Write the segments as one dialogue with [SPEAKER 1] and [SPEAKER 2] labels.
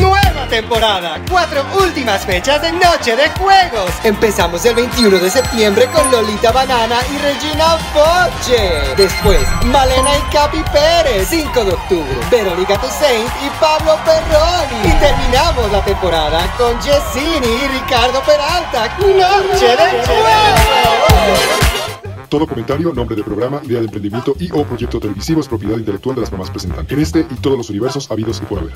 [SPEAKER 1] Nueva temporada, cuatro últimas fechas de Noche de Juegos. Empezamos el 21 de septiembre con Lolita Banana y Regina Boche. Después, Malena y Capi Pérez, 5 de octubre. Verónica Toussaint y Pablo Perroni. Y terminamos la temporada con Jessini y Ricardo Peralta. Noche de Juegos.
[SPEAKER 2] Todo comentario, nombre de programa, idea de emprendimiento y o proyecto televisivo es propiedad intelectual de las mamás presentan. En este y todos los universos habidos y por haber.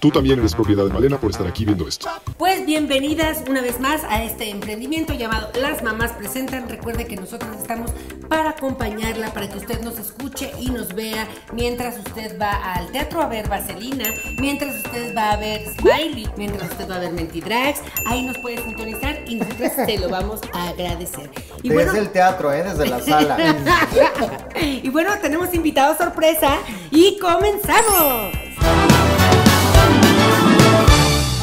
[SPEAKER 2] Tú también eres propiedad de Malena por estar aquí viendo esto.
[SPEAKER 3] Pues bienvenidas una vez más a este emprendimiento llamado Las Mamás Presentan. Recuerde que nosotros estamos para acompañarla, para que usted nos escuche y nos vea mientras usted va al teatro a ver Vaselina, mientras usted va a ver Smiley, mientras usted va a ver Mentidrags. Ahí nos puede sintonizar y nosotros te lo vamos a agradecer. Y
[SPEAKER 4] Desde el teatro, ¿eh? Desde la sala.
[SPEAKER 3] y bueno, tenemos invitado sorpresa y comenzamos.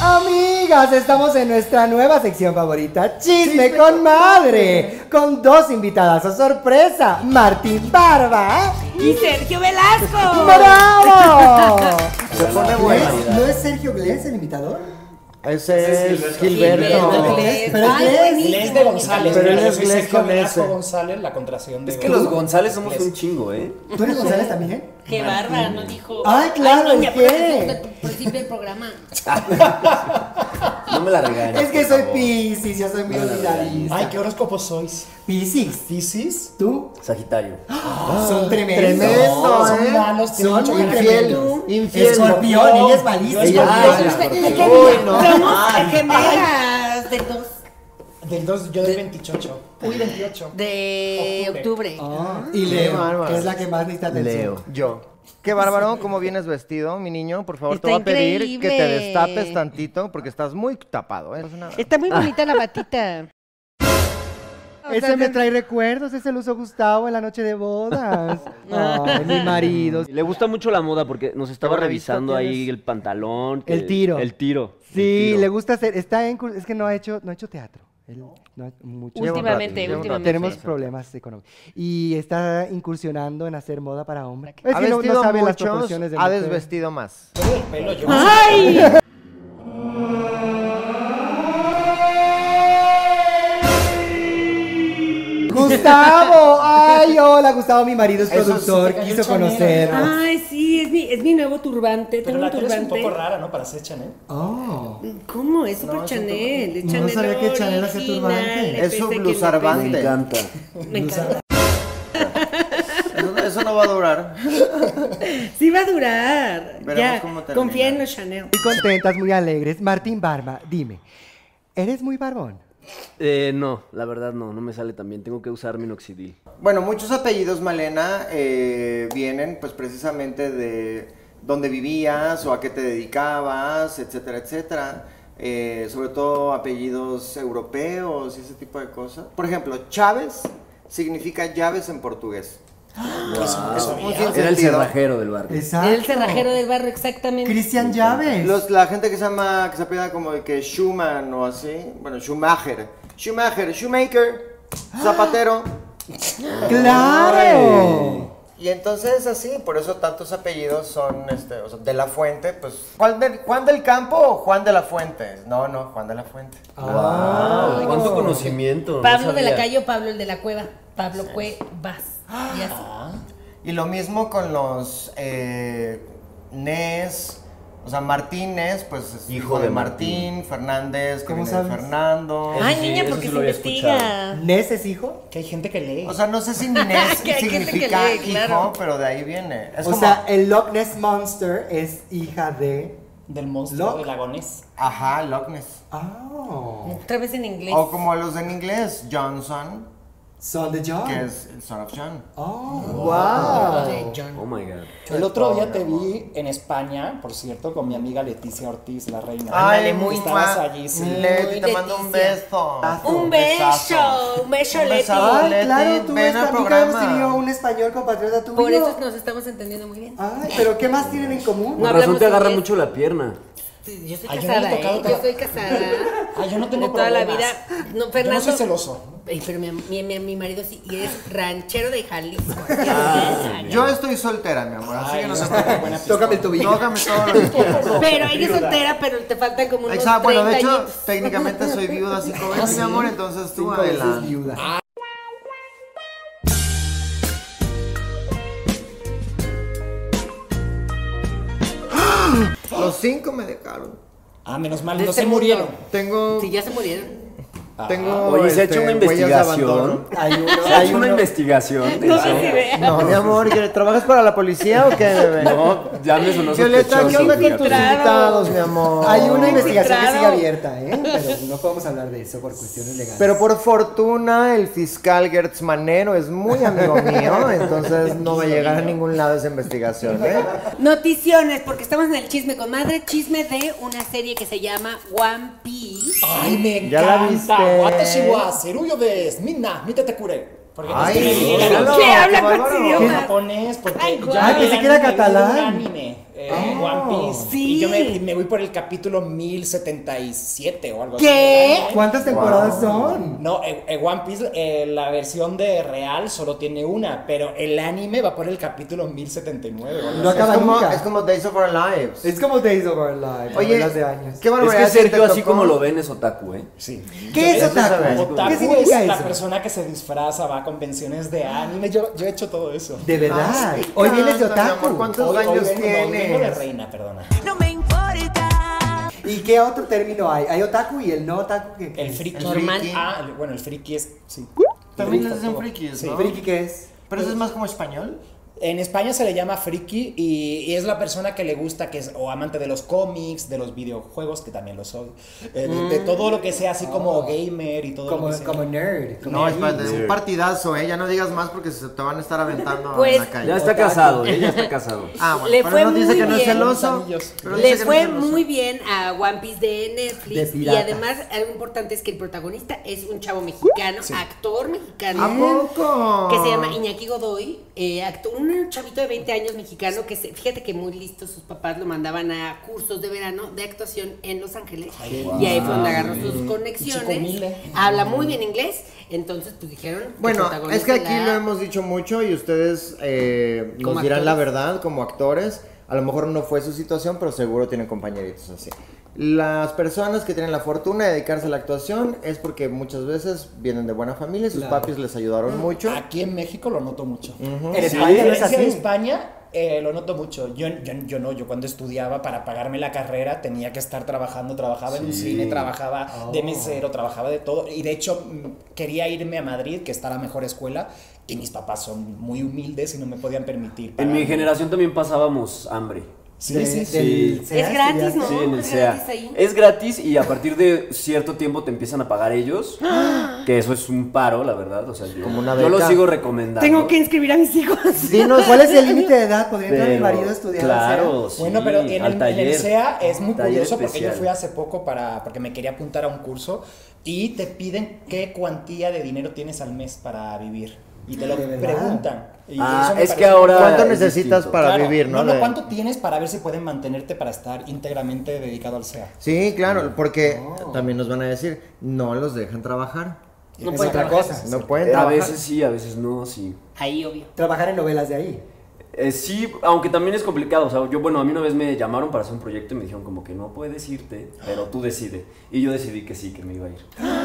[SPEAKER 1] Amigas, estamos en nuestra nueva sección favorita, Chisme, con, madre, con dos invitadas a sorpresa, Martín Barba.
[SPEAKER 3] Y Sergio Velasco.
[SPEAKER 1] ¡Bravo!
[SPEAKER 4] Se pone
[SPEAKER 1] ¿No
[SPEAKER 4] buena.
[SPEAKER 1] es, ¿No es Sergio Glés el invitador?
[SPEAKER 4] Ese es
[SPEAKER 3] Gilberto
[SPEAKER 4] Gilberto.
[SPEAKER 3] Glés.
[SPEAKER 1] Pero es
[SPEAKER 3] Ay,
[SPEAKER 1] Glés.
[SPEAKER 3] buenísimo.
[SPEAKER 5] Les de González.
[SPEAKER 4] Pero él
[SPEAKER 5] mira,
[SPEAKER 4] es
[SPEAKER 5] soy
[SPEAKER 4] Glés
[SPEAKER 5] Sergio
[SPEAKER 4] con
[SPEAKER 5] Velasco
[SPEAKER 4] ese.
[SPEAKER 5] González, la contracción de
[SPEAKER 1] Eh,
[SPEAKER 6] Es que los González somos un chingo, ¿eh?
[SPEAKER 1] ¿Tú eres González también?
[SPEAKER 3] Qué bárbara, no dijo.
[SPEAKER 1] Ay, claro,
[SPEAKER 3] Ay, niña,
[SPEAKER 1] ¿el
[SPEAKER 3] pero
[SPEAKER 1] qué?
[SPEAKER 3] es el principio del programa.
[SPEAKER 6] No me la regañes.
[SPEAKER 1] Es que
[SPEAKER 6] por
[SPEAKER 1] soy
[SPEAKER 6] favor.
[SPEAKER 1] Piscis, yo soy muy
[SPEAKER 6] No, la verdad.
[SPEAKER 1] olvidadista.
[SPEAKER 5] Ay, qué horóscopo sois.
[SPEAKER 1] Piscis,
[SPEAKER 5] Piscis.
[SPEAKER 1] tú
[SPEAKER 6] Sagitario.
[SPEAKER 1] son tremendos.
[SPEAKER 4] Tremendo,
[SPEAKER 5] son
[SPEAKER 4] ¿eh?
[SPEAKER 5] malos, tienen
[SPEAKER 1] Son
[SPEAKER 5] mucho
[SPEAKER 1] muy
[SPEAKER 5] ingenio.
[SPEAKER 1] tremendos.
[SPEAKER 4] Infiel.
[SPEAKER 1] Escorpión, ella es malísima.
[SPEAKER 4] Ella es
[SPEAKER 1] Ay,
[SPEAKER 4] malísima.
[SPEAKER 6] Ay,
[SPEAKER 3] Uy,
[SPEAKER 6] Uy,
[SPEAKER 3] qué
[SPEAKER 4] no.
[SPEAKER 3] Somos gemelas del 2
[SPEAKER 5] Del 2, yo del 28. Uy, 28.
[SPEAKER 3] de octubre.
[SPEAKER 1] Ah, y
[SPEAKER 4] Qué
[SPEAKER 1] Leo,
[SPEAKER 4] bárbaro.
[SPEAKER 1] que es la que más necesita atención.
[SPEAKER 4] Leo. Yo. Qué bárbaro, cómo vienes vestido, mi niño. Por favor, te voy a
[SPEAKER 3] Está
[SPEAKER 4] pedir que te
[SPEAKER 3] increíble.
[SPEAKER 4] destapes tantito porque estás muy tapado. ¿eh?
[SPEAKER 3] Está muy bonita la batita. O sea,
[SPEAKER 1] Ese me
[SPEAKER 3] te-
[SPEAKER 1] trae recuerdos, ese lo usó Gustavo en la noche de bodas. Ay, mi marido.
[SPEAKER 7] Le gusta mucho la moda porque nos estaba
[SPEAKER 4] buena vista
[SPEAKER 7] revisando ahí
[SPEAKER 4] tienes.
[SPEAKER 7] el pantalón.
[SPEAKER 1] El tiro.
[SPEAKER 7] El tiro. el
[SPEAKER 1] Sí,
[SPEAKER 7] tiro.
[SPEAKER 1] le gusta hacer, está en, cur- es que no ha hecho, no ha hecho teatro. Él no ha- mucho.
[SPEAKER 4] Lleva un rato,
[SPEAKER 3] Últimamente,
[SPEAKER 4] lleva un rato.
[SPEAKER 3] últimamente.
[SPEAKER 1] Tenemos problemas económicos. Y está incursionando en hacer moda para hombres. Es
[SPEAKER 4] Ha
[SPEAKER 1] que no- no,
[SPEAKER 4] vestido
[SPEAKER 1] sabe las
[SPEAKER 4] muchos,
[SPEAKER 1] proporciones de
[SPEAKER 4] ha
[SPEAKER 1] mujer.
[SPEAKER 4] desvestido más.
[SPEAKER 5] Todo el pelo, yo.
[SPEAKER 3] Ah, ¡Ay!
[SPEAKER 1] ¡Gustavo! ¡Ay, hola! Gustavo, mi marido es
[SPEAKER 4] Eso sí,
[SPEAKER 1] productor,
[SPEAKER 5] te cayó
[SPEAKER 1] quiso
[SPEAKER 5] chanera.
[SPEAKER 1] conocernos.
[SPEAKER 3] Ay, sí, es mi, es mi nuevo turbante. Tengo
[SPEAKER 5] Pero la
[SPEAKER 3] un
[SPEAKER 5] tuya es un poco
[SPEAKER 3] turbante.
[SPEAKER 5] rara, ¿no? Para ¿eh? ser Chanel.
[SPEAKER 1] Oh.
[SPEAKER 3] ¿Cómo? Es super Chanel. es
[SPEAKER 1] No
[SPEAKER 3] Chanel
[SPEAKER 1] sabía que Chanel hacía
[SPEAKER 3] original,
[SPEAKER 1] turbante.
[SPEAKER 3] le
[SPEAKER 4] Es su
[SPEAKER 3] pese que le
[SPEAKER 6] Me
[SPEAKER 4] blusarbante.
[SPEAKER 6] encanta.
[SPEAKER 3] pese. Me encanta.
[SPEAKER 4] Eso, eso no va a durar.
[SPEAKER 3] Sí va a durar.
[SPEAKER 4] Veremos
[SPEAKER 3] ya,
[SPEAKER 4] cómo termina.
[SPEAKER 3] confía en los Chanel.
[SPEAKER 1] Muy contentas, muy alegres. Martín Barba, dime, ¿eres muy barbón?
[SPEAKER 7] Eh, no, la verdad no, no me sale tan bien. Tengo que usar minoxidil.
[SPEAKER 8] Bueno, muchos apellidos, Malena, eh, vienen pues precisamente de dónde vivías o a qué te dedicabas, etcétera, etcétera. Eh, sobre todo apellidos europeos y ese tipo de cosas. Por ejemplo, Chávez significa llaves en portugués.
[SPEAKER 6] Ah,
[SPEAKER 4] Ah,
[SPEAKER 8] Un sinsentido.
[SPEAKER 6] Era el cerrajero del barrio.
[SPEAKER 1] Exacto.
[SPEAKER 3] El cerrajero del barrio, exactamente.
[SPEAKER 1] Cristian Llaves.
[SPEAKER 8] Los- la gente que se llama, que se apellida como de que Schumann o así, bueno, Schumacher, Schumacher, Shoemaker,
[SPEAKER 1] ¡Ah!
[SPEAKER 8] Zapatero.
[SPEAKER 1] ¡Claro!
[SPEAKER 8] Y entonces así, por eso tantos apellidos son, este, o sea, de la Fuente, pues, Juan del, Juan del Campo o Juan de la Fuente. No, no, Juan de la Fuente.
[SPEAKER 1] Ah.
[SPEAKER 6] Wow, Ah, cuánto conocimiento. no
[SPEAKER 3] Pablo de la
[SPEAKER 6] sabía.
[SPEAKER 3] calle o Pablo el de la cueva. Pablo Cuevas. Y así.
[SPEAKER 1] Ah.
[SPEAKER 8] Y lo mismo con los eh, Nes, o sea, Martínez, pues, es hijo, de,
[SPEAKER 6] de
[SPEAKER 8] Martín, Fernández, que
[SPEAKER 1] ¿Cómo
[SPEAKER 8] viene de
[SPEAKER 1] sabes?
[SPEAKER 8] Fernando.
[SPEAKER 3] Ay,
[SPEAKER 6] sí,
[SPEAKER 3] niña,
[SPEAKER 6] eso
[SPEAKER 3] porque
[SPEAKER 6] sí
[SPEAKER 3] se
[SPEAKER 6] lo había
[SPEAKER 3] investiga.
[SPEAKER 1] ¿Nes es hijo?
[SPEAKER 5] Que hay gente que lee.
[SPEAKER 8] O sea, no sé si Nes
[SPEAKER 3] Que hay gente que
[SPEAKER 8] significa
[SPEAKER 3] lee,
[SPEAKER 8] hijo,
[SPEAKER 3] claro.
[SPEAKER 8] pero de ahí viene. Es
[SPEAKER 1] o
[SPEAKER 8] como-
[SPEAKER 1] sea, el Loch Ness Monster es hija de...
[SPEAKER 5] del monstruo
[SPEAKER 1] Lo-
[SPEAKER 5] de lagones.
[SPEAKER 8] ajá, Loch Ness.
[SPEAKER 1] Oh.
[SPEAKER 3] Otra vez en inglés.
[SPEAKER 8] O como los en inglés, Johnson,
[SPEAKER 1] Son de John.
[SPEAKER 8] que es el son of John.
[SPEAKER 1] Oh.
[SPEAKER 3] Ah. De John.
[SPEAKER 6] Oh my god.
[SPEAKER 5] Ah. El otro día te vi en España, por cierto, con mi amiga Leticia Ortiz, la reina.
[SPEAKER 8] Ay, muy
[SPEAKER 5] Estabas
[SPEAKER 8] guapa.
[SPEAKER 5] allí, sí. Ah,
[SPEAKER 8] Leti, te
[SPEAKER 3] Muy
[SPEAKER 8] mando un
[SPEAKER 3] Leticia.
[SPEAKER 8] beso.
[SPEAKER 3] Un beso, un beso,
[SPEAKER 8] Un
[SPEAKER 3] Leti.
[SPEAKER 8] besazo,
[SPEAKER 1] Ay,
[SPEAKER 8] Leti,
[SPEAKER 1] claro, tú
[SPEAKER 8] ven
[SPEAKER 1] esta-
[SPEAKER 8] al
[SPEAKER 1] nunca hemos tenido
[SPEAKER 8] programa.
[SPEAKER 1] un español compatriota tuyo.
[SPEAKER 3] Por eso nos estamos entendiendo muy bien.
[SPEAKER 1] Ay, pero ¿qué más tienen en común?
[SPEAKER 3] No
[SPEAKER 6] Por razón
[SPEAKER 3] hablamos
[SPEAKER 6] te agarra
[SPEAKER 3] inglés.
[SPEAKER 6] mucho la pierna.
[SPEAKER 3] Yo soy
[SPEAKER 5] Ay, yo no
[SPEAKER 3] casada,
[SPEAKER 5] le he tocado
[SPEAKER 3] ¿eh?
[SPEAKER 5] toda-
[SPEAKER 3] Yo soy casada.
[SPEAKER 5] Ay, Ah, yo no tengo
[SPEAKER 3] De toda la
[SPEAKER 5] problemas.
[SPEAKER 3] vida.
[SPEAKER 5] Yo
[SPEAKER 3] No,
[SPEAKER 5] no
[SPEAKER 3] Fernando.
[SPEAKER 5] soy celoso.
[SPEAKER 3] Ey, pero mi, mi, mi, mi marido sí, y es ranchero de Jalisco.
[SPEAKER 9] Yo estoy soltera, mi amor, así
[SPEAKER 5] Ay,
[SPEAKER 9] que no
[SPEAKER 5] no,
[SPEAKER 9] se
[SPEAKER 5] qué
[SPEAKER 9] preocupen.
[SPEAKER 5] buena
[SPEAKER 6] Tócame el tobillo.
[SPEAKER 9] Tócame todo lo que quieras.
[SPEAKER 3] pero eres soltera, pero te faltan como unos
[SPEAKER 9] Exacto, bueno, de
[SPEAKER 3] 30
[SPEAKER 9] hecho,
[SPEAKER 3] añitos.
[SPEAKER 9] técnicamente soy viuda cinco veces, mi amor, entonces tú adelante.
[SPEAKER 8] ¡Ah!
[SPEAKER 9] Los cinco me dejaron.
[SPEAKER 5] Ah, menos mal,
[SPEAKER 3] De
[SPEAKER 5] no
[SPEAKER 3] este
[SPEAKER 5] se
[SPEAKER 3] mundo.
[SPEAKER 5] murieron.
[SPEAKER 9] Tengo.
[SPEAKER 3] Sí, ya se murieron.
[SPEAKER 9] tengo
[SPEAKER 6] Ah, Oye, ¿se ha hecho una
[SPEAKER 9] este, huellas de
[SPEAKER 6] investigación?
[SPEAKER 9] abandono.
[SPEAKER 5] Hay uno.
[SPEAKER 6] ¿Se ha hecho una
[SPEAKER 9] uno.
[SPEAKER 6] investigación? de
[SPEAKER 3] No
[SPEAKER 6] eso?
[SPEAKER 3] sé si veas.
[SPEAKER 8] No, mi amor, ¿qué- ¿trabajas para la policía o qué, bebé?
[SPEAKER 6] No, ya me sonó
[SPEAKER 8] Violeta, ¿qué
[SPEAKER 6] sospechoso,
[SPEAKER 8] onda con tus
[SPEAKER 6] fíjate.
[SPEAKER 8] invitados, mi amor?
[SPEAKER 1] Hay una investigación que sigue
[SPEAKER 3] Infiltrado.
[SPEAKER 1] abierta, ¿eh? Pero no podemos hablar de eso por cuestiones legales.
[SPEAKER 8] Pero por fortuna, el fiscal Gertz Manero es muy amigo mío, entonces no va a llegar a ningún lado esa investigación, ¿eh?
[SPEAKER 3] Noticiones, porque estamos en el chisme con madre, chisme de una serie que se llama One Piece.
[SPEAKER 5] Ay, me
[SPEAKER 8] Ya la
[SPEAKER 5] encanta.
[SPEAKER 8] viste.
[SPEAKER 5] Watashi wa Seruyo des Minna, Mita te cure. Porque no estoy
[SPEAKER 8] Ay,
[SPEAKER 5] leyendo
[SPEAKER 8] míralo,
[SPEAKER 3] ¿Qué habla
[SPEAKER 8] qué
[SPEAKER 3] con
[SPEAKER 8] bárbaro.
[SPEAKER 3] su idioma?
[SPEAKER 5] en japonés porque
[SPEAKER 3] Ay,
[SPEAKER 5] ya
[SPEAKER 3] guau.
[SPEAKER 5] vi
[SPEAKER 1] Ay, pensé
[SPEAKER 5] el
[SPEAKER 1] que era
[SPEAKER 5] anime, vi un
[SPEAKER 1] catalán.
[SPEAKER 5] anime, eh, One Piece.
[SPEAKER 3] Sí.
[SPEAKER 5] Y yo me, y me voy por el capítulo 1077 o algo
[SPEAKER 3] ¿Qué?
[SPEAKER 5] así.
[SPEAKER 1] ¿Cuántas temporadas son?
[SPEAKER 5] No, eh, eh, One Piece, eh, la versión de real solo tiene una, pero el anime va por el capítulo 1079. o algo
[SPEAKER 1] No
[SPEAKER 5] así.
[SPEAKER 1] acaba
[SPEAKER 9] Es como,
[SPEAKER 1] nunca.
[SPEAKER 9] es como Days of Our Lives.
[SPEAKER 1] Es como Days of Our Life,
[SPEAKER 9] Oye,
[SPEAKER 1] novelas de años.
[SPEAKER 9] qué
[SPEAKER 6] Es
[SPEAKER 9] barbaridad.
[SPEAKER 6] que Sergio,
[SPEAKER 9] te
[SPEAKER 6] así
[SPEAKER 9] tocó.
[SPEAKER 6] como lo ven, es otaku, ¿eh?
[SPEAKER 5] Sí.
[SPEAKER 1] ¿Qué es
[SPEAKER 5] Entonces,
[SPEAKER 1] otaku?
[SPEAKER 5] Otaku
[SPEAKER 1] ¿Qué
[SPEAKER 5] es
[SPEAKER 1] significa
[SPEAKER 5] la
[SPEAKER 1] eso?
[SPEAKER 5] persona que se disfraza, va a convenciones de anime. Yo, yo he hecho todo eso.
[SPEAKER 1] De verdad.
[SPEAKER 9] Ay,
[SPEAKER 1] Hoy vienes de
[SPEAKER 9] canta, mi amor,
[SPEAKER 1] otaku.
[SPEAKER 9] ¿cuántos
[SPEAKER 5] Hoy- hoy
[SPEAKER 9] años
[SPEAKER 5] vengo- no, vengo de
[SPEAKER 9] tienes?
[SPEAKER 5] reina, perdona.
[SPEAKER 1] ¿Y qué otro término hay? Hay otaku y el no otaku que
[SPEAKER 5] El friki.
[SPEAKER 9] Normal.
[SPEAKER 5] Ah, el- bueno, el friki es. Sí.
[SPEAKER 9] También
[SPEAKER 5] Friki,
[SPEAKER 9] les dicen
[SPEAKER 5] todo.
[SPEAKER 9] frikis,
[SPEAKER 5] Sí.
[SPEAKER 9] ¿no?
[SPEAKER 1] friki que es.
[SPEAKER 9] Pero eso es más como español.
[SPEAKER 5] En España se le llama friki y, y es la persona que le gusta, que es o amante de los cómics, de los videojuegos, que también lo soy, eh, de, de todo lo que sea así como gamer y todo
[SPEAKER 1] Como,
[SPEAKER 5] lo que sea.
[SPEAKER 1] como nerd. como
[SPEAKER 9] No,
[SPEAKER 1] geek.
[SPEAKER 9] espérate, es un partidazo, ¿eh? Ya no digas más porque se te van a estar aventando
[SPEAKER 3] Pues-
[SPEAKER 9] en la calle.
[SPEAKER 6] Ya está casado, ¿eh? Ya está casado.
[SPEAKER 9] Ah, bueno,
[SPEAKER 3] Le
[SPEAKER 9] pero
[SPEAKER 3] fue
[SPEAKER 9] no dice
[SPEAKER 3] muy
[SPEAKER 9] que no es
[SPEAKER 3] bien.
[SPEAKER 9] celoso.
[SPEAKER 5] Anillos.
[SPEAKER 9] pero dice
[SPEAKER 3] Le
[SPEAKER 9] que no
[SPEAKER 3] fue
[SPEAKER 9] es celoso.
[SPEAKER 3] muy bien a One Piece de Netflix
[SPEAKER 1] De
[SPEAKER 3] y
[SPEAKER 1] piratas.
[SPEAKER 3] además algo importante es que el protagonista es un chavo mexicano, actor mexicano.
[SPEAKER 9] ¿A poco?
[SPEAKER 3] Que se llama Iñaki Godoy, eh, acto- un chavito de 20 años mexicano que, se- fíjate que muy listo, sus papás lo mandaban a cursos de verano de actuación en Los Ángeles. y ahí fue donde agarró sus conexiones.
[SPEAKER 5] mile.
[SPEAKER 3] Habla muy bien inglés, entonces pues dijeron... que
[SPEAKER 9] Bueno,
[SPEAKER 3] protagonista
[SPEAKER 9] es que aquí
[SPEAKER 3] la-
[SPEAKER 9] lo hemos dicho mucho y ustedes eh, nos
[SPEAKER 3] Como
[SPEAKER 9] dirán la
[SPEAKER 3] actores.
[SPEAKER 9] verdad como actores. A lo mejor no fue su situación, pero seguro tienen compañeritos así. Las personas que tienen la fortuna de dedicarse a la actuación es porque muchas veces vienen de buena familia, sus papis les ayudaron mucho.
[SPEAKER 5] Aquí en México lo noto mucho.
[SPEAKER 1] En
[SPEAKER 5] Sí,
[SPEAKER 1] España
[SPEAKER 5] a
[SPEAKER 1] no es
[SPEAKER 5] diferencia de
[SPEAKER 1] así.
[SPEAKER 5] España eh, lo noto mucho. Yo, yo, yo no, yo cuando estudiaba para pagarme la carrera tenía que estar trabajando, trabajaba en un cine, trabajaba
[SPEAKER 6] Oh.
[SPEAKER 5] de mesero, trabajaba de todo. Y de hecho mm, quería irme a Madrid, que está la mejor escuela, y mis papás son muy humildes y no me podían permitir.
[SPEAKER 6] En mi
[SPEAKER 5] pagarme.
[SPEAKER 6] generación también pasábamos hambre.
[SPEAKER 5] Sí,
[SPEAKER 1] De-
[SPEAKER 5] sí, sí.
[SPEAKER 1] del
[SPEAKER 6] Es
[SPEAKER 1] SEA,
[SPEAKER 3] gratis,
[SPEAKER 1] estudiaste.
[SPEAKER 3] No,
[SPEAKER 6] sí, en el
[SPEAKER 3] es
[SPEAKER 6] SEA.
[SPEAKER 3] gratis ahí.
[SPEAKER 6] Es gratis y a partir de cierto tiempo te empiezan a pagar ellos. Que eso es un paro, la verdad. O sea, yo,
[SPEAKER 9] Como una
[SPEAKER 6] yo lo
[SPEAKER 9] beca.
[SPEAKER 6] sigo recomendando.
[SPEAKER 3] Tengo que inscribir a mis hijos.
[SPEAKER 1] Dinos, ¿cuál es el límite de edad? ¿Podría entrar mi
[SPEAKER 6] Pero,
[SPEAKER 1] marido a estudiar?
[SPEAKER 6] Claro, sí,
[SPEAKER 5] Bueno, pero en el,
[SPEAKER 6] al
[SPEAKER 5] en el
[SPEAKER 6] taller,
[SPEAKER 5] SEA es muy
[SPEAKER 6] taller
[SPEAKER 5] curioso porque yo
[SPEAKER 6] especial.
[SPEAKER 5] fui hace poco para porque me quería apuntar a un curso y te piden qué cuantía de dinero tienes al mes para vivir y te lo
[SPEAKER 1] ¿De verdad?
[SPEAKER 5] preguntan. Y
[SPEAKER 6] Ah,
[SPEAKER 5] eso me
[SPEAKER 6] es que
[SPEAKER 5] parece-
[SPEAKER 6] ahora.
[SPEAKER 9] ¿Cuánto
[SPEAKER 6] es
[SPEAKER 9] necesitas
[SPEAKER 6] distinto.
[SPEAKER 9] para
[SPEAKER 5] Claro,
[SPEAKER 9] vivir, no?
[SPEAKER 5] No,
[SPEAKER 9] De-
[SPEAKER 5] ¿cuánto tienes para ver si pueden mantenerte para estar íntegramente dedicado al SEA?
[SPEAKER 9] Sí, claro, porque también nos van a decir, no los dejan trabajar.
[SPEAKER 1] es otra cosa.
[SPEAKER 9] No pueden
[SPEAKER 6] A
[SPEAKER 9] trabajar.
[SPEAKER 6] veces sí, a veces no, sí.
[SPEAKER 3] Ahí, obvio.
[SPEAKER 1] Trabajar en novelas de ahí.
[SPEAKER 6] Eh, sí, aunque también es complicado. O sea, yo, bueno, a mí una vez me llamaron para hacer un proyecto y me dijeron como que no puedes irte, pero tú decide. Y yo decidí que sí, que me iba a ir.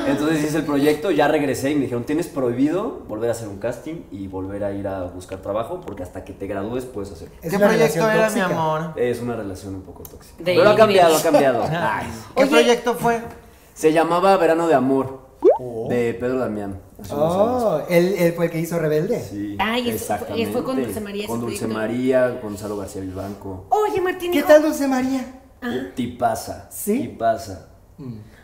[SPEAKER 6] Entonces hice el proyecto, ya regresé y me dijeron, tienes prohibido volver a hacer un casting y volver a ir a buscar trabajo porque hasta que te gradúes puedes hacerlo.
[SPEAKER 1] Es
[SPEAKER 9] ¿Qué
[SPEAKER 1] una
[SPEAKER 9] proyecto
[SPEAKER 1] relación
[SPEAKER 9] era, mi
[SPEAKER 1] tóxica.
[SPEAKER 9] amor?
[SPEAKER 6] Es una relación un poco tóxica.
[SPEAKER 3] De
[SPEAKER 6] pero ha
[SPEAKER 3] Ingrid.
[SPEAKER 6] cambiado, ha cambiado. Ay.
[SPEAKER 9] ¿Qué
[SPEAKER 3] Oye.
[SPEAKER 9] proyecto fue?
[SPEAKER 6] Se llamaba Verano de Amor de Pedro Damián. hace unos años.
[SPEAKER 1] Oh, él, él fue el que hizo Rebelde.
[SPEAKER 6] Sí,
[SPEAKER 3] Ay, eso fue-
[SPEAKER 6] exactamente.
[SPEAKER 3] fue con Dulce María ese
[SPEAKER 6] Con Dulce
[SPEAKER 3] proyecto.
[SPEAKER 6] María, Gonzalo García Vivanco.
[SPEAKER 3] Oye, Martín,
[SPEAKER 1] ¿Qué
[SPEAKER 3] hijo,
[SPEAKER 1] tal Dulce María?
[SPEAKER 6] Tipaza.
[SPEAKER 1] ¿Sí?
[SPEAKER 6] Tipaza.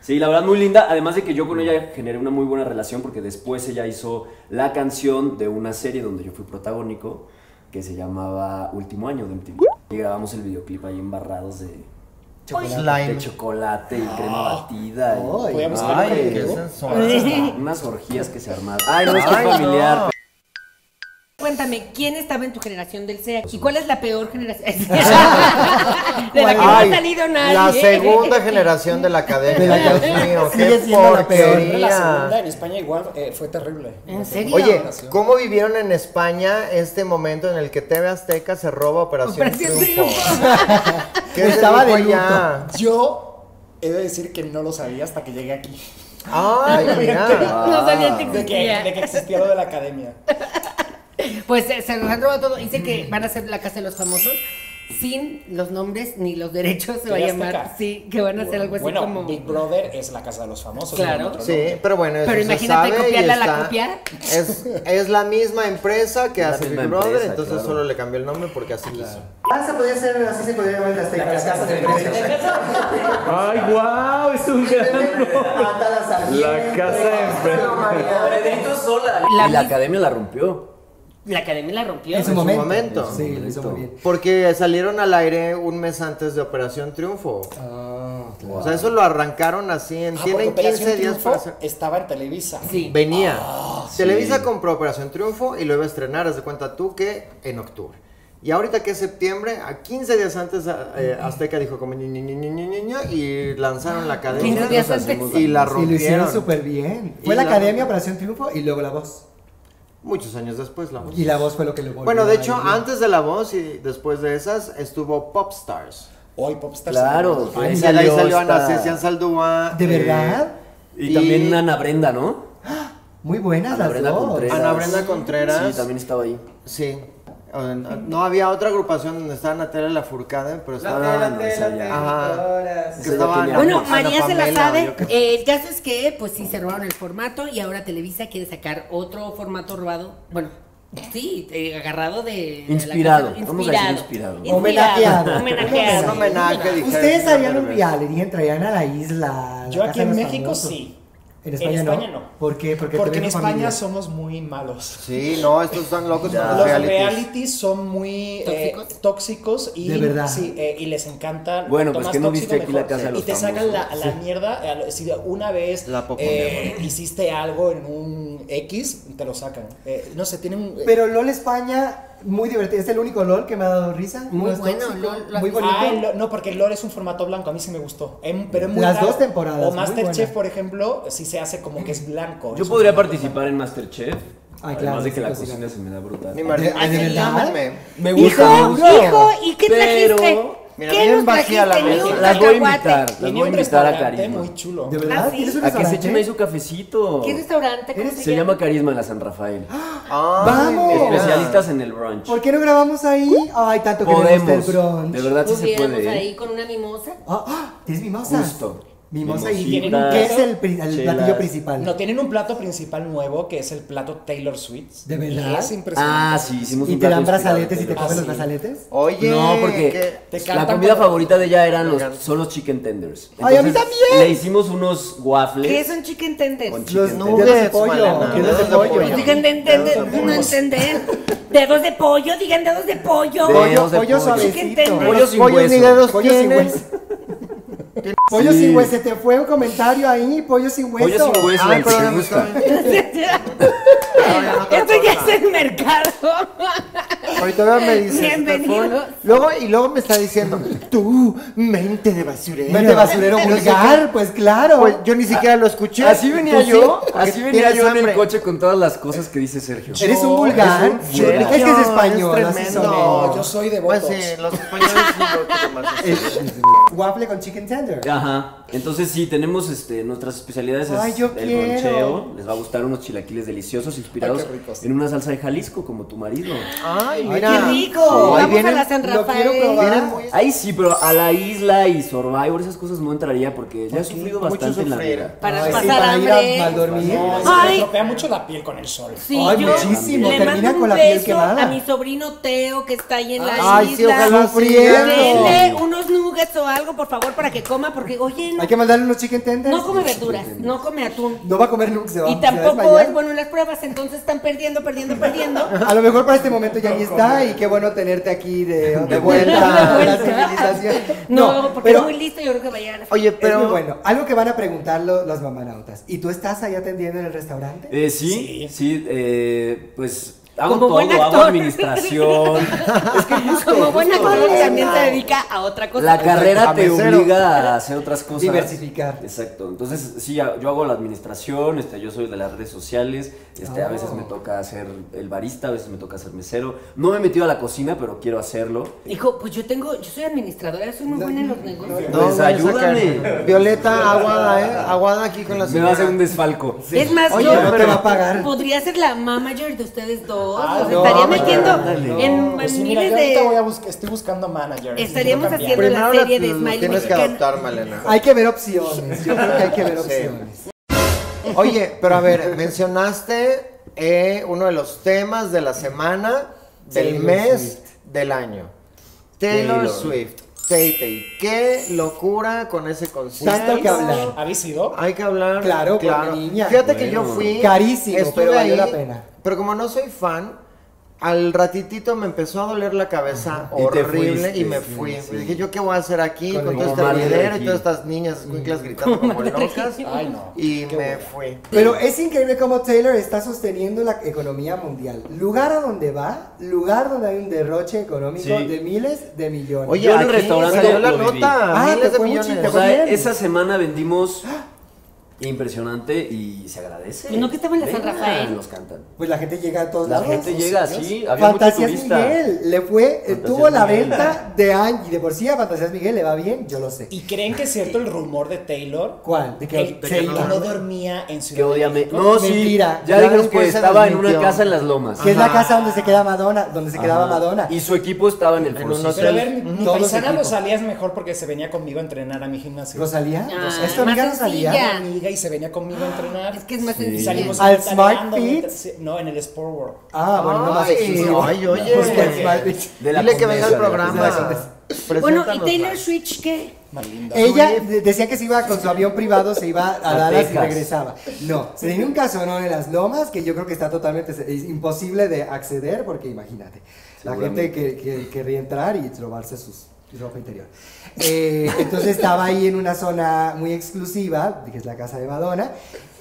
[SPEAKER 6] Sí, la verdad muy linda. Además de que yo con ella generé una muy buena relación porque después ella hizo la canción de una serie donde yo fui protagónico que se llamaba Último Año de MTV. Y grabamos el videoclip ahí embarrados de, de
[SPEAKER 9] Slime.
[SPEAKER 6] chocolate y crema batida. y- Ah,
[SPEAKER 1] Ay,
[SPEAKER 5] Podíamos hablar
[SPEAKER 9] Ay,
[SPEAKER 5] contigo.
[SPEAKER 9] qué sensual.
[SPEAKER 6] unas orgías que se armaban. Ay, no, es que es familiar.
[SPEAKER 3] Bueno, cuéntame, ¿quién estaba en tu generación del SEA? ¿Y cuál es la peor generación? de la que no
[SPEAKER 8] Ay,
[SPEAKER 3] ha salido nadie.
[SPEAKER 8] La segunda generación de la academia.
[SPEAKER 1] De la
[SPEAKER 8] Dios
[SPEAKER 1] academia.
[SPEAKER 8] mío,
[SPEAKER 1] Sigue
[SPEAKER 8] qué
[SPEAKER 1] siendo la peor.
[SPEAKER 5] Pero la segunda
[SPEAKER 8] porquería.
[SPEAKER 5] en España igual eh, fue terrible.
[SPEAKER 3] ¿En serio?
[SPEAKER 8] Oye, ¿cómo vivieron en España este momento en el que TV Azteca se roba Operación,
[SPEAKER 3] Operación
[SPEAKER 8] Triunfo? ¿Qué
[SPEAKER 1] Estaba
[SPEAKER 8] se dijo
[SPEAKER 1] de luto.
[SPEAKER 8] allá?
[SPEAKER 5] Yo he de decir que no lo sabía hasta que llegué aquí.
[SPEAKER 8] Ay, mira.
[SPEAKER 3] No sabía que
[SPEAKER 5] De que,
[SPEAKER 3] existía.
[SPEAKER 5] de que existía lo de la academia.
[SPEAKER 3] Pues eh, se los han robado todo. Dice que van a hacer la casa de los famosos sin los nombres ni los derechos. Se va a
[SPEAKER 5] ¿Tele
[SPEAKER 3] llamar.
[SPEAKER 5] Azteca?
[SPEAKER 3] Sí, que van a hacer algo así
[SPEAKER 5] bueno,
[SPEAKER 3] como.
[SPEAKER 5] Big Brother es la casa de los famosos.
[SPEAKER 3] Claro.
[SPEAKER 5] no hay otro
[SPEAKER 8] Sí,
[SPEAKER 5] nombre.
[SPEAKER 8] pero bueno, eso
[SPEAKER 3] Pero
[SPEAKER 8] se
[SPEAKER 3] imagínate
[SPEAKER 8] sabe y
[SPEAKER 3] copiarla a la
[SPEAKER 8] está-
[SPEAKER 3] copia.
[SPEAKER 8] Es, es la misma empresa que hace
[SPEAKER 6] misma
[SPEAKER 8] Big Brother,
[SPEAKER 6] empresa,
[SPEAKER 8] entonces
[SPEAKER 6] claro.
[SPEAKER 8] solo le cambió el nombre porque así quiso.
[SPEAKER 1] Ah, se podía hacer, así se podía llamar el Azteca, las casas de empresas.
[SPEAKER 10] ¡Ay, wow! Es un gran La casa de
[SPEAKER 6] Pedrito sola.
[SPEAKER 3] La
[SPEAKER 6] y la
[SPEAKER 3] mis-
[SPEAKER 6] academia la rompió.
[SPEAKER 3] La academia la rompió.
[SPEAKER 1] En su
[SPEAKER 8] su
[SPEAKER 1] momento.
[SPEAKER 8] momento.
[SPEAKER 1] Sí, lo hizo muy bien.
[SPEAKER 8] Porque salieron al aire un mes antes de Operación Triunfo. O sea, eso lo arrancaron así, en,
[SPEAKER 5] Ah, porque
[SPEAKER 8] tienen
[SPEAKER 5] Operación
[SPEAKER 8] 15 días
[SPEAKER 5] Triunfo
[SPEAKER 8] para hacer...
[SPEAKER 5] Estaba en Televisa.
[SPEAKER 3] Sí.
[SPEAKER 8] Venía. Televisa compró Operación Triunfo y lo iba a estrenar, haz de cuenta tú, que en octubre. Y ahorita que es septiembre, a 15 días antes a- eh, Azteca dijo como ñi, ñi, ñi, ñi, ñi, ñi, ñi, y lanzaron la cadena
[SPEAKER 3] 15 días
[SPEAKER 8] nos
[SPEAKER 3] antes.
[SPEAKER 8] hacemos- y la
[SPEAKER 1] Y lo hicieron
[SPEAKER 8] rompieron.
[SPEAKER 1] súper bien.
[SPEAKER 8] Y
[SPEAKER 1] Fue la
[SPEAKER 8] la-
[SPEAKER 1] academia, Operación Triunfo y luego la voz.
[SPEAKER 8] Muchos años después la voz.
[SPEAKER 1] Y la voz fue lo que lo volvió
[SPEAKER 8] Bueno, de
[SPEAKER 1] a
[SPEAKER 8] hecho,
[SPEAKER 1] ir bien.
[SPEAKER 8] antes de la voz y después de esas estuvo Popstars.
[SPEAKER 5] Hoy Popstars.
[SPEAKER 6] Claro.
[SPEAKER 8] Ahí
[SPEAKER 6] Ahí
[SPEAKER 8] sal- ahí
[SPEAKER 6] salió
[SPEAKER 8] salió
[SPEAKER 6] esta-
[SPEAKER 8] Ana Cecilia Saldúa.
[SPEAKER 1] ¿De
[SPEAKER 8] eh,
[SPEAKER 1] verdad?
[SPEAKER 6] Y,
[SPEAKER 8] Y-
[SPEAKER 6] también Ana Brenda, ¿no?
[SPEAKER 1] Muy buenas
[SPEAKER 6] Ana
[SPEAKER 1] las
[SPEAKER 6] Brenda
[SPEAKER 1] dos.
[SPEAKER 6] Contreras.
[SPEAKER 8] Ana Brenda Contreras.
[SPEAKER 6] Sí, también estaba ahí.
[SPEAKER 8] Sí. O sea, No no había otra agrupación donde estaba Natalia Lafourcade, pero estaba... Ajá. Que
[SPEAKER 6] Esa ya
[SPEAKER 8] estaba
[SPEAKER 6] tiene
[SPEAKER 3] Bueno,
[SPEAKER 8] Ana
[SPEAKER 3] María se la
[SPEAKER 8] Pamela,
[SPEAKER 3] sabe.
[SPEAKER 8] yo qué-
[SPEAKER 3] Eh, el caso es que, pues sí, se robaron el formato y ahora Televisa quiere sacar otro formato robado. Bueno, sí, eh, agarrado de. de la
[SPEAKER 6] Inspirado,
[SPEAKER 3] cosa-
[SPEAKER 6] vamos a decir inspirado.
[SPEAKER 1] Homenajeado.
[SPEAKER 3] Homenajeado.
[SPEAKER 8] Un homenaje, dijeron.
[SPEAKER 1] Ustedes harían un
[SPEAKER 8] Derbez.
[SPEAKER 1] reality, entrarían a la isla. a la
[SPEAKER 5] Yo
[SPEAKER 1] Casa
[SPEAKER 5] aquí
[SPEAKER 1] de
[SPEAKER 5] en
[SPEAKER 1] los
[SPEAKER 5] México
[SPEAKER 1] Famosos.
[SPEAKER 5] sí.
[SPEAKER 1] En España, no. ¿Por qué? Porque,
[SPEAKER 5] Porque,
[SPEAKER 1] te ven
[SPEAKER 5] en
[SPEAKER 1] tu
[SPEAKER 5] España
[SPEAKER 1] familia.
[SPEAKER 5] somos muy malos.
[SPEAKER 8] Sí, no, estos están locos con los
[SPEAKER 5] Los
[SPEAKER 8] Ah, realities.
[SPEAKER 5] realities son muy eh,
[SPEAKER 3] ¿Tóxicos?
[SPEAKER 5] tóxicos y,
[SPEAKER 1] De verdad.
[SPEAKER 5] sí, eh, y les encanta.
[SPEAKER 6] Bueno,
[SPEAKER 5] cuanto
[SPEAKER 6] pues,
[SPEAKER 5] más
[SPEAKER 6] ¿qué no
[SPEAKER 5] tóxico,
[SPEAKER 6] viste aquí la
[SPEAKER 5] mejor.
[SPEAKER 6] casa de los
[SPEAKER 5] Y te sacan la,
[SPEAKER 6] famosos?
[SPEAKER 5] la mierda. eh, Si una vez
[SPEAKER 8] La popó,
[SPEAKER 5] eh, hiciste algo en un X, te lo sacan. Eh, no sé, tienen. un-
[SPEAKER 1] Pero LOL España, muy divertido. Es el único LOL que me ha dado risa.
[SPEAKER 3] Muy
[SPEAKER 1] No es
[SPEAKER 3] bueno,
[SPEAKER 1] tóxico,
[SPEAKER 3] LOL, lo has
[SPEAKER 1] muy
[SPEAKER 3] visto.
[SPEAKER 1] bonito.
[SPEAKER 5] Ah, el lo- no, porque el lore es un formato blanco, a mí sí me gustó. Em, pero es muy
[SPEAKER 1] Las
[SPEAKER 5] raro.
[SPEAKER 1] dos temporadas,
[SPEAKER 5] O
[SPEAKER 1] muy
[SPEAKER 5] Masterchef,
[SPEAKER 1] buena.
[SPEAKER 5] por ejemplo, sí se hace como que es blanco.
[SPEAKER 6] Yo
[SPEAKER 5] Es un
[SPEAKER 6] podría
[SPEAKER 5] formato
[SPEAKER 6] participar en Masterchef.
[SPEAKER 1] Ay, Ah, claro,
[SPEAKER 6] además de que
[SPEAKER 1] sí,
[SPEAKER 6] la
[SPEAKER 1] cocina.
[SPEAKER 6] cocina se me da brutal.
[SPEAKER 8] Ni Martín,
[SPEAKER 1] ¿Ah, de
[SPEAKER 8] ni
[SPEAKER 1] verdad?
[SPEAKER 8] Dame.
[SPEAKER 6] Me
[SPEAKER 3] Hijo,
[SPEAKER 1] Seguro.
[SPEAKER 3] hijo, ¿y qué
[SPEAKER 6] Pero-
[SPEAKER 3] trajiste?
[SPEAKER 8] Mira,
[SPEAKER 3] ¿Qué
[SPEAKER 8] bien
[SPEAKER 3] nos
[SPEAKER 8] vacía
[SPEAKER 3] trajiste?
[SPEAKER 8] la
[SPEAKER 3] Ni
[SPEAKER 8] mesa.
[SPEAKER 3] un
[SPEAKER 6] Las voy a
[SPEAKER 3] cacahuate.
[SPEAKER 6] invitar,
[SPEAKER 5] blanco.
[SPEAKER 6] las
[SPEAKER 5] Tiene
[SPEAKER 6] voy a
[SPEAKER 5] un
[SPEAKER 6] invitar a
[SPEAKER 5] restaurante
[SPEAKER 6] Carisma.
[SPEAKER 5] muy chulo.
[SPEAKER 1] ¿De verdad?
[SPEAKER 3] ¿Ah, sí?
[SPEAKER 1] ¿Tienes un
[SPEAKER 6] A que se
[SPEAKER 1] restaurante?
[SPEAKER 6] echen ahí su cafecito.
[SPEAKER 3] ¿Qué restaurante? ¿Cómo
[SPEAKER 6] Se llama Carisma en la San Rafael.
[SPEAKER 8] Ah,
[SPEAKER 1] ¡Vamos!
[SPEAKER 8] mira.
[SPEAKER 6] Especialistas en el brunch.
[SPEAKER 1] ¿Por qué no grabamos ahí? Ay, tanto queremos del
[SPEAKER 6] Podemos.
[SPEAKER 1] brunch.
[SPEAKER 6] De verdad sí se
[SPEAKER 3] Pudiéramos
[SPEAKER 6] puede.
[SPEAKER 3] ahí
[SPEAKER 6] ¿eh?
[SPEAKER 3] con una mimosa.
[SPEAKER 1] Ah, ah, ¿Tienes mimosa?
[SPEAKER 6] Justo.
[SPEAKER 1] Mimosa y
[SPEAKER 5] Tienen un
[SPEAKER 1] ¿Qué es
[SPEAKER 5] queso,
[SPEAKER 1] el, pri- el
[SPEAKER 6] chelas.
[SPEAKER 1] platillo principal?
[SPEAKER 5] No, tienen un plato principal nuevo que es el plato Taylor Sweets.
[SPEAKER 1] ¿De
[SPEAKER 5] Y
[SPEAKER 1] verdad?
[SPEAKER 5] Es impresionante.
[SPEAKER 6] Ah, sí, hicimos
[SPEAKER 1] ¿Y
[SPEAKER 6] un
[SPEAKER 1] te
[SPEAKER 6] plato
[SPEAKER 1] dan
[SPEAKER 6] inspirado
[SPEAKER 1] brazaletes y
[SPEAKER 6] en
[SPEAKER 1] te
[SPEAKER 6] el
[SPEAKER 1] comen los
[SPEAKER 6] brunch.
[SPEAKER 1] brazaletes?
[SPEAKER 8] Oye,
[SPEAKER 6] no, porque
[SPEAKER 8] ¿qué?
[SPEAKER 5] Te
[SPEAKER 6] la
[SPEAKER 5] cantan
[SPEAKER 6] comida
[SPEAKER 5] cuando-
[SPEAKER 6] favorita de ella eran
[SPEAKER 8] Oigan.
[SPEAKER 6] los, son los chicken tenders.
[SPEAKER 1] Ay, a mí también.
[SPEAKER 6] Le hicimos unos waffles.
[SPEAKER 3] ¿Qué son chicken tenders?
[SPEAKER 6] Con
[SPEAKER 8] Los
[SPEAKER 6] chicken
[SPEAKER 8] nuggets,
[SPEAKER 6] tenders.
[SPEAKER 1] de pollo,
[SPEAKER 8] Malena,
[SPEAKER 1] ¿quieres
[SPEAKER 8] dedos
[SPEAKER 1] de pollo?
[SPEAKER 3] Pues digan de entender, no entender. Dedos de pollo, digan dedos de pollo.
[SPEAKER 6] Dedos de
[SPEAKER 1] pollo
[SPEAKER 6] pollo.
[SPEAKER 1] suavecito.
[SPEAKER 3] Chicken tenders.
[SPEAKER 6] Pollo sin
[SPEAKER 8] pollos
[SPEAKER 6] hueso.
[SPEAKER 8] ni dedos
[SPEAKER 1] Pollo sin
[SPEAKER 8] tienes.
[SPEAKER 1] hueso. Pollo
[SPEAKER 6] Sí.
[SPEAKER 1] sin hueso, se te fue un comentario ahí, pollo sin hueso.
[SPEAKER 6] Pollo sin hueso,
[SPEAKER 8] Ay,
[SPEAKER 6] el que
[SPEAKER 8] pero
[SPEAKER 6] me gusta.
[SPEAKER 3] Esto ya es el mercado.
[SPEAKER 8] Ahorita veo me dice. "Este
[SPEAKER 3] Bienvenidos.
[SPEAKER 8] Luego, y luego me está diciendo, tú, mente de basurero.
[SPEAKER 1] Vete basurero
[SPEAKER 8] No sé
[SPEAKER 1] vulgar, pues
[SPEAKER 8] qué.
[SPEAKER 1] claro.
[SPEAKER 8] Pues yo ni siquiera lo escuché.
[SPEAKER 6] Así venía
[SPEAKER 8] Tú sí,
[SPEAKER 6] yo,
[SPEAKER 8] porque
[SPEAKER 6] así venía
[SPEAKER 8] tienes
[SPEAKER 6] yo en
[SPEAKER 8] hambre.
[SPEAKER 6] el coche con todas las cosas que dice Sergio.
[SPEAKER 1] Eres un vulgar.
[SPEAKER 6] eres un vulgar.
[SPEAKER 1] Es que es español,
[SPEAKER 8] Es
[SPEAKER 1] así son.
[SPEAKER 8] tremendo.
[SPEAKER 5] No, yo soy de
[SPEAKER 8] Pues
[SPEAKER 5] Botox.
[SPEAKER 8] sí, los españoles son los que más hacen.
[SPEAKER 1] Waffle con chicken tender.
[SPEAKER 6] Ajá. Entonces sí, tenemos este, nuestras especialidades es
[SPEAKER 1] Ay, yo
[SPEAKER 6] el
[SPEAKER 1] quiero.
[SPEAKER 6] broncheo. Les va a gustar unos chilaquiles deliciosos inspirados en una salsa de Jalisco como tu marido.
[SPEAKER 8] Ay,
[SPEAKER 1] Ay,
[SPEAKER 8] mira.
[SPEAKER 1] qué
[SPEAKER 3] rico.
[SPEAKER 8] Sí, ahí
[SPEAKER 3] Vamos
[SPEAKER 8] vienen-
[SPEAKER 3] a la San
[SPEAKER 1] lo quiero
[SPEAKER 3] Rafael.
[SPEAKER 1] probar.
[SPEAKER 8] vienen muy-
[SPEAKER 6] Ahí sí, pero a la isla y Survivor esas cosas no entraría porque ya he sufrido
[SPEAKER 8] mucho
[SPEAKER 6] bastante en la
[SPEAKER 8] sufrir.
[SPEAKER 6] vida.
[SPEAKER 3] Para
[SPEAKER 1] Ay, sí,
[SPEAKER 3] pasar
[SPEAKER 1] para ir a
[SPEAKER 3] hambre.
[SPEAKER 1] mal dormir.
[SPEAKER 5] No, es
[SPEAKER 3] Ay.
[SPEAKER 5] que te estropea mucho la piel con el sol.
[SPEAKER 3] Sí,
[SPEAKER 1] Ay,
[SPEAKER 3] yo
[SPEAKER 1] muchísimo,
[SPEAKER 3] Le
[SPEAKER 1] termina
[SPEAKER 3] mando un
[SPEAKER 1] con la piel
[SPEAKER 3] beso
[SPEAKER 1] quemada.
[SPEAKER 3] a mi sobrino Teo que está ahí en la
[SPEAKER 8] Ay, sí,
[SPEAKER 3] isla.
[SPEAKER 8] ojalá sufriendo.
[SPEAKER 3] Denle unos nuggets o algo, por favor, para que coma, porque oye, no,
[SPEAKER 1] Hay que mandarle unos chicken tenders.
[SPEAKER 3] no come verduras, no come atún.
[SPEAKER 1] No va a comer nunca, se va,
[SPEAKER 3] Y
[SPEAKER 1] se va a
[SPEAKER 3] tampoco
[SPEAKER 1] desmayar.
[SPEAKER 3] es bueno en las pruebas, entonces están perdiendo, perdiendo, perdiendo.
[SPEAKER 1] A lo mejor para este momento ya ni está y qué bueno tenerte aquí de, de
[SPEAKER 3] De
[SPEAKER 1] vuelta a la
[SPEAKER 3] vuelta.
[SPEAKER 1] civilización.
[SPEAKER 3] No, porque es muy listo, yo creo que va a llegar a la
[SPEAKER 8] Oye,
[SPEAKER 1] es muy
[SPEAKER 8] pero
[SPEAKER 1] bueno. Algo que van a preguntar lo- los mamanautas. ¿Y tú estás ahí atendiendo en el restaurante?
[SPEAKER 6] Eh, sí, sí, eh, pues Hago
[SPEAKER 3] Como buen
[SPEAKER 6] todo, hago
[SPEAKER 3] actor.
[SPEAKER 6] administración. es que justo,
[SPEAKER 3] Como buen
[SPEAKER 6] justo.
[SPEAKER 3] actor también se dedica a otra cosa.
[SPEAKER 6] La carrera
[SPEAKER 8] A
[SPEAKER 6] te
[SPEAKER 8] mesero.
[SPEAKER 6] obliga a hacer otras cosas.
[SPEAKER 1] Diversificar.
[SPEAKER 6] Exacto. Entonces, sí, a- yo hago la administración, este, yo soy de las redes sociales, este, a veces me toca hacer el barista, a veces me toca hacer mesero. No me he metido a la cocina, pero quiero hacerlo.
[SPEAKER 3] Hijo, pues yo tengo, yo soy administradora, soy muy buena en los negocios.
[SPEAKER 6] Pues
[SPEAKER 8] No, voy a sacar-
[SPEAKER 6] ayúdame.
[SPEAKER 8] Violeta, aguada, ¿eh? Aguada aquí con la
[SPEAKER 6] Me
[SPEAKER 8] señora.
[SPEAKER 6] va a hacer un desfalco.
[SPEAKER 3] Es más,
[SPEAKER 1] Oye,
[SPEAKER 3] yo
[SPEAKER 1] no te va a pagar.
[SPEAKER 3] podría ser la manager de ustedes dos.
[SPEAKER 5] Ah,
[SPEAKER 3] Los
[SPEAKER 5] no,
[SPEAKER 3] estaría
[SPEAKER 5] ándale,
[SPEAKER 3] metiendo
[SPEAKER 6] ándale.
[SPEAKER 3] en, en
[SPEAKER 5] Pues sí, mira,
[SPEAKER 3] miles
[SPEAKER 5] yo ahorita voy a
[SPEAKER 3] de.
[SPEAKER 5] buscar, estoy buscando manager.
[SPEAKER 3] Estaríamos haciendo la
[SPEAKER 8] Primero
[SPEAKER 3] serie
[SPEAKER 8] lo-
[SPEAKER 3] de
[SPEAKER 8] lo
[SPEAKER 3] Smiley
[SPEAKER 8] tienes que
[SPEAKER 3] Mexicano.
[SPEAKER 9] adoptar, Malena.
[SPEAKER 1] Hay que ver opciones. Yo creo que hay que ver opciones.
[SPEAKER 8] Oye, pero a ver, mencionaste eh, uno de los temas de la semana, del
[SPEAKER 1] Taylor
[SPEAKER 8] mes,
[SPEAKER 1] Swift.
[SPEAKER 8] del año. Taylor,
[SPEAKER 9] Taylor.
[SPEAKER 8] Swift. Tay Tay. Qué locura con ese concierto.
[SPEAKER 1] Tanto que hablar.
[SPEAKER 5] ¿Habéis ido?
[SPEAKER 8] Hay que hablar.
[SPEAKER 1] Claro, porque niña.
[SPEAKER 8] Fíjate que yo
[SPEAKER 6] Bueno.
[SPEAKER 8] fui.
[SPEAKER 1] Carísimo,
[SPEAKER 8] estuve
[SPEAKER 1] pero valió la pena.
[SPEAKER 8] Pero como no soy fan, al ratitito me empezó a doler la cabeza
[SPEAKER 6] Y te
[SPEAKER 8] horrible y
[SPEAKER 6] fuiste,
[SPEAKER 8] me
[SPEAKER 6] sí,
[SPEAKER 8] fui.
[SPEAKER 6] sí.
[SPEAKER 8] Dije, ¿yo qué voy a hacer aquí
[SPEAKER 1] Con
[SPEAKER 8] con, todo
[SPEAKER 6] el
[SPEAKER 8] este
[SPEAKER 6] comadre de
[SPEAKER 8] video y
[SPEAKER 6] aquí.
[SPEAKER 8] todas estas niñas cuiclas gritando como locas?
[SPEAKER 5] Ay, no.
[SPEAKER 8] Y
[SPEAKER 5] Qué
[SPEAKER 8] me
[SPEAKER 5] bueno.
[SPEAKER 8] fui.
[SPEAKER 1] Pero es increíble cómo Taylor está sosteniendo la economía mundial. Lugar a donde va, lugar donde hay un derroche económico
[SPEAKER 6] Sí.
[SPEAKER 1] de miles de millones.
[SPEAKER 8] Oye,
[SPEAKER 6] Yo en el
[SPEAKER 8] aquí
[SPEAKER 6] restaurante
[SPEAKER 8] salió la
[SPEAKER 6] lo viví.
[SPEAKER 8] nota.
[SPEAKER 1] Ah,
[SPEAKER 8] miles
[SPEAKER 1] te
[SPEAKER 8] de
[SPEAKER 1] fue muy
[SPEAKER 8] millones.
[SPEAKER 1] chido.
[SPEAKER 6] O sea,
[SPEAKER 1] bien.
[SPEAKER 6] esa semana vendimos impresionante y se agradece.
[SPEAKER 3] Pues no que estaba en la San
[SPEAKER 6] Vengan,
[SPEAKER 3] Rafael.
[SPEAKER 6] Nos cantan.
[SPEAKER 1] pues la gente llega a todos
[SPEAKER 6] La
[SPEAKER 1] lados.
[SPEAKER 6] gente llega así, había
[SPEAKER 1] Fantasías
[SPEAKER 6] mucho turista.
[SPEAKER 1] Miguel le fue, eh,
[SPEAKER 6] Fantasías
[SPEAKER 1] tuvo la
[SPEAKER 6] Miguel.
[SPEAKER 1] venta de año y de por sí a Fantasías Miguel le va bien, yo lo sé.
[SPEAKER 5] ¿Y creen que es cierto el rumor de Taylor?
[SPEAKER 1] ¿Cuál? ¿De
[SPEAKER 5] Que
[SPEAKER 1] que
[SPEAKER 5] que
[SPEAKER 1] se
[SPEAKER 5] Taylor
[SPEAKER 1] iba?
[SPEAKER 5] no dormía en Ciudad
[SPEAKER 6] Que odia
[SPEAKER 5] de
[SPEAKER 6] me-
[SPEAKER 5] México.
[SPEAKER 6] No, sí.
[SPEAKER 1] Mentira.
[SPEAKER 6] Ya,
[SPEAKER 8] Ya
[SPEAKER 6] dijeron que
[SPEAKER 8] después se
[SPEAKER 6] estaba en una
[SPEAKER 8] desmintió.
[SPEAKER 6] casa en las lomas.
[SPEAKER 1] Que es la
[SPEAKER 8] Ajá.
[SPEAKER 1] casa donde se queda Madonna, donde se quedaba
[SPEAKER 6] Ajá.
[SPEAKER 1] Madonna.
[SPEAKER 6] Y su equipo estaba en el
[SPEAKER 8] En
[SPEAKER 6] Four
[SPEAKER 8] un hotel.
[SPEAKER 5] Pero a
[SPEAKER 6] Seasons.
[SPEAKER 5] ver, mi
[SPEAKER 1] Todos
[SPEAKER 5] paisana
[SPEAKER 1] equipos.
[SPEAKER 5] Rosalía es mejor porque se venía conmigo a entrenar a mi gimnasio.
[SPEAKER 1] ¿Rosalía?
[SPEAKER 3] Ah,
[SPEAKER 1] ¿Es tu amiga
[SPEAKER 3] más sencilla.
[SPEAKER 1] Rosalía?
[SPEAKER 5] amiga y se venía conmigo a entrenar.
[SPEAKER 3] Es que es más
[SPEAKER 5] Y
[SPEAKER 3] sencillo. Ah,
[SPEAKER 5] salimos
[SPEAKER 1] ¿Al
[SPEAKER 5] pedaleando
[SPEAKER 1] Smart Fit?
[SPEAKER 5] mientras- sí, No, en el Sport World.
[SPEAKER 1] Ah, bueno, no más
[SPEAKER 8] Ay,
[SPEAKER 1] exclusivo.
[SPEAKER 8] ay, oye.
[SPEAKER 1] Pues, pues, mal dicho.
[SPEAKER 6] De la
[SPEAKER 8] Dile que venga
[SPEAKER 6] condesa,
[SPEAKER 8] al
[SPEAKER 6] de la
[SPEAKER 8] programa.
[SPEAKER 6] condesa.
[SPEAKER 3] Bueno, ¿y
[SPEAKER 8] Preséntanosla.
[SPEAKER 3] Taylor Switch qué?
[SPEAKER 5] Más linda.
[SPEAKER 1] Ella de- decía que se iba con su avión privado, se iba a
[SPEAKER 6] A
[SPEAKER 1] Dallas y
[SPEAKER 6] Texas.
[SPEAKER 1] regresaba. No, se tenía un casonón en las lomas que yo creo que está totalmente es imposible de acceder porque imagínate, la gente que, que querría entrar y robarse sus ropa interior. Eh, entonces estaba ahí en una zona muy exclusiva, que es la casa de Madonna,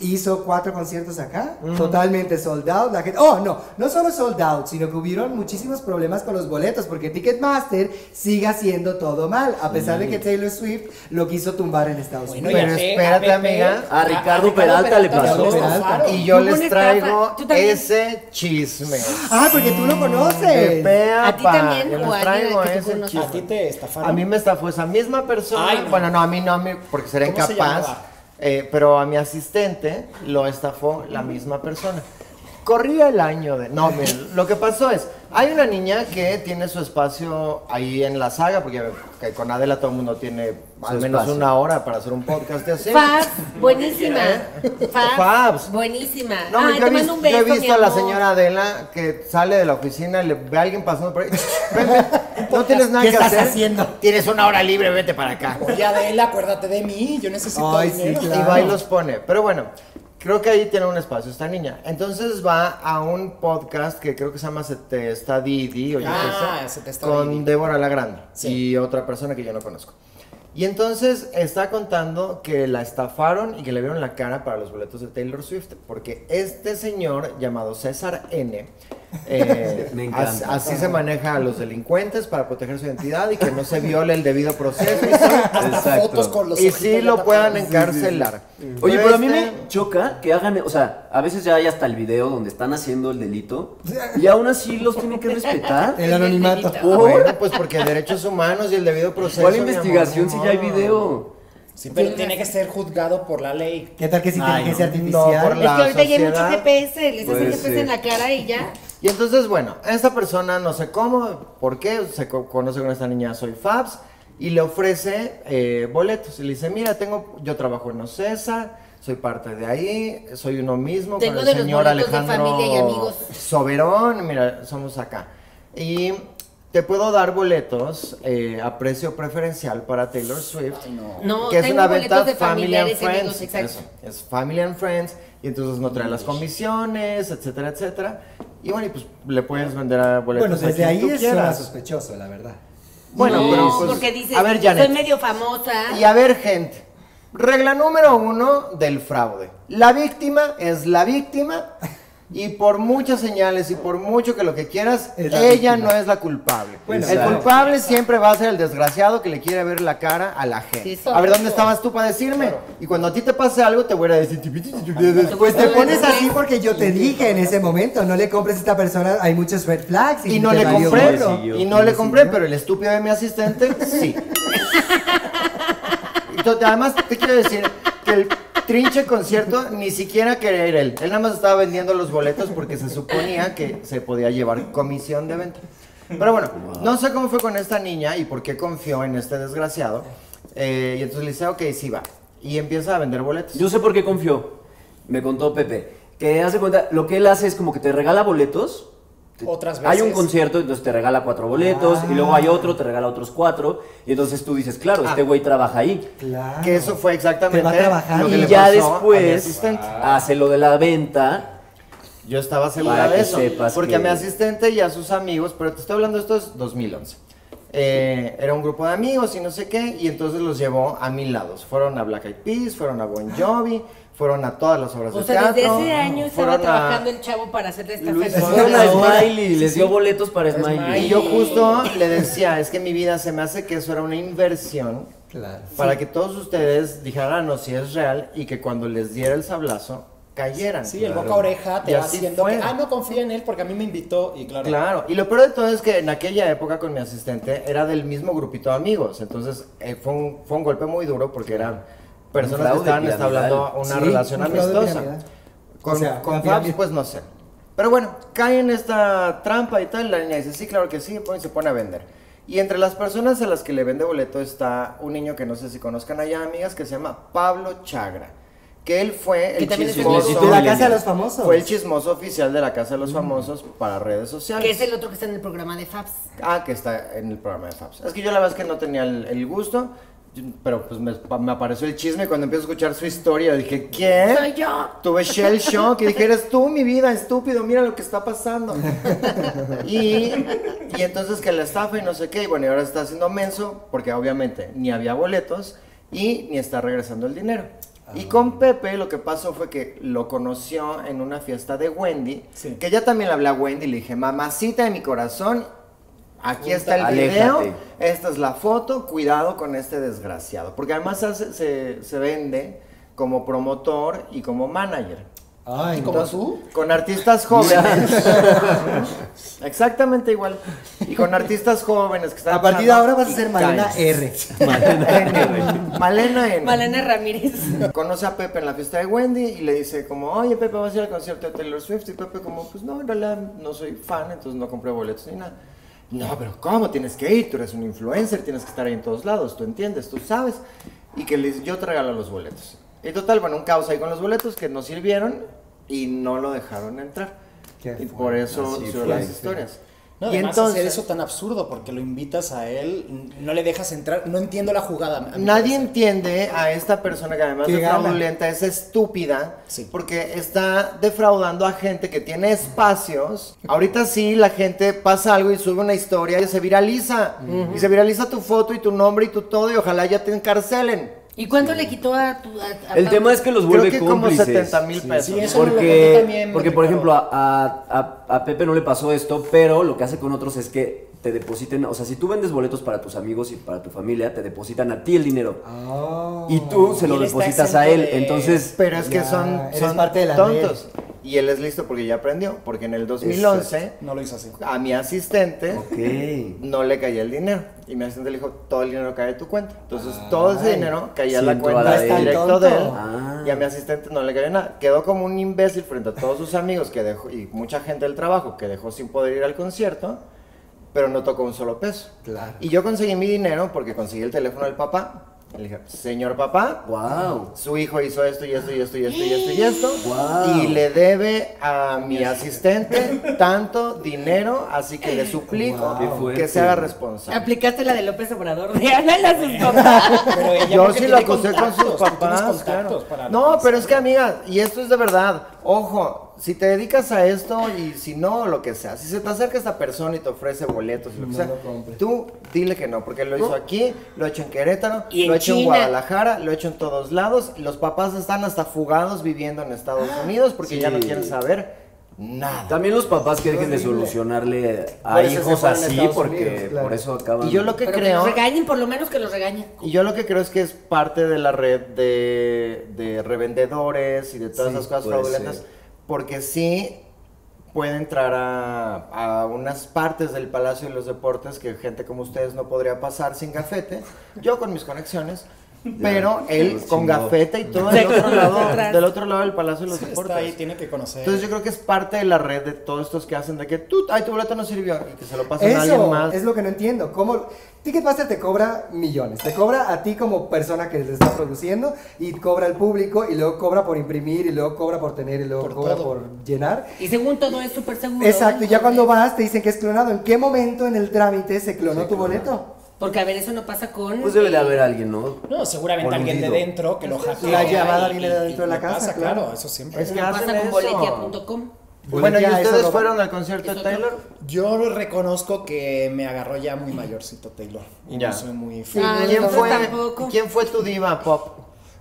[SPEAKER 1] hizo cuatro conciertos acá, totalmente sold out, la gente, oh no, no solo sold out, sino que hubieron muchísimos problemas con los boletos, porque Ticketmaster sigue haciendo todo mal, a pesar de que Taylor Swift lo quiso tumbar en Estados
[SPEAKER 5] Bueno,
[SPEAKER 1] Unidos.
[SPEAKER 5] y a
[SPEAKER 8] Pero
[SPEAKER 5] Pe-
[SPEAKER 8] espérate,
[SPEAKER 5] Pepe,
[SPEAKER 8] amiga.
[SPEAKER 6] A Ricardo Peralta le pasó.
[SPEAKER 5] también lo
[SPEAKER 1] Peralta.
[SPEAKER 5] estafaron.
[SPEAKER 8] Y yo
[SPEAKER 3] Hubo una
[SPEAKER 8] les traigo
[SPEAKER 3] estafa. ¿Tú también?
[SPEAKER 8] ese chisme.
[SPEAKER 1] Ah, porque tú lo
[SPEAKER 8] De
[SPEAKER 1] conoces.
[SPEAKER 8] pea
[SPEAKER 3] ¿A ti
[SPEAKER 8] pa.
[SPEAKER 3] también
[SPEAKER 8] Yo
[SPEAKER 3] o
[SPEAKER 8] les
[SPEAKER 3] a alguien
[SPEAKER 8] traigo
[SPEAKER 3] que tú
[SPEAKER 8] ese
[SPEAKER 3] conozcas?
[SPEAKER 5] A ti
[SPEAKER 8] chisme.
[SPEAKER 5] te estafaron.
[SPEAKER 8] A mí me estafó esa misma persona.
[SPEAKER 5] Ay, no.
[SPEAKER 8] Bueno, no, a mí no, a mí, porque será
[SPEAKER 5] ¿Cómo se
[SPEAKER 8] incapaz.
[SPEAKER 5] llamaba?
[SPEAKER 8] eh, pero a mi asistente lo estafó la misma persona. Corría el año de... No, miren, lo que pasó es, hay una niña que tiene su espacio ahí en la saga, porque que con Adela todo el mundo tiene al menos
[SPEAKER 6] espacio.
[SPEAKER 8] una hora para hacer un podcast de así.
[SPEAKER 3] Fab, buenísima. Fab,
[SPEAKER 8] Fabs.
[SPEAKER 3] buenísima.
[SPEAKER 8] No,
[SPEAKER 3] Ay,
[SPEAKER 8] yo,
[SPEAKER 3] te
[SPEAKER 8] he vis-
[SPEAKER 3] mando un beso,
[SPEAKER 8] yo he visto
[SPEAKER 3] mi
[SPEAKER 8] a la
[SPEAKER 3] amor.
[SPEAKER 8] señora Adela que sale de la oficina y le ve a alguien pasando por ahí. Ven, ven, no tienes nada
[SPEAKER 1] ¿Qué
[SPEAKER 8] que
[SPEAKER 1] estás
[SPEAKER 8] hacer.
[SPEAKER 1] haciendo?
[SPEAKER 8] Tienes una hora libre, vete para acá.
[SPEAKER 5] Oye, Adela, acuérdate de mí. Yo necesito
[SPEAKER 1] Ay, sí,
[SPEAKER 5] dinero.
[SPEAKER 1] claro.
[SPEAKER 8] Y va y los pone. Pero bueno, creo que ahí tiene un espacio esta niña. Entonces va a un podcast que creo que se llama Se te está Didi o yo qué
[SPEAKER 5] Ah,
[SPEAKER 8] sé,
[SPEAKER 5] Se te está
[SPEAKER 8] con
[SPEAKER 5] Didi.
[SPEAKER 8] Débora la Grande
[SPEAKER 5] Sí.
[SPEAKER 8] y otra persona que yo no conozco. Y entonces está contando que la estafaron y que le vieron la cara para los boletos de Taylor Swift, porque este señor llamado César N. eh,
[SPEAKER 6] Me
[SPEAKER 8] as-
[SPEAKER 6] encanta.
[SPEAKER 8] así se maneja a los delincuentes para proteger su identidad y que no se viole el debido proceso. y sabe
[SPEAKER 5] Hasta fotos con los
[SPEAKER 8] y
[SPEAKER 5] ojitos
[SPEAKER 8] si
[SPEAKER 5] ya
[SPEAKER 8] lo
[SPEAKER 5] tapados.
[SPEAKER 8] puedan encarcelar.
[SPEAKER 6] Oye,
[SPEAKER 8] Pero
[SPEAKER 6] pero a mí
[SPEAKER 8] este-
[SPEAKER 6] me choca que hagan, o sea, a veces ya hay hasta el video donde están haciendo el delito y aún así los tienen que respetar.
[SPEAKER 1] El anonimato.
[SPEAKER 8] Bueno, pues porque derechos humanos y el debido proceso.
[SPEAKER 6] ¿Cuál
[SPEAKER 8] mi amor?
[SPEAKER 6] investigación si ya hay
[SPEAKER 8] No.
[SPEAKER 6] video?
[SPEAKER 5] Sí, pero tiene que ser juzgado por la ley.
[SPEAKER 1] ¿Qué tal que es
[SPEAKER 6] Ay,
[SPEAKER 1] inteligencia
[SPEAKER 8] no. No,
[SPEAKER 1] artificial?
[SPEAKER 3] Es
[SPEAKER 8] por
[SPEAKER 3] que
[SPEAKER 8] la
[SPEAKER 3] ahorita ya hay mucho
[SPEAKER 8] sociedad.
[SPEAKER 3] GPS, les hacen
[SPEAKER 6] Puede
[SPEAKER 3] GPS
[SPEAKER 6] ser.
[SPEAKER 3] en la cara y ya.
[SPEAKER 8] Y entonces, bueno, esta persona no sé cómo, por qué, se co- conoce con esta niña Soy Fabs y le ofrece eh, boletos. Y le dice, mira, tengo, yo trabajo en Ocesa, soy parte de ahí, soy uno mismo
[SPEAKER 3] Tengo
[SPEAKER 8] con
[SPEAKER 3] de
[SPEAKER 8] el
[SPEAKER 3] los
[SPEAKER 8] señor
[SPEAKER 3] boletos de
[SPEAKER 8] Alejandro
[SPEAKER 3] familia y amigos".
[SPEAKER 8] Soberón, mira, somos acá. Y te puedo dar boletos eh, a precio preferencial para Taylor Swift.
[SPEAKER 3] No,
[SPEAKER 8] que es
[SPEAKER 3] tengo
[SPEAKER 8] una
[SPEAKER 3] boletos
[SPEAKER 8] venta
[SPEAKER 3] de
[SPEAKER 8] family and
[SPEAKER 3] familiares y amigos,
[SPEAKER 8] friends.
[SPEAKER 3] exacto.
[SPEAKER 8] eso, es family and friends y entonces no trae las comisiones, etcétera, etcétera. Y bueno, y pues le puedes vender a boletos.
[SPEAKER 1] Bueno,
[SPEAKER 8] a
[SPEAKER 1] desde
[SPEAKER 8] quien
[SPEAKER 1] ahí
[SPEAKER 8] pues, tú
[SPEAKER 1] es
[SPEAKER 8] quieras.
[SPEAKER 1] sospechoso, la verdad.
[SPEAKER 8] Bueno,
[SPEAKER 3] no,
[SPEAKER 8] pero pues,
[SPEAKER 3] porque dices,
[SPEAKER 8] a ver,
[SPEAKER 3] soy
[SPEAKER 8] Janet.
[SPEAKER 3] medio famosa.
[SPEAKER 8] Y a ver, gente. Regla número uno del fraude. La víctima es la víctima Y por muchas señales y por mucho que lo que quieras,
[SPEAKER 1] Es la
[SPEAKER 8] ella
[SPEAKER 1] víctima.
[SPEAKER 8] no es la culpable.
[SPEAKER 1] Bueno,
[SPEAKER 8] el
[SPEAKER 1] claro.
[SPEAKER 8] culpable siempre va a ser el desgraciado que le quiere ver la cara a la gente.
[SPEAKER 3] Sí,
[SPEAKER 8] a ver,
[SPEAKER 3] claro.
[SPEAKER 8] ¿dónde estabas tú para decirme? Y cuando a ti te pase algo, te voy a decir...
[SPEAKER 1] Pues te pones así porque yo te dije en ese momento, no le compres a esta persona, hay muchos red flags.
[SPEAKER 8] Y no
[SPEAKER 1] te
[SPEAKER 8] le
[SPEAKER 1] valió
[SPEAKER 8] compré,
[SPEAKER 1] gorro.
[SPEAKER 8] y no le
[SPEAKER 1] Sí,
[SPEAKER 8] compré,
[SPEAKER 1] ¿no?
[SPEAKER 8] pero el estúpido de mi asistente, sí. Entonces, además, te quiero decir que el trinche concierto ni siquiera quería ir él. Él nada más estaba vendiendo los boletos porque se suponía que se podía llevar comisión de venta. Pero bueno, no sé cómo fue con esta niña y por qué confió en este desgraciado. Eh, y entonces le dice, ok, sí va. Y empieza a vender boletos.
[SPEAKER 6] Yo sé por qué confió. Me contó Pepe. Que hace cuenta, lo que él hace es como que te regala boletos. Te-
[SPEAKER 5] Otras
[SPEAKER 6] Hay un
[SPEAKER 5] veces.
[SPEAKER 6] concierto, entonces te regala cuatro boletos. Y luego hay otro, te regala otros cuatro. Y entonces tú dices, claro, este güey trabaja ahí.
[SPEAKER 1] Claro.
[SPEAKER 8] que eso fue exactamente
[SPEAKER 1] Te va a trabajar.
[SPEAKER 8] lo que
[SPEAKER 6] y
[SPEAKER 8] le
[SPEAKER 6] ya
[SPEAKER 8] pasó a mi
[SPEAKER 6] después
[SPEAKER 8] asistente.
[SPEAKER 6] hace lo de la venta.
[SPEAKER 8] Yo estaba segura
[SPEAKER 6] Para
[SPEAKER 8] de
[SPEAKER 6] que
[SPEAKER 8] eso.
[SPEAKER 6] sepas
[SPEAKER 8] porque
[SPEAKER 6] que-
[SPEAKER 8] a mi asistente y a sus amigos, pero te estoy hablando, esto es 2011. Eh, era un grupo de amigos y no sé qué, y entonces los llevó a mil lados. Fueron a Black Eyed Peas, fueron a Bon Jovi, fueron a todas las obras
[SPEAKER 3] O
[SPEAKER 8] de
[SPEAKER 3] sea,
[SPEAKER 8] teatro.
[SPEAKER 3] desde ese año estaba
[SPEAKER 8] fueron a-
[SPEAKER 3] trabajando el chavo para hacerle esta
[SPEAKER 6] Luis
[SPEAKER 3] fiesta.
[SPEAKER 6] fueron a Smiley, les dio boletos para Smiley.
[SPEAKER 8] Y yo justo le decía, es que mi vida se me hace que eso era una inversión
[SPEAKER 1] Claro.
[SPEAKER 8] para que todos ustedes dijeran, "Ah, no, si es real, y que cuando les diera el sablazo, cayeran.
[SPEAKER 5] Sí, el boca a oreja te
[SPEAKER 8] Y
[SPEAKER 5] va
[SPEAKER 8] así
[SPEAKER 5] haciendo que,
[SPEAKER 8] fue.
[SPEAKER 5] ah, no confía en él porque a mí me invitó y claro.
[SPEAKER 8] Claro, y lo peor de todo es que en aquella época con mi asistente era del mismo grupito de amigos, entonces eh, fue, un, fue un golpe muy duro porque eran personas que
[SPEAKER 6] fraude
[SPEAKER 8] estaban
[SPEAKER 6] piramidal.
[SPEAKER 8] establando una
[SPEAKER 1] Sí,
[SPEAKER 8] relación
[SPEAKER 1] un fraude
[SPEAKER 8] amistosa.
[SPEAKER 1] piramidal.
[SPEAKER 8] Con,
[SPEAKER 1] O sea,
[SPEAKER 8] con
[SPEAKER 1] piramidal.
[SPEAKER 8] Fabs, pues no sé. Pero bueno, cae en esta trampa y tal, la niña dice, sí, claro que sí, pues, y se pone a vender. Y entre las personas a las que le vende boleto está un niño que no sé si conozcan allá, amigas, que se llama Pablo Chagra. Que él fue
[SPEAKER 3] Que
[SPEAKER 8] el
[SPEAKER 3] también es
[SPEAKER 8] chismoso.
[SPEAKER 1] De la casa de los famosos. Mm.
[SPEAKER 8] Fue el chismoso oficial de la Casa de los Famosos para redes sociales.
[SPEAKER 3] Que es el otro que está en el programa de Fabs.
[SPEAKER 8] Ah, que está en el programa de Fabs. Es que yo la verdad es que no tenía el, el gusto, pero pues me, me apareció el chisme y cuando empiezo a escuchar su historia. Dije, ¿qué?
[SPEAKER 3] Soy yo.
[SPEAKER 8] Tuve shell shock y dije, eres tú, mi vida, estúpido, mira lo que está pasando. y, y entonces que la estafa y no sé qué, y bueno, y ahora está haciendo menso, porque obviamente ni había boletos y ni está regresando el dinero. Y con Pepe lo que pasó fue que lo conoció en una fiesta de Wendy,
[SPEAKER 5] Sí.
[SPEAKER 8] que ya también le hablé a Wendy, le dije, mamacita de mi corazón, aquí está el
[SPEAKER 6] Aléjate.
[SPEAKER 8] video, esta es la foto, cuidado con este desgraciado, porque además hace- se, se vende como promotor y como manager.
[SPEAKER 1] Ay,
[SPEAKER 8] Entonces, Con artistas jóvenes. Exactamente igual. Y con artistas jóvenes que están
[SPEAKER 1] A partir de ahora vas a ser Malena R.
[SPEAKER 8] Malena Malena N.
[SPEAKER 3] Malena Ramírez.
[SPEAKER 8] Conoce a Pepe en la fiesta de Wendy y le dice como, oye Pepe, vas a ir al concierto de Taylor Swift. Y Pepe como, pues no, en realidad no soy fan, entonces no compré boletos ni nada. No, pero ¿cómo? Tienes que ir, tú eres un influencer, tienes que estar ahí en todos lados, tú entiendes, tú sabes. Y que les, yo te regalo los boletos. Y total, bueno, un caos ahí con los boletos que no sirvieron y no lo dejaron entrar.
[SPEAKER 1] Qué
[SPEAKER 8] y por eso
[SPEAKER 6] Así
[SPEAKER 8] son
[SPEAKER 6] fue,
[SPEAKER 8] las
[SPEAKER 6] sí.
[SPEAKER 8] historias.
[SPEAKER 5] No,
[SPEAKER 8] y
[SPEAKER 5] además hacer eso tan absurdo porque lo invitas a él, n- no le dejas entrar, no entiendo la jugada. a mi
[SPEAKER 8] Nadie
[SPEAKER 5] parecer.
[SPEAKER 8] entiende a esta persona que además
[SPEAKER 1] Que
[SPEAKER 8] de
[SPEAKER 1] gana.
[SPEAKER 8] fraudulenta es estúpida
[SPEAKER 5] Sí.
[SPEAKER 8] porque está defraudando a gente que tiene espacios. Ahorita sí la gente pasa algo y sube una historia y se viraliza. Y se viraliza tu foto y tu nombre y tu todo y ojalá ya te encarcelen.
[SPEAKER 3] ¿Y cuánto le quitó a tu.? a- a
[SPEAKER 6] El
[SPEAKER 3] Pablo?
[SPEAKER 6] tema es que los
[SPEAKER 8] Creo
[SPEAKER 6] vuelve
[SPEAKER 8] que
[SPEAKER 6] cómplices.
[SPEAKER 8] como 70 mil pesos.
[SPEAKER 5] sí, eso- me lo contó
[SPEAKER 6] Porque,
[SPEAKER 5] también,
[SPEAKER 6] porque por
[SPEAKER 5] Ricardo.
[SPEAKER 6] ejemplo, a, a- a- a Pepe no le pasó esto, pero lo que hace con otros es que te depositen, o sea, si tú vendes boletos para tus amigos y para tu familia, te depositan a ti el dinero.
[SPEAKER 8] Ah.
[SPEAKER 6] Y tú se
[SPEAKER 5] Y
[SPEAKER 6] lo
[SPEAKER 5] él está
[SPEAKER 6] depositas a
[SPEAKER 5] exento
[SPEAKER 6] él.
[SPEAKER 5] de-
[SPEAKER 6] Entonces,
[SPEAKER 8] Pero es que
[SPEAKER 1] Ya,
[SPEAKER 8] son,
[SPEAKER 1] eres
[SPEAKER 8] son
[SPEAKER 1] parte de la
[SPEAKER 8] tontos. Y él es listo porque ya aprendió. Porque en el 2011
[SPEAKER 5] No lo hizo así.
[SPEAKER 8] a mi asistente...
[SPEAKER 6] ok.
[SPEAKER 8] no le caía el dinero. Y mi asistente le dijo, todo el dinero cae de tu cuenta. Entonces, todo ese
[SPEAKER 1] Ay.
[SPEAKER 8] dinero caía a
[SPEAKER 6] Sí,
[SPEAKER 8] la
[SPEAKER 6] entró a
[SPEAKER 8] cuenta
[SPEAKER 6] la de
[SPEAKER 8] directa
[SPEAKER 6] él.
[SPEAKER 8] directo
[SPEAKER 1] Tonto.
[SPEAKER 8] de él.
[SPEAKER 6] Ah.
[SPEAKER 8] Y a mi asistente no le cayó nada. Quedó como un imbécil frente a todos sus amigos que dejó, y mucha gente del trabajo que dejó sin poder ir al concierto, pero no tocó un solo peso.
[SPEAKER 1] Claro.
[SPEAKER 8] Y yo conseguí mi dinero porque conseguí el teléfono del papá. Le dije, señor papá,
[SPEAKER 6] Wow.
[SPEAKER 8] su hijo hizo esto y esto y esto y esto y esto y esto.
[SPEAKER 6] Wow.
[SPEAKER 8] Y le debe a mi asistente tanto dinero, así que le suplico
[SPEAKER 6] Wow. Qué fuerte.
[SPEAKER 8] que se haga responsable.
[SPEAKER 3] Aplicaste la de López Obrador. De háblale a sus papás.
[SPEAKER 5] Pero ella
[SPEAKER 8] Yo
[SPEAKER 5] porque
[SPEAKER 8] sí
[SPEAKER 5] tiene
[SPEAKER 8] lo acosé con sus
[SPEAKER 5] contactos, tú tienes
[SPEAKER 8] papás.
[SPEAKER 5] contactos
[SPEAKER 8] claro.
[SPEAKER 5] para-
[SPEAKER 8] No, pero es que amiga, y esto es de verdad, ojo, si te dedicas a esto y si no, lo que sea, si se te acerca esta persona y te ofrece boletos, y lo que
[SPEAKER 1] No
[SPEAKER 8] sea,
[SPEAKER 1] lo compres.
[SPEAKER 8] tú dile que no, porque lo hizo aquí, lo ha hecho en Querétaro,
[SPEAKER 3] Y en
[SPEAKER 8] lo ha hecho en
[SPEAKER 3] China.
[SPEAKER 8] Guadalajara, lo ha hecho en
[SPEAKER 5] Ah.
[SPEAKER 8] todos lados, y los papás están hasta fugados viviendo en Estados Unidos porque ya no quieren saber Nada.
[SPEAKER 7] También los papás que dejen de
[SPEAKER 1] Horrible.
[SPEAKER 7] solucionarle
[SPEAKER 8] Por
[SPEAKER 7] a
[SPEAKER 8] eso se
[SPEAKER 7] hijos
[SPEAKER 8] fueron a
[SPEAKER 7] así
[SPEAKER 8] Estados
[SPEAKER 7] porque
[SPEAKER 1] Unidos, claro.
[SPEAKER 7] por eso acaban.
[SPEAKER 8] Y yo lo que
[SPEAKER 3] Pero que
[SPEAKER 8] creo.
[SPEAKER 3] los regañen, por lo menos que los regañen.
[SPEAKER 8] Y yo lo que creo es que es parte de la red de, de revendedores y de todas
[SPEAKER 7] Sí,
[SPEAKER 8] esas cosas
[SPEAKER 7] puede
[SPEAKER 8] fraudulentas,
[SPEAKER 7] ser.
[SPEAKER 8] porque sí puede entrar a, a unas partes del Palacio de los Deportes que gente como ustedes no podría pasar sin gafete, yo con mis conexiones, pero él
[SPEAKER 7] pues,
[SPEAKER 8] con
[SPEAKER 7] chingó.
[SPEAKER 8] gafete y todo
[SPEAKER 3] Sí.
[SPEAKER 8] del otro, lado,
[SPEAKER 3] Atrás.
[SPEAKER 8] del otro lado del Palacio de los
[SPEAKER 5] Está ahí,
[SPEAKER 8] Deportes.
[SPEAKER 5] tiene que conocer.
[SPEAKER 8] Entonces yo creo que es parte de la red de todos estos que hacen de que tú, ay, tu boleto no sirvió y que se lo pasen a alguien
[SPEAKER 1] Eso
[SPEAKER 8] más.
[SPEAKER 1] es lo que no entiendo. ¿Cómo? Ticketmaster te cobra millones. Te cobra a ti como persona que le está produciendo y cobra al público y luego cobra por imprimir y luego cobra por tener y luego
[SPEAKER 5] Por
[SPEAKER 1] cobra
[SPEAKER 5] todo.
[SPEAKER 1] por llenar.
[SPEAKER 3] Y según todo es súper seguro.
[SPEAKER 1] Exacto, y ya cuando vas te dicen que es clonado. ¿En qué momento en el trámite se clonó tu boleto?
[SPEAKER 3] Porque a ver, eso no pasa con.
[SPEAKER 7] Pues debe de haber alguien, ¿no?
[SPEAKER 5] No, seguramente alguien de
[SPEAKER 7] Coludido.
[SPEAKER 5] dentro que lo hackea.
[SPEAKER 1] La llamada
[SPEAKER 5] y-
[SPEAKER 1] viene
[SPEAKER 5] y-
[SPEAKER 1] de dentro
[SPEAKER 5] y
[SPEAKER 1] de la
[SPEAKER 5] pasa,
[SPEAKER 1] casa,
[SPEAKER 5] Claro,
[SPEAKER 1] claro.
[SPEAKER 5] eso siempre.
[SPEAKER 8] Es que
[SPEAKER 3] no
[SPEAKER 8] hacen
[SPEAKER 3] pasa con
[SPEAKER 8] eso.
[SPEAKER 3] boletia.com.
[SPEAKER 8] Bueno, ¿y
[SPEAKER 1] Ya, eso
[SPEAKER 8] ustedes
[SPEAKER 1] lo-
[SPEAKER 8] fueron al concierto
[SPEAKER 3] Eso
[SPEAKER 8] de
[SPEAKER 3] todo.
[SPEAKER 8] Taylor?
[SPEAKER 5] Yo reconozco que me agarró ya muy mayorcito Taylor. Y
[SPEAKER 8] Ya.
[SPEAKER 5] no soy muy fan.
[SPEAKER 3] Ah,
[SPEAKER 8] ¿Quién
[SPEAKER 3] no,
[SPEAKER 8] fue,
[SPEAKER 3] tampoco.
[SPEAKER 8] ¿Quién fue tu diva pop?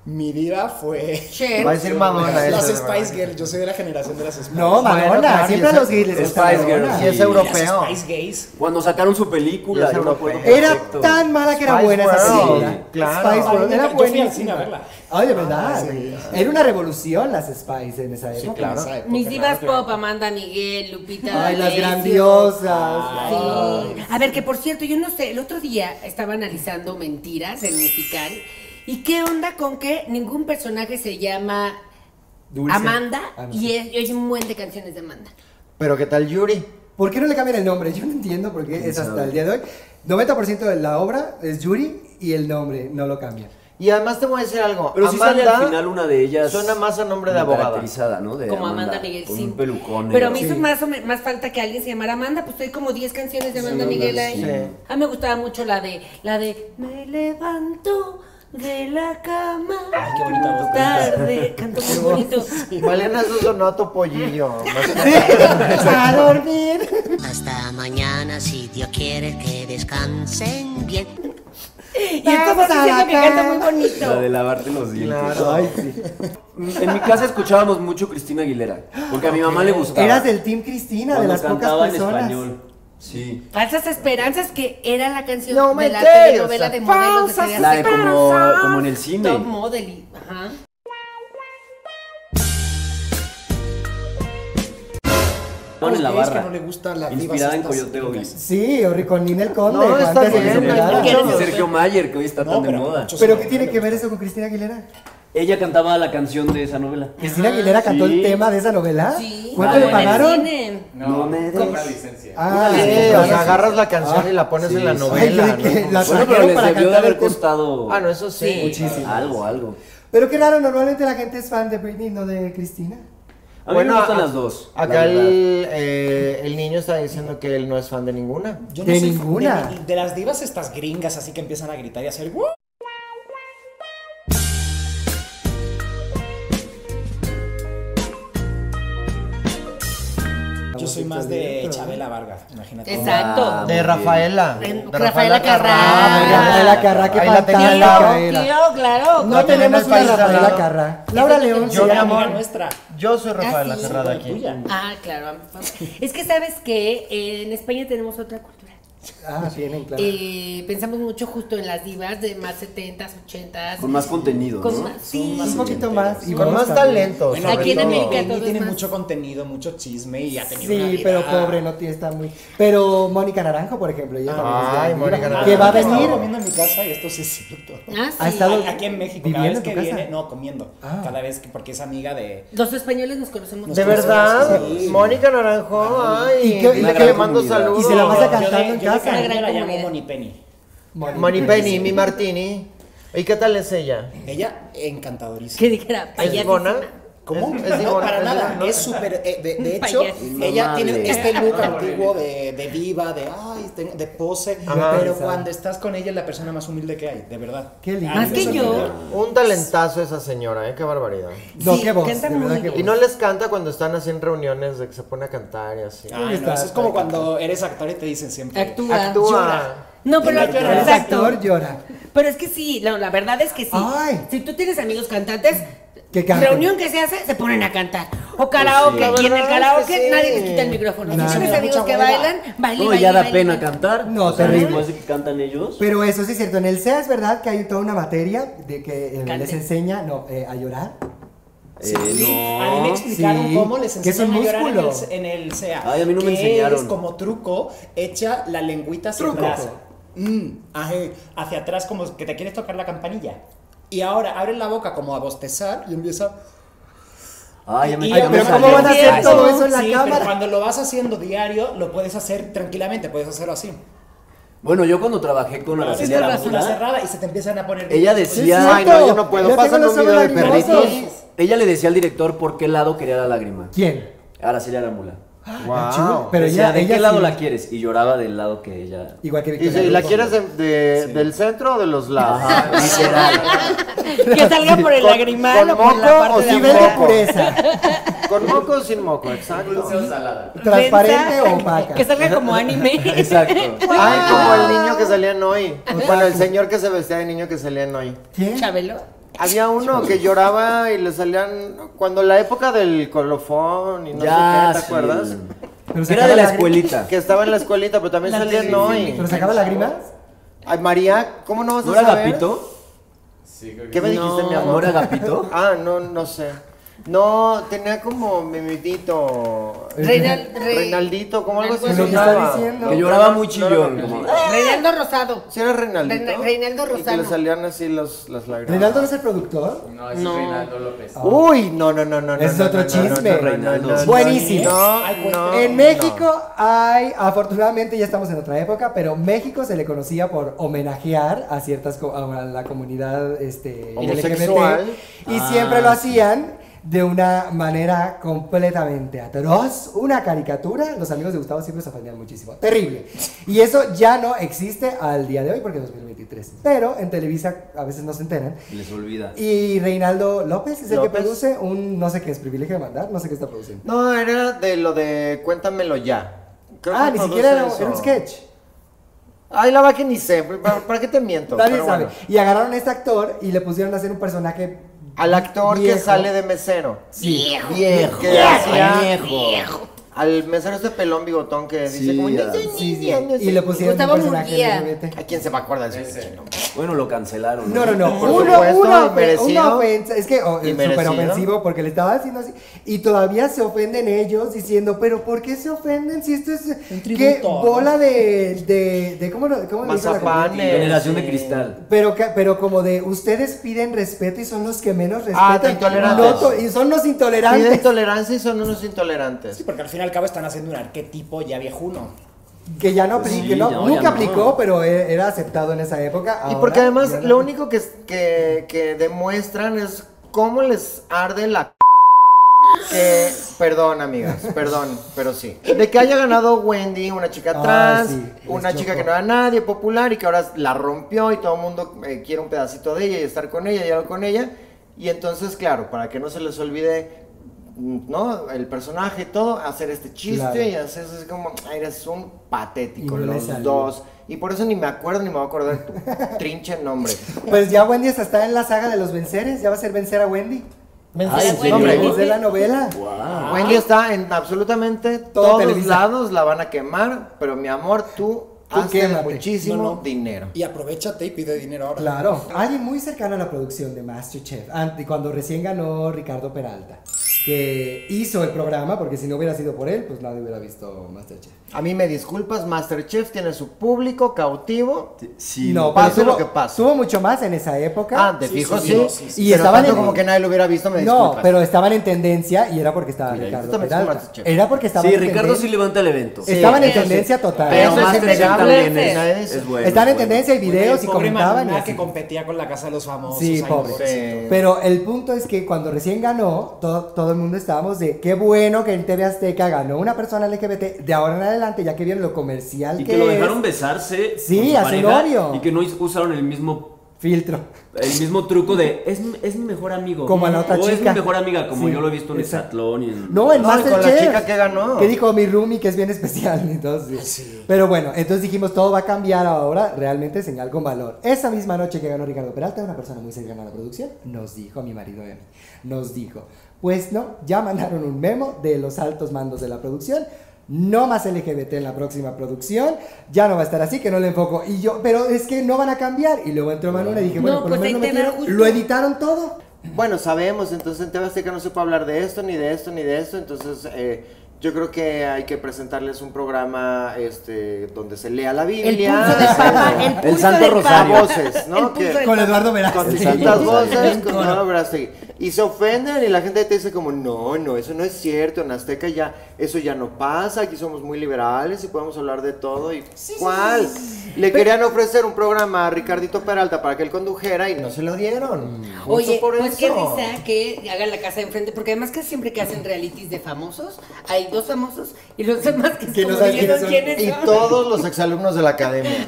[SPEAKER 5] Mi diva fue.
[SPEAKER 3] Cher.
[SPEAKER 8] Va a decir Madonna.
[SPEAKER 5] Las
[SPEAKER 8] eso, de
[SPEAKER 5] Spice
[SPEAKER 8] verdad.
[SPEAKER 5] Girls, yo soy de la generación de las Spice
[SPEAKER 1] No,
[SPEAKER 8] Bueno,
[SPEAKER 1] Madonna,
[SPEAKER 8] claro,
[SPEAKER 1] siempre
[SPEAKER 8] y
[SPEAKER 1] a
[SPEAKER 8] es-
[SPEAKER 1] los Girls. les gusta
[SPEAKER 7] Spice
[SPEAKER 1] Madonna.
[SPEAKER 7] Girls.
[SPEAKER 8] Y es
[SPEAKER 7] Sí.
[SPEAKER 8] europeo.
[SPEAKER 5] Las Spice Gays.
[SPEAKER 7] Cuando sacaron su
[SPEAKER 8] Ya
[SPEAKER 7] película,
[SPEAKER 8] se
[SPEAKER 7] yo me
[SPEAKER 8] lo
[SPEAKER 7] acuerdo
[SPEAKER 8] fue.
[SPEAKER 1] Era
[SPEAKER 7] perfecto.
[SPEAKER 1] tan mala que era
[SPEAKER 8] Spice
[SPEAKER 1] buena esa
[SPEAKER 8] World,
[SPEAKER 1] película.
[SPEAKER 8] sí, claro.
[SPEAKER 1] Spice World, era
[SPEAKER 5] Yo fui al cine a
[SPEAKER 1] buenísima.
[SPEAKER 5] verla.
[SPEAKER 1] Ay, de verdad. Era una revolución las Spice en esa época.
[SPEAKER 8] claro.
[SPEAKER 5] Esa época,
[SPEAKER 3] Mis divas
[SPEAKER 5] claro.
[SPEAKER 3] pop, Amanda Miguel, Lupita.
[SPEAKER 1] Ay, las
[SPEAKER 3] D'Alessio.
[SPEAKER 1] grandiosas. Ah,
[SPEAKER 3] Sí. A ver, que por cierto, yo no sé, el otro día estaba analizando mentiras en musical. ¿Y qué onda con que ningún personaje se llama
[SPEAKER 1] Dulce.
[SPEAKER 3] Amanda?
[SPEAKER 1] Ah, no.
[SPEAKER 3] Y es, y hay un buen de canciones de Amanda.
[SPEAKER 8] Pero ¿qué tal Yuri?
[SPEAKER 1] ¿Por qué no le cambian el nombre? Yo no entiendo por qué es hasta el día de hoy. 90% de la obra es Yuri y el nombre no lo cambian.
[SPEAKER 8] Y además te voy a decir algo.
[SPEAKER 7] Pero sí sale
[SPEAKER 8] Amanda-
[SPEAKER 7] al final una de ellas.
[SPEAKER 8] suena más a nombre de abogada.
[SPEAKER 7] caracterizada, ¿no? De
[SPEAKER 3] como Amanda, Miguel,
[SPEAKER 7] con
[SPEAKER 3] sí.
[SPEAKER 7] un pelucón. negro.
[SPEAKER 3] Pero me hizo más, o me- más falta que alguien se llamara Amanda, pues hay como 10 canciones de Amanda Miguel ahí.
[SPEAKER 8] sí.
[SPEAKER 3] A mí me gustaba mucho la de, la de Me levanto de la cama
[SPEAKER 5] qué bonita voz,
[SPEAKER 3] tarde, canto muy bonito.
[SPEAKER 8] Malena, eso sonó a topollillo. más o menos.
[SPEAKER 1] A dormir.
[SPEAKER 11] Hasta mañana, si Dios quiere que descansen bien.
[SPEAKER 3] Y entonces
[SPEAKER 1] Vamos a la
[SPEAKER 3] diciendo que canta muy
[SPEAKER 1] cama.
[SPEAKER 7] La
[SPEAKER 3] bonito.
[SPEAKER 7] de lavarte los dientes.
[SPEAKER 1] Ay, sí.
[SPEAKER 7] En mi casa escuchábamos mucho Cristina Aguilera, porque a mi mamá le gustaba.
[SPEAKER 1] Eras del Team Cristina, de
[SPEAKER 7] Cuando
[SPEAKER 1] las pocas
[SPEAKER 7] cantaba en
[SPEAKER 1] personas.
[SPEAKER 7] español. Sí.
[SPEAKER 3] Falsas esperanzas que era la canción
[SPEAKER 8] No me
[SPEAKER 3] de la
[SPEAKER 8] interesa.
[SPEAKER 3] telenovela de modelos de
[SPEAKER 7] La de como, como en el cine.
[SPEAKER 3] Top Model y- ajá.
[SPEAKER 7] Estaban en la
[SPEAKER 5] Los gays que
[SPEAKER 7] barra.
[SPEAKER 5] no le gustan las divas
[SPEAKER 7] Inspirada en
[SPEAKER 5] estas
[SPEAKER 7] Coyote Ugly.
[SPEAKER 5] gringas.
[SPEAKER 1] Sí, o con Ninel Conde.
[SPEAKER 8] No,
[SPEAKER 1] antes
[SPEAKER 8] está
[SPEAKER 1] de que
[SPEAKER 8] bien,
[SPEAKER 1] se
[SPEAKER 8] no hay
[SPEAKER 1] mudara.
[SPEAKER 8] problema.
[SPEAKER 7] Y Sergio Mayer, que hoy está
[SPEAKER 5] No,
[SPEAKER 7] tan de
[SPEAKER 5] pero
[SPEAKER 7] moda.
[SPEAKER 5] muchos-
[SPEAKER 1] Pero ¿qué tiene que ver eso con Cristina Aguilera?
[SPEAKER 7] Ella cantaba la canción de esa novela.
[SPEAKER 1] ¿Cristina
[SPEAKER 8] Ah,
[SPEAKER 1] Aguilera cantó
[SPEAKER 7] Sí.
[SPEAKER 1] el tema de esa novela?
[SPEAKER 3] Sí. Ah,
[SPEAKER 1] ¿Cuánto
[SPEAKER 7] Vale.
[SPEAKER 1] le pagaron?
[SPEAKER 3] Cine.
[SPEAKER 7] No, me des.
[SPEAKER 1] Ah,
[SPEAKER 8] Sí,
[SPEAKER 1] sí,
[SPEAKER 8] o
[SPEAKER 1] sí.
[SPEAKER 8] sea, agarras la canción y la pones en la
[SPEAKER 7] sí.
[SPEAKER 1] Ay, yo
[SPEAKER 8] novela.
[SPEAKER 1] de que
[SPEAKER 8] ¿no?
[SPEAKER 1] la
[SPEAKER 7] Bueno, pero
[SPEAKER 1] trajeron
[SPEAKER 7] les debió de
[SPEAKER 1] para cantar el
[SPEAKER 7] haber
[SPEAKER 1] tema.
[SPEAKER 7] costado.
[SPEAKER 8] Ah, no, eso sí.
[SPEAKER 1] Muchísimo.
[SPEAKER 7] Algo, algo.
[SPEAKER 1] Pero qué raro, normalmente la gente es fan de Britney, no de Cristina.
[SPEAKER 7] A mí me gustan
[SPEAKER 8] a-
[SPEAKER 7] las dos. la
[SPEAKER 8] Acá
[SPEAKER 7] verdad.
[SPEAKER 8] el, eh, el niño está diciendo que él no es fan de ninguna.
[SPEAKER 5] Yo
[SPEAKER 1] De
[SPEAKER 5] soy fan
[SPEAKER 1] ninguna.
[SPEAKER 5] De, de las divas estas gringas así que empiezan a gritar y a hacer "Woo". Yo soy más de
[SPEAKER 1] ¿eh?
[SPEAKER 5] Chabela Vargas, imagínate.
[SPEAKER 3] Exacto.
[SPEAKER 7] Ah, muy
[SPEAKER 8] De
[SPEAKER 7] bien.
[SPEAKER 8] Rafaela.
[SPEAKER 3] En-
[SPEAKER 8] De
[SPEAKER 3] Rafaela Carrá.
[SPEAKER 1] Ah,
[SPEAKER 3] Ah,
[SPEAKER 1] Rafaela Carrá, qué
[SPEAKER 8] ahí la tenía al
[SPEAKER 1] fantástica
[SPEAKER 8] lado.
[SPEAKER 1] era.
[SPEAKER 3] Claro, claro.
[SPEAKER 1] No tenemos
[SPEAKER 8] el
[SPEAKER 1] una
[SPEAKER 8] país al
[SPEAKER 1] Rafaela
[SPEAKER 8] lado.
[SPEAKER 1] Carrá. Laura León
[SPEAKER 8] Yo,
[SPEAKER 1] se
[SPEAKER 8] mi
[SPEAKER 5] Amiga
[SPEAKER 1] llama.
[SPEAKER 8] amor.
[SPEAKER 5] nuestra.
[SPEAKER 8] Yo soy Rafaela
[SPEAKER 3] Ah, sí.
[SPEAKER 8] Cerrada aquí.
[SPEAKER 5] Tuya.
[SPEAKER 3] Ah, claro. Es que sabes que eh, en España tenemos otra cultura.
[SPEAKER 1] Ah, tienen, claro.
[SPEAKER 3] Eh, pensamos mucho justo en las divas de más 70s, 80s.
[SPEAKER 7] Con más contenido,
[SPEAKER 3] Con
[SPEAKER 7] ¿no?
[SPEAKER 3] más- sí.
[SPEAKER 1] un poquito más. Y
[SPEAKER 8] Con
[SPEAKER 1] vos
[SPEAKER 8] más
[SPEAKER 1] también.
[SPEAKER 8] talento.
[SPEAKER 5] Bueno,
[SPEAKER 8] sobre
[SPEAKER 3] Aquí en
[SPEAKER 5] pero
[SPEAKER 8] todo.
[SPEAKER 3] América
[SPEAKER 5] Britney
[SPEAKER 3] todo
[SPEAKER 5] tiene
[SPEAKER 3] es más.
[SPEAKER 5] mucho contenido, mucho chisme y ha tenido una
[SPEAKER 1] Sí,
[SPEAKER 5] vida-
[SPEAKER 1] pero pobre, no tiene- está muy. Pero Mónica Naranjo, por ejemplo, ella también es
[SPEAKER 8] Ay,
[SPEAKER 1] gran
[SPEAKER 8] Mónica
[SPEAKER 1] diva,
[SPEAKER 8] Naranjo.
[SPEAKER 1] Que va a
[SPEAKER 5] Yo estaba
[SPEAKER 1] venir.
[SPEAKER 5] comiendo en mi casa y esto sí es cierto.
[SPEAKER 3] Ah, sí.
[SPEAKER 1] Ha estado-
[SPEAKER 5] Aquí en México, cada
[SPEAKER 1] ¿Viviendo
[SPEAKER 5] vez
[SPEAKER 1] en
[SPEAKER 5] que
[SPEAKER 1] tu casa?
[SPEAKER 5] viene, no, comiendo.
[SPEAKER 1] Ah.
[SPEAKER 5] Cada vez que, porque es amiga de...
[SPEAKER 3] Los españoles nos conocemos.
[SPEAKER 8] De
[SPEAKER 3] mucho.
[SPEAKER 8] verdad,
[SPEAKER 5] Sí.
[SPEAKER 8] Mónica Naranjo, ay,
[SPEAKER 1] ¿Y qué- y
[SPEAKER 8] le
[SPEAKER 1] qué-
[SPEAKER 8] mando
[SPEAKER 7] y
[SPEAKER 8] saludos.
[SPEAKER 1] se la vas a
[SPEAKER 5] Yo
[SPEAKER 1] Cantando
[SPEAKER 5] de,
[SPEAKER 1] en
[SPEAKER 5] yo de
[SPEAKER 1] casa.
[SPEAKER 5] cariño la
[SPEAKER 3] Gran
[SPEAKER 5] llamo
[SPEAKER 3] comunidad.
[SPEAKER 5] Moni Penny.
[SPEAKER 8] Moni Penny, mi Martini. ¿Y qué tal es ella?
[SPEAKER 5] Ella, encantadorísima.
[SPEAKER 3] Que dijera,
[SPEAKER 8] ¿Es
[SPEAKER 3] payasísima.
[SPEAKER 8] bona?
[SPEAKER 5] ¿Cómo?
[SPEAKER 8] Es- es
[SPEAKER 5] no,
[SPEAKER 8] igual-
[SPEAKER 5] para
[SPEAKER 8] es
[SPEAKER 5] nada.
[SPEAKER 8] igual, ¿no?
[SPEAKER 5] Es súper. eh, de, de hecho,
[SPEAKER 3] Payasísima.
[SPEAKER 5] ella tiene
[SPEAKER 7] Mamable.
[SPEAKER 5] este look
[SPEAKER 1] Ah,
[SPEAKER 5] antiguo de, de diva, de ay, tengo- de pose.
[SPEAKER 8] Ajá.
[SPEAKER 5] pero cuando estás con ella es la persona más humilde que hay, de verdad.
[SPEAKER 1] Qué lindo.
[SPEAKER 5] Ah,
[SPEAKER 3] Más que
[SPEAKER 5] eso es
[SPEAKER 3] yo.
[SPEAKER 5] verdad.
[SPEAKER 8] Un talentazo esa señora, ¿eh? Qué barbaridad.
[SPEAKER 1] No,
[SPEAKER 3] Sí,
[SPEAKER 1] qué voz.
[SPEAKER 3] canta
[SPEAKER 1] de verdad,
[SPEAKER 3] muy
[SPEAKER 1] qué
[SPEAKER 3] bien.
[SPEAKER 8] Y
[SPEAKER 1] voz.
[SPEAKER 8] no les canta cuando están así en reuniones de que se pone a cantar y así.
[SPEAKER 5] Ay, no, eso es como cuando eres actor y te dicen siempre.
[SPEAKER 3] Actúa.
[SPEAKER 8] Actúa.
[SPEAKER 3] Llora. No, pero
[SPEAKER 5] Ah, Llora.
[SPEAKER 1] El
[SPEAKER 3] exacto.
[SPEAKER 1] actor llora.
[SPEAKER 3] Pero es que sí, la, la verdad es que sí.
[SPEAKER 1] Ay.
[SPEAKER 3] Si tú tienes amigos cantantes,
[SPEAKER 1] Que canten.
[SPEAKER 3] reunión que se hace, se ponen a cantar. O karaoke.
[SPEAKER 8] Pues sí.
[SPEAKER 3] Y en el
[SPEAKER 8] La
[SPEAKER 3] karaoke
[SPEAKER 8] verdad es que sí.
[SPEAKER 3] nadie les quita el micrófono.
[SPEAKER 1] Nadie.
[SPEAKER 3] Yo les amigos
[SPEAKER 1] Mucha
[SPEAKER 3] que
[SPEAKER 1] hueva.
[SPEAKER 3] bailan, bailan.
[SPEAKER 7] No, ya da pena cantar.
[SPEAKER 1] No,
[SPEAKER 7] O sea,
[SPEAKER 1] terrible.
[SPEAKER 7] Después de que cantan ellos. Eh,
[SPEAKER 1] Pero eso sí es cierto, en el CEA es verdad que hay toda una materia de que eh,
[SPEAKER 7] Cante.
[SPEAKER 1] les enseña no, eh, a llorar.
[SPEAKER 7] Eh,
[SPEAKER 5] A mí me
[SPEAKER 7] no.
[SPEAKER 5] explicaron
[SPEAKER 1] Sí,
[SPEAKER 5] cómo les
[SPEAKER 1] que es un
[SPEAKER 5] enseñan a llorar en
[SPEAKER 1] músculo.
[SPEAKER 5] el, en el SEA.
[SPEAKER 7] Ay, a mí no me
[SPEAKER 5] que
[SPEAKER 7] enseñaron.
[SPEAKER 5] Es como truco, echa la lengüita hacia
[SPEAKER 1] Truco.
[SPEAKER 5] atrás. Mm, aje, hacia atrás, como que te quieres tocar la campanilla. Y ahora abres la boca como a bostezar y empieza.
[SPEAKER 7] Ay, ya me,
[SPEAKER 5] Y
[SPEAKER 7] ya me
[SPEAKER 5] empieza-
[SPEAKER 7] salió.
[SPEAKER 1] van a hacer
[SPEAKER 5] empieza-
[SPEAKER 1] todo eso en la
[SPEAKER 5] sí,
[SPEAKER 1] cámara?
[SPEAKER 5] Pero cuando lo vas haciendo diario, lo puedes hacer tranquilamente, puedes hacerlo así.
[SPEAKER 7] Bueno, yo cuando trabajé con
[SPEAKER 5] Haces
[SPEAKER 7] Araceli
[SPEAKER 5] con la boca
[SPEAKER 7] Arámbula,
[SPEAKER 5] cerrada y se te empiezan a poner.
[SPEAKER 7] Ella decía- Ay,
[SPEAKER 1] cierto.
[SPEAKER 7] no, yo no puedo.
[SPEAKER 1] tengo
[SPEAKER 8] Pásame
[SPEAKER 1] los
[SPEAKER 8] un video
[SPEAKER 1] ojos
[SPEAKER 8] de perritos.
[SPEAKER 1] lagrimosos.
[SPEAKER 7] ella le decía al director por qué lado quería la lágrima.
[SPEAKER 1] ¿Quién?
[SPEAKER 7] Araceli Arámbula.
[SPEAKER 1] La Chul.
[SPEAKER 8] Wow.
[SPEAKER 1] Pero
[SPEAKER 7] decía,
[SPEAKER 1] ella,
[SPEAKER 7] ¿de
[SPEAKER 1] ella
[SPEAKER 7] qué lado
[SPEAKER 1] sí.
[SPEAKER 7] la quieres? Y lloraba del lado que ella.
[SPEAKER 1] Igual que
[SPEAKER 8] ¿Y
[SPEAKER 1] Victoria.
[SPEAKER 8] si la
[SPEAKER 1] Rufo.
[SPEAKER 8] quieres de- de- del centro o de los lados? Ah,
[SPEAKER 7] Ajá, literal.
[SPEAKER 3] Que salga por el
[SPEAKER 8] Con-
[SPEAKER 3] lagrimal
[SPEAKER 8] con
[SPEAKER 3] o por la
[SPEAKER 8] moco
[SPEAKER 3] parte
[SPEAKER 8] o
[SPEAKER 3] de
[SPEAKER 8] sin
[SPEAKER 1] Nivel
[SPEAKER 3] afuera.
[SPEAKER 1] de
[SPEAKER 8] Moco.
[SPEAKER 1] pureza.
[SPEAKER 8] ¿Con moco o sin moco? Exacto.
[SPEAKER 1] Transparente
[SPEAKER 3] Densa,
[SPEAKER 1] o opaca.
[SPEAKER 3] Que salga como anime.
[SPEAKER 7] Exacto.
[SPEAKER 8] Ay, como el niño
[SPEAKER 7] Ah.
[SPEAKER 8] que salía en hoy. Bueno, el señor que se vestía de niño que salía en hoy.
[SPEAKER 1] ¿Quién?
[SPEAKER 3] Chabelo.
[SPEAKER 8] Había uno que lloraba y le salían. Cuando la época del colofón y no
[SPEAKER 7] Ya,
[SPEAKER 8] sé qué,
[SPEAKER 7] sí.
[SPEAKER 8] ¿te acuerdas?
[SPEAKER 1] Pero
[SPEAKER 7] Era de
[SPEAKER 1] sacaba
[SPEAKER 7] la
[SPEAKER 1] lágrimas.
[SPEAKER 7] escuelita.
[SPEAKER 8] Que estaba en la escuelita, pero también salía en hoy.
[SPEAKER 1] ¿Pero sacaba lágrimas?
[SPEAKER 8] Ay, María, ¿cómo no vas
[SPEAKER 7] ¿No
[SPEAKER 8] a
[SPEAKER 7] era
[SPEAKER 8] saber?
[SPEAKER 7] Gapito?
[SPEAKER 8] ¿Qué me dijiste, mi
[SPEAKER 7] ¿No
[SPEAKER 8] amor?
[SPEAKER 7] era Gapito?
[SPEAKER 8] Ah, no, no sé. No, tenía como mimitito.
[SPEAKER 3] Reinal- Re-
[SPEAKER 8] Reinaldito, como algo así.
[SPEAKER 1] Lo que
[SPEAKER 8] se llamaba.
[SPEAKER 1] está diciendo.
[SPEAKER 7] Que lloraba muy chillón. como-
[SPEAKER 3] Reinaldo Rosado.
[SPEAKER 8] ¿Sí era Reinaldito?
[SPEAKER 3] Reina- Reinaldo
[SPEAKER 8] Y que le
[SPEAKER 3] Rosano.
[SPEAKER 8] salían así los, las lágrimas.
[SPEAKER 1] ¿Reinaldo no es el productor?
[SPEAKER 8] No. Uy, no, no, no, no.
[SPEAKER 1] Es
[SPEAKER 8] no,
[SPEAKER 1] otro
[SPEAKER 8] no, no, no,
[SPEAKER 1] chisme.
[SPEAKER 8] no, no, no, no, no,
[SPEAKER 1] Buenísimo.
[SPEAKER 8] no,
[SPEAKER 5] Ay, pues,
[SPEAKER 8] no,
[SPEAKER 1] En
[SPEAKER 8] no.
[SPEAKER 1] México hay, afortunadamente ya estamos en otra época, pero México se le conocía por homenajear a ciertas co- a la comunidad este,
[SPEAKER 8] Homosexual. Ah,
[SPEAKER 1] LGBT y siempre lo hacían de una manera completamente atroz, una caricatura. Los amigos de Gustavo siempre se ofendían muchísimo, terrible. Y eso ya no existe al día de hoy porque es 2023. Pero en Televisa a veces no se enteran.
[SPEAKER 7] Les olvida.
[SPEAKER 1] Y Reinaldo López es el que
[SPEAKER 8] López.
[SPEAKER 1] produce un no sé qué es privilegio de mandar, no sé qué está produciendo.
[SPEAKER 8] No, era de lo de cuéntamelo ya. Creo
[SPEAKER 1] Ah, ni
[SPEAKER 8] que produce
[SPEAKER 1] siquiera era,
[SPEAKER 8] eso.
[SPEAKER 1] era un sketch.
[SPEAKER 8] Ay, la va que ni sé. ¿Para, para qué te miento?
[SPEAKER 1] Nadie
[SPEAKER 8] Pero
[SPEAKER 1] sabe.
[SPEAKER 8] bueno.
[SPEAKER 1] Y agarraron a este actor y le pusieron a hacer un personaje.
[SPEAKER 8] Al actor
[SPEAKER 1] viejo.
[SPEAKER 8] que sale de mesero.
[SPEAKER 1] Sí.
[SPEAKER 7] Viejo.
[SPEAKER 8] Que hacía-
[SPEAKER 7] Viejo.
[SPEAKER 8] Al mesero este pelón bigotón que dice
[SPEAKER 7] Sí,
[SPEAKER 8] como, "Yo
[SPEAKER 7] ah,
[SPEAKER 8] soy
[SPEAKER 1] sí, sí.
[SPEAKER 8] niña, no
[SPEAKER 1] Y
[SPEAKER 8] sé
[SPEAKER 1] le
[SPEAKER 8] qué".
[SPEAKER 1] pusieron
[SPEAKER 3] Gustavo
[SPEAKER 1] un personaje
[SPEAKER 3] Murguía.
[SPEAKER 1] LGBT.
[SPEAKER 8] ¿A quién se va a acordar de ese pinche
[SPEAKER 7] Bueno, lo cancelaron.
[SPEAKER 1] No, no, no.
[SPEAKER 8] Por
[SPEAKER 1] uno,
[SPEAKER 8] supuesto,
[SPEAKER 1] una, ofen-
[SPEAKER 8] inmerecido.
[SPEAKER 1] una ofensa. Es que oh, es
[SPEAKER 8] Inmerecido.
[SPEAKER 1] súper ofensivo porque le estaba haciendo así. Y todavía se ofenden ellos diciendo, pero ¿por qué se ofenden si esto es. ¿Qué
[SPEAKER 5] tributo, ¿no?
[SPEAKER 1] bola de. de, de ¿Cómo, lo- cómo le hizo la
[SPEAKER 8] Mazapanes.
[SPEAKER 1] canción?
[SPEAKER 7] Generación de cristal.
[SPEAKER 1] Pero, ca- pero como de ustedes piden respeto y son los que menos respetan.
[SPEAKER 8] Ah, de intolerantes.
[SPEAKER 1] No to- y son los
[SPEAKER 8] Piden
[SPEAKER 1] intolerantes.
[SPEAKER 8] tolerancia y son unos intolerantes.
[SPEAKER 5] Sí, porque al fin y al cabo están haciendo un arquetipo ya viejuno.
[SPEAKER 1] Que ya no apli-
[SPEAKER 7] Sí,
[SPEAKER 1] que no-
[SPEAKER 7] no, ya
[SPEAKER 1] nunca
[SPEAKER 7] no.
[SPEAKER 1] aplicó, pero e- era aceptado en esa época.
[SPEAKER 8] Y
[SPEAKER 1] Ahora
[SPEAKER 8] porque
[SPEAKER 1] ya
[SPEAKER 8] además
[SPEAKER 1] no.
[SPEAKER 8] lo único que, que, que demuestran es cómo les arde la... c- Que, perdón amigas, perdón, pero sí. De que haya ganado Wendy, una chica
[SPEAKER 1] Ah,
[SPEAKER 8] trans,
[SPEAKER 1] sí, les
[SPEAKER 8] una chica
[SPEAKER 1] chocó.
[SPEAKER 8] que no era nadie, popular y que ahora la rompió y todo el mundo eh, quiere un pedacito de ella y estar con ella y algo con ella. Y entonces, claro, para que no se les olvide, mm, ¿no? El personaje y todo, hacer este chiste
[SPEAKER 1] Claro.
[SPEAKER 8] y hacer eso es como, "Ay, eres un patético,
[SPEAKER 1] Y no le
[SPEAKER 8] los
[SPEAKER 1] salió.
[SPEAKER 8] dos. Y por eso ni me acuerdo ni me voy a acordar tu trinche nombre.
[SPEAKER 1] Pues ya Wendy hasta está en la saga de los venceres, ya va a ser vencer a Wendy.
[SPEAKER 7] Ay, ¿en serio?
[SPEAKER 8] hombre.
[SPEAKER 1] Desde la novela.
[SPEAKER 8] Wendy está en absolutamente
[SPEAKER 1] Todo
[SPEAKER 8] todos
[SPEAKER 1] Televisa.
[SPEAKER 8] lados, la van a quemar, pero mi amor, tú,
[SPEAKER 1] Tú
[SPEAKER 8] haces
[SPEAKER 1] quémate.
[SPEAKER 8] muchísimo
[SPEAKER 5] No, no.
[SPEAKER 8] dinero.
[SPEAKER 5] Y aprovechate y pide dinero ahora.
[SPEAKER 1] Claro. Alguien muy cercano a la producción de Masterchef, ante- cuando recién ganó Ricardo Peralta, que hizo el programa, porque si no hubiera sido por él, pues nadie hubiera visto Masterchef.
[SPEAKER 8] A mí me disculpas, Masterchef tiene su público cautivo.
[SPEAKER 7] Sí.
[SPEAKER 1] no,
[SPEAKER 8] pase
[SPEAKER 1] pero
[SPEAKER 8] lo
[SPEAKER 1] tuvo-
[SPEAKER 8] que pase.
[SPEAKER 1] Tuvo mucho más en esa época.
[SPEAKER 8] Ah, de
[SPEAKER 5] Sí,
[SPEAKER 8] fijo,
[SPEAKER 5] sí,
[SPEAKER 8] sí.
[SPEAKER 5] sí, sí, sí.
[SPEAKER 1] Y
[SPEAKER 8] pero
[SPEAKER 1] estaban
[SPEAKER 8] tanto
[SPEAKER 1] en-
[SPEAKER 8] como que nadie lo hubiera visto, me disculpas.
[SPEAKER 1] No, pero estaban en tendencia y era porque estaba
[SPEAKER 8] Mira,
[SPEAKER 1] Ricardo
[SPEAKER 8] esto también es
[SPEAKER 1] Peralta.
[SPEAKER 8] Masterchef.
[SPEAKER 1] Era porque estaba
[SPEAKER 7] Sí,
[SPEAKER 1] en
[SPEAKER 7] Ricardo
[SPEAKER 1] tendencia.
[SPEAKER 7] sí levanta el evento.
[SPEAKER 8] Sí,
[SPEAKER 1] Estaban en
[SPEAKER 8] eso sí.
[SPEAKER 1] tendencia total.
[SPEAKER 8] Pero eso
[SPEAKER 7] Pero
[SPEAKER 8] es
[SPEAKER 7] Masterchef
[SPEAKER 8] innegable,
[SPEAKER 7] también
[SPEAKER 8] nadie
[SPEAKER 7] es,
[SPEAKER 8] se-
[SPEAKER 7] es bueno.
[SPEAKER 1] Están en
[SPEAKER 7] bueno.
[SPEAKER 1] tendencia y videos y
[SPEAKER 5] Oye, pobre
[SPEAKER 1] comentaban. y
[SPEAKER 5] Manuná
[SPEAKER 1] así.
[SPEAKER 5] que competía con la Casa de los Famosos.
[SPEAKER 1] Sí,
[SPEAKER 5] ay,
[SPEAKER 1] pobre.
[SPEAKER 5] pobrecito.
[SPEAKER 1] Pero el punto es que cuando recién ganó, todo, todo el mundo estábamos de qué bueno que en TV Azteca ganó una persona LGBT. De ahora en adelante, ya que vieron lo comercial
[SPEAKER 7] Y
[SPEAKER 1] que,
[SPEAKER 7] que lo
[SPEAKER 1] es.
[SPEAKER 7] dejaron besarse.
[SPEAKER 1] Sí,
[SPEAKER 7] con su
[SPEAKER 1] a su
[SPEAKER 7] pareja
[SPEAKER 1] novio.
[SPEAKER 7] Y que no us- usaron el mismo
[SPEAKER 1] Filtro.
[SPEAKER 6] El mismo truco de es, mi- es mi mejor amigo.
[SPEAKER 1] Como a la otra
[SPEAKER 6] o es mi
[SPEAKER 1] chica.
[SPEAKER 6] mejor amiga, como
[SPEAKER 1] Sí,
[SPEAKER 6] yo lo he visto en
[SPEAKER 1] exacto.
[SPEAKER 6] Exatlón y en.
[SPEAKER 1] No, en
[SPEAKER 6] Ay, con
[SPEAKER 1] Masterchef.
[SPEAKER 6] la chica que
[SPEAKER 8] Ah.
[SPEAKER 6] ganó.
[SPEAKER 1] Que dijo mi roomie que es bien especial. Entonces. Pero bueno, entonces dijimos todo va a cambiar ahora. Realmente es en algo con valor. Esa misma noche que ganó Ricardo Peralta, una persona muy cercana a la producción, nos dijo a mi marido y a mí. Nos dijo: Pues no, ya mandaron un memo de los altos mandos de la producción. No más LGBT en la próxima producción, ya no va a estar así, que no le enfoco. Y yo, pero es que no van a cambiar. Y luego entró Manuela y dije, bueno,
[SPEAKER 8] No,
[SPEAKER 1] por lo
[SPEAKER 8] pues
[SPEAKER 1] menos
[SPEAKER 8] ahí
[SPEAKER 1] no
[SPEAKER 8] te
[SPEAKER 1] me
[SPEAKER 8] va
[SPEAKER 1] quiero-
[SPEAKER 8] justo.
[SPEAKER 1] Lo editaron todo.
[SPEAKER 9] Bueno, sabemos, entonces en TV Azteca no se puede hablar de esto, ni de esto, ni de esto, entonces eh, yo creo que hay que presentarles un programa este, donde se lea la Biblia.
[SPEAKER 8] pulso del Papa, el El pulso Santo del Rosario. Papa.
[SPEAKER 9] Voces, ¿no?
[SPEAKER 8] El pulso
[SPEAKER 9] Que-
[SPEAKER 8] del Con Papa. Eduardo Verástegui.
[SPEAKER 9] Con
[SPEAKER 8] El
[SPEAKER 9] distintas
[SPEAKER 8] Santo
[SPEAKER 9] voces,
[SPEAKER 8] Rosario.
[SPEAKER 9] con Eduardo Verástegui. Y se ofenden y la gente te dice como, no, no, eso no es cierto, en Azteca ya, eso ya no pasa, aquí somos muy liberales y podemos hablar de todo y ¿cuál? Le querían ofrecer un programa a Ricardito Peralta para que él condujera y no se lo dieron. Justo
[SPEAKER 3] Oye,
[SPEAKER 9] por
[SPEAKER 3] pues
[SPEAKER 9] eso.
[SPEAKER 3] qué risa que hagan la casa de enfrente, porque además que siempre que hacen realities de famosos, hay dos famosos y los demás que,
[SPEAKER 8] Que no
[SPEAKER 3] como
[SPEAKER 8] saben
[SPEAKER 3] que no
[SPEAKER 8] quiénes son.
[SPEAKER 3] quiénes
[SPEAKER 8] Y
[SPEAKER 3] son.
[SPEAKER 8] todos los exalumnos de la academia.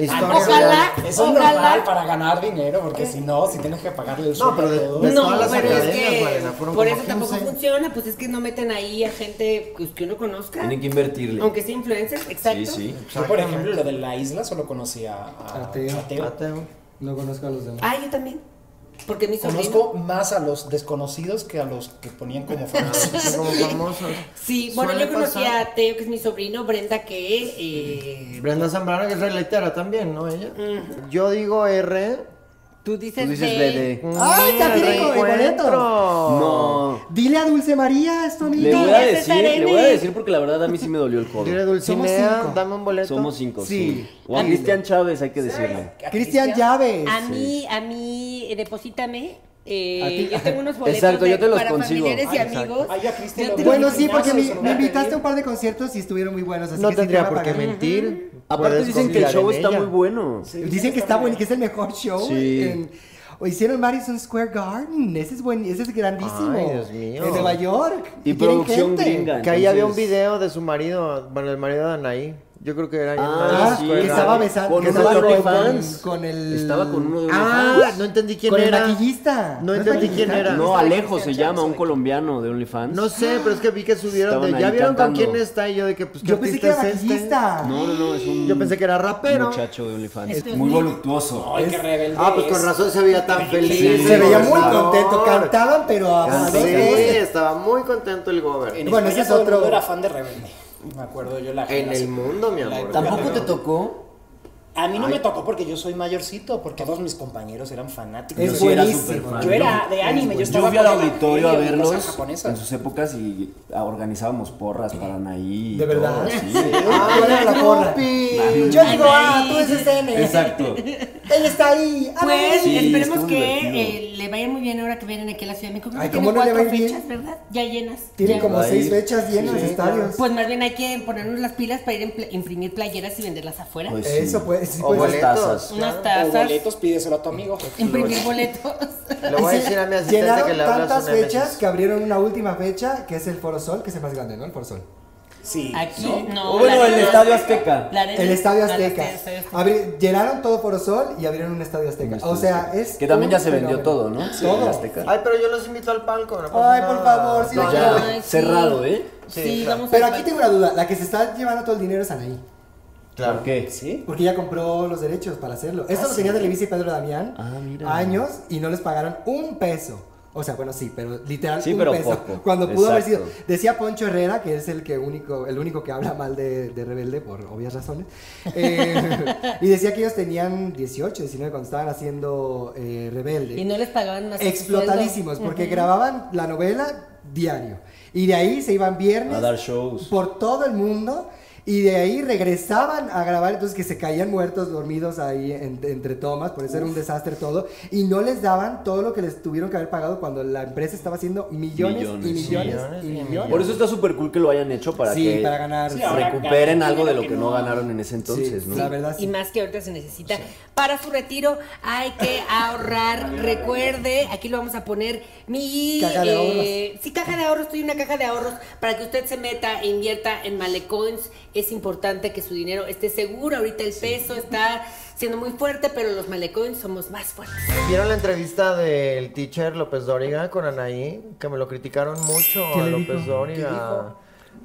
[SPEAKER 8] Historia
[SPEAKER 3] Ojalá,
[SPEAKER 5] Eso es normal
[SPEAKER 3] ojalá.
[SPEAKER 5] para ganar dinero, porque si no, si tienes que pagarle el sueldo.
[SPEAKER 8] pero de-
[SPEAKER 5] a todos.
[SPEAKER 8] de
[SPEAKER 3] No,
[SPEAKER 8] pues, todas las
[SPEAKER 3] pero es
[SPEAKER 8] academias,
[SPEAKER 3] que
[SPEAKER 8] Malena, fueron
[SPEAKER 3] por
[SPEAKER 8] como
[SPEAKER 3] eso tampoco
[SPEAKER 8] 15.
[SPEAKER 3] funciona, pues es que no meten ahí a gente pues, que, que uno conozca.
[SPEAKER 6] Tienen que invertirle.
[SPEAKER 3] Aunque sea influencers, exacto.
[SPEAKER 6] sí.
[SPEAKER 5] Yo, por ejemplo, lo de la isla solo conocía a
[SPEAKER 1] Ateo.
[SPEAKER 5] Ateo.
[SPEAKER 1] No conozco a los demás.
[SPEAKER 3] Ah, yo también. Porque mi sobrino.
[SPEAKER 5] Conozco más a los desconocidos que a los que ponían como famosos.
[SPEAKER 8] Como famosos.
[SPEAKER 3] Sí, bueno,
[SPEAKER 8] Suele
[SPEAKER 3] yo conocí
[SPEAKER 8] pasar.
[SPEAKER 3] a Teo, que es mi sobrino, Brenda, que... eh,
[SPEAKER 8] Brenda Zambrano, que es reletera también, ¿no? Ella. Yo digo R. Mm,
[SPEAKER 3] Tú dices,
[SPEAKER 1] ¡Ay, ya tiene
[SPEAKER 8] rico
[SPEAKER 1] como el boleto!
[SPEAKER 6] No.
[SPEAKER 1] Dile a Dulce María, es tu amiga.
[SPEAKER 6] Le voy a decir, le voy a decir porque la verdad a mí sí me dolió el codo.
[SPEAKER 8] Dile Dulcinea, dame un boleto.
[SPEAKER 6] Somos cinco, sí.
[SPEAKER 8] Sí. Ah,
[SPEAKER 6] O a Cristian Chávez, hay que decirle.
[SPEAKER 1] Cristian Llaves.
[SPEAKER 3] A mí, a mí, eh, deposítame. eh,
[SPEAKER 6] A ti-
[SPEAKER 3] yo tengo unos boletos
[SPEAKER 6] Exacto,
[SPEAKER 3] de-
[SPEAKER 6] yo te los
[SPEAKER 3] para
[SPEAKER 6] consigo.
[SPEAKER 3] familiares y
[SPEAKER 6] Ah, exacto.
[SPEAKER 3] amigos.
[SPEAKER 5] Ay, a Cristian
[SPEAKER 3] Yo
[SPEAKER 5] lo
[SPEAKER 3] te-
[SPEAKER 1] Bueno,
[SPEAKER 5] Tengo
[SPEAKER 1] sí,
[SPEAKER 5] un
[SPEAKER 1] porque
[SPEAKER 5] cuñazo,
[SPEAKER 1] me,
[SPEAKER 5] se
[SPEAKER 1] me
[SPEAKER 5] lo voy a
[SPEAKER 1] invitaste
[SPEAKER 5] pedir.
[SPEAKER 1] a un par de conciertos y estuvieron muy buenos. Así
[SPEAKER 8] No
[SPEAKER 1] que sí te
[SPEAKER 8] tendría
[SPEAKER 1] voy a
[SPEAKER 8] por qué
[SPEAKER 1] pagar.
[SPEAKER 8] mentir.
[SPEAKER 6] Aparte
[SPEAKER 8] Puedes
[SPEAKER 6] dicen que el
[SPEAKER 8] confiar
[SPEAKER 6] show
[SPEAKER 8] en
[SPEAKER 6] está
[SPEAKER 8] ella.
[SPEAKER 6] muy bueno.
[SPEAKER 1] Dicen que está bueno, que es el mejor show.
[SPEAKER 6] Sí.
[SPEAKER 1] en- o hicieron Madison Square Garden. Ese es buen, ese es grandísimo.
[SPEAKER 8] Ay, Dios mío.
[SPEAKER 1] En Nueva York.
[SPEAKER 6] Y
[SPEAKER 1] tienen
[SPEAKER 6] producción
[SPEAKER 1] gente.
[SPEAKER 6] gringa.
[SPEAKER 8] Que ahí había un
[SPEAKER 6] Entonces-
[SPEAKER 8] video de su marido, bueno, el marido de Anaí. Yo creo que era.
[SPEAKER 1] Ah,
[SPEAKER 8] Anaí.
[SPEAKER 1] que estaba besando.
[SPEAKER 6] Con
[SPEAKER 1] que
[SPEAKER 6] uno
[SPEAKER 1] estaba
[SPEAKER 6] de los
[SPEAKER 1] con-
[SPEAKER 6] fans.
[SPEAKER 1] con el.
[SPEAKER 6] Estaba con uno de los
[SPEAKER 8] Ah, no entendí quién
[SPEAKER 1] con
[SPEAKER 8] era.
[SPEAKER 1] el maquillista.
[SPEAKER 8] No
[SPEAKER 1] es
[SPEAKER 8] entendí quién
[SPEAKER 1] maquillista?
[SPEAKER 8] era.
[SPEAKER 6] No, Alejo se llama, un colombiano de OnlyFans.
[SPEAKER 8] No sé, pero es que vi que subieron
[SPEAKER 6] Estaban
[SPEAKER 8] de. ¿Ya
[SPEAKER 6] ahí
[SPEAKER 8] vieron
[SPEAKER 6] cantando.
[SPEAKER 8] con quién está? Y yo de que, pues, ¿qué
[SPEAKER 1] Yo pensé que era
[SPEAKER 8] artista es este?
[SPEAKER 1] maquillista.
[SPEAKER 6] No, no, no, es un
[SPEAKER 8] Yo pensé que era rapero.
[SPEAKER 6] muchacho de OnlyFans.
[SPEAKER 8] Este es
[SPEAKER 6] Muy
[SPEAKER 8] mío.
[SPEAKER 6] voluptuoso.
[SPEAKER 5] Ay, qué rebelde.
[SPEAKER 8] Ah, pues con
[SPEAKER 5] es.
[SPEAKER 8] razón se veía tan feliz.
[SPEAKER 1] Se
[SPEAKER 8] el
[SPEAKER 1] veía muy
[SPEAKER 8] gobernador.
[SPEAKER 1] contento. Cantaban, pero a
[SPEAKER 8] Sí,
[SPEAKER 1] dos voces.
[SPEAKER 8] estaba muy contento el
[SPEAKER 5] En
[SPEAKER 8] gober.
[SPEAKER 1] Bueno,
[SPEAKER 5] bueno,
[SPEAKER 1] ese
[SPEAKER 5] ese
[SPEAKER 1] es otro-
[SPEAKER 5] era fan de Rebelde. Me acuerdo yo la
[SPEAKER 8] En el
[SPEAKER 5] generación.
[SPEAKER 8] mundo, mi amor.
[SPEAKER 5] La-
[SPEAKER 8] Tampoco
[SPEAKER 5] Pero-
[SPEAKER 1] tocó?
[SPEAKER 5] A mí no me tocó porque yo soy mayorcito, porque todos mis compañeros eran fanáticos.
[SPEAKER 1] Es
[SPEAKER 5] Yo era
[SPEAKER 1] buenísimo.
[SPEAKER 5] superfan. Yo era de anime, yo
[SPEAKER 6] Yo
[SPEAKER 5] estaba
[SPEAKER 6] fui al
[SPEAKER 5] con el
[SPEAKER 6] auditorio a
[SPEAKER 5] anime,
[SPEAKER 6] verlos
[SPEAKER 5] cosas japonesas.
[SPEAKER 6] en sus épocas y organizábamos porras para Anaí. y
[SPEAKER 1] ¿De verdad?
[SPEAKER 6] todo, sí.
[SPEAKER 1] Ah, ¿cuál era la porra? Yo digo, ah, tú eres N.
[SPEAKER 6] Exacto.
[SPEAKER 1] Él está ahí. Ah,
[SPEAKER 3] Pues
[SPEAKER 6] Sí,
[SPEAKER 3] esperemos
[SPEAKER 6] estuvo
[SPEAKER 3] que
[SPEAKER 6] divertido.
[SPEAKER 3] eh, le vaya muy bien ahora que vienen aquí a la Ciudad de México. Creo
[SPEAKER 1] Ay,
[SPEAKER 3] que
[SPEAKER 1] ¿cómo
[SPEAKER 3] tienen
[SPEAKER 1] no le va
[SPEAKER 3] cuatro
[SPEAKER 1] a ir
[SPEAKER 3] fechas, ¿verdad? Ya llenas.
[SPEAKER 1] Tienen
[SPEAKER 3] Ya.
[SPEAKER 1] como
[SPEAKER 6] Va a
[SPEAKER 1] seis
[SPEAKER 6] ir.
[SPEAKER 1] fechas llenas
[SPEAKER 8] Sí,
[SPEAKER 1] estadios.
[SPEAKER 3] Pues más bien hay que ponernos las pilas para ir a impl- imprimir playeras y venderlas afuera.
[SPEAKER 6] Pues sí.
[SPEAKER 1] Eso pues, sí,
[SPEAKER 8] O
[SPEAKER 1] pues.
[SPEAKER 8] boletos.
[SPEAKER 6] tazas.
[SPEAKER 3] Unas
[SPEAKER 5] O
[SPEAKER 3] tazas,
[SPEAKER 5] boletos, pídeselo a tu amigo.
[SPEAKER 3] imprimir boletos.
[SPEAKER 8] Le voy a decir a mi asistente
[SPEAKER 1] Llenaron
[SPEAKER 8] que le hablas
[SPEAKER 1] tantas
[SPEAKER 8] una vez.
[SPEAKER 1] fechas que abrieron una última fecha que es el Foro Sol, que es el más grande, ¿no? El Foro Sol.
[SPEAKER 5] Sí.
[SPEAKER 3] Aquí no.
[SPEAKER 6] O bueno,
[SPEAKER 3] la
[SPEAKER 6] el
[SPEAKER 3] arena-
[SPEAKER 6] Estadio Azteca.
[SPEAKER 3] la arena-
[SPEAKER 1] El Estadio
[SPEAKER 3] la- la-
[SPEAKER 1] Azteca.
[SPEAKER 3] el Estadio Azteca.
[SPEAKER 1] Abri- llenaron todo Foro Sol y abrieron un Estadio Azteca. O sea, es.
[SPEAKER 6] Que también ya
[SPEAKER 1] un
[SPEAKER 6] se vendió
[SPEAKER 1] fenómeno.
[SPEAKER 6] todo, ¿no?
[SPEAKER 1] Todo.
[SPEAKER 6] En Azteca.
[SPEAKER 8] Ay, pero yo los invito al palco. no pasa
[SPEAKER 1] Ay, por
[SPEAKER 8] nada.
[SPEAKER 1] favor, sí,
[SPEAKER 8] No,
[SPEAKER 1] la
[SPEAKER 8] ya.
[SPEAKER 1] quiero ver.
[SPEAKER 3] Ay, sí.
[SPEAKER 6] Ah, Cerrado, ¿eh?
[SPEAKER 3] Sí,
[SPEAKER 8] Sí,
[SPEAKER 3] vamos
[SPEAKER 1] Pero
[SPEAKER 3] a-
[SPEAKER 1] aquí tengo una duda. La que se está llevando todo el dinero es Anaí.
[SPEAKER 8] Claro.
[SPEAKER 6] ¿Por qué?
[SPEAKER 5] ¿Sí?
[SPEAKER 1] Porque ella compró los derechos para hacerlo.
[SPEAKER 3] Ah,
[SPEAKER 1] Esto lo tenía Televisa y Pedro Damián
[SPEAKER 6] Ah, mira.
[SPEAKER 1] años y no les pagaron un peso. O sea, bueno, sí, pero literal
[SPEAKER 6] Sí,
[SPEAKER 1] un
[SPEAKER 6] pero
[SPEAKER 1] peso.
[SPEAKER 6] poco.
[SPEAKER 1] Cuando pudo haber sido.
[SPEAKER 6] Exacto.
[SPEAKER 1] Decía Poncho Herrera, que es el que único, el único que habla mal de, de Rebelde por obvias razones. eh, y decía que ellos tenían 18, 19 cuando estaban haciendo eh, Rebelde
[SPEAKER 3] Y no les pagaban más. que su
[SPEAKER 1] explotadísimos
[SPEAKER 3] sueldo.
[SPEAKER 1] porque
[SPEAKER 3] Ujú.
[SPEAKER 1] grababan la novela diario y de ahí se iban viernes
[SPEAKER 6] A dar shows.
[SPEAKER 1] por todo el mundo y de ahí regresaban a grabar entonces que se caían muertos dormidos ahí en- entre tomas por eso era un desastre todo y no les daban todo lo que les tuvieron que haber pagado cuando la empresa estaba haciendo millones, y
[SPEAKER 6] Millones.
[SPEAKER 1] millones, y millones
[SPEAKER 6] Por eso está súper cool que lo hayan hecho para
[SPEAKER 1] Sí,
[SPEAKER 6] que
[SPEAKER 1] para ganar. Sí,
[SPEAKER 5] ahora
[SPEAKER 6] recuperen
[SPEAKER 5] ganan
[SPEAKER 6] algo de
[SPEAKER 5] dinero
[SPEAKER 6] lo
[SPEAKER 5] que
[SPEAKER 6] que no
[SPEAKER 5] no.
[SPEAKER 6] ganaron en ese
[SPEAKER 1] Sí,
[SPEAKER 6] entonces, ¿no?
[SPEAKER 1] la verdad sí.
[SPEAKER 3] Y más que ahorita se necesita. Para su retiro hay que ahorrar. Recuerde, aquí lo vamos a poner mi.
[SPEAKER 1] Caja de
[SPEAKER 3] eh, sí, caja de ahorros. Estoy una caja de ahorros para que usted se meta e invierta en malecones es importante que su dinero esté seguro. Ahorita el peso está siendo muy fuerte, pero los malecones somos más fuertes.
[SPEAKER 8] ¿Vieron la entrevista del teacher López Dóriga con Anaí? Que me lo criticaron mucho
[SPEAKER 1] ¿Qué
[SPEAKER 8] a
[SPEAKER 1] le
[SPEAKER 8] López
[SPEAKER 1] dijo?
[SPEAKER 8] Dóriga.
[SPEAKER 1] ¿Qué dijo?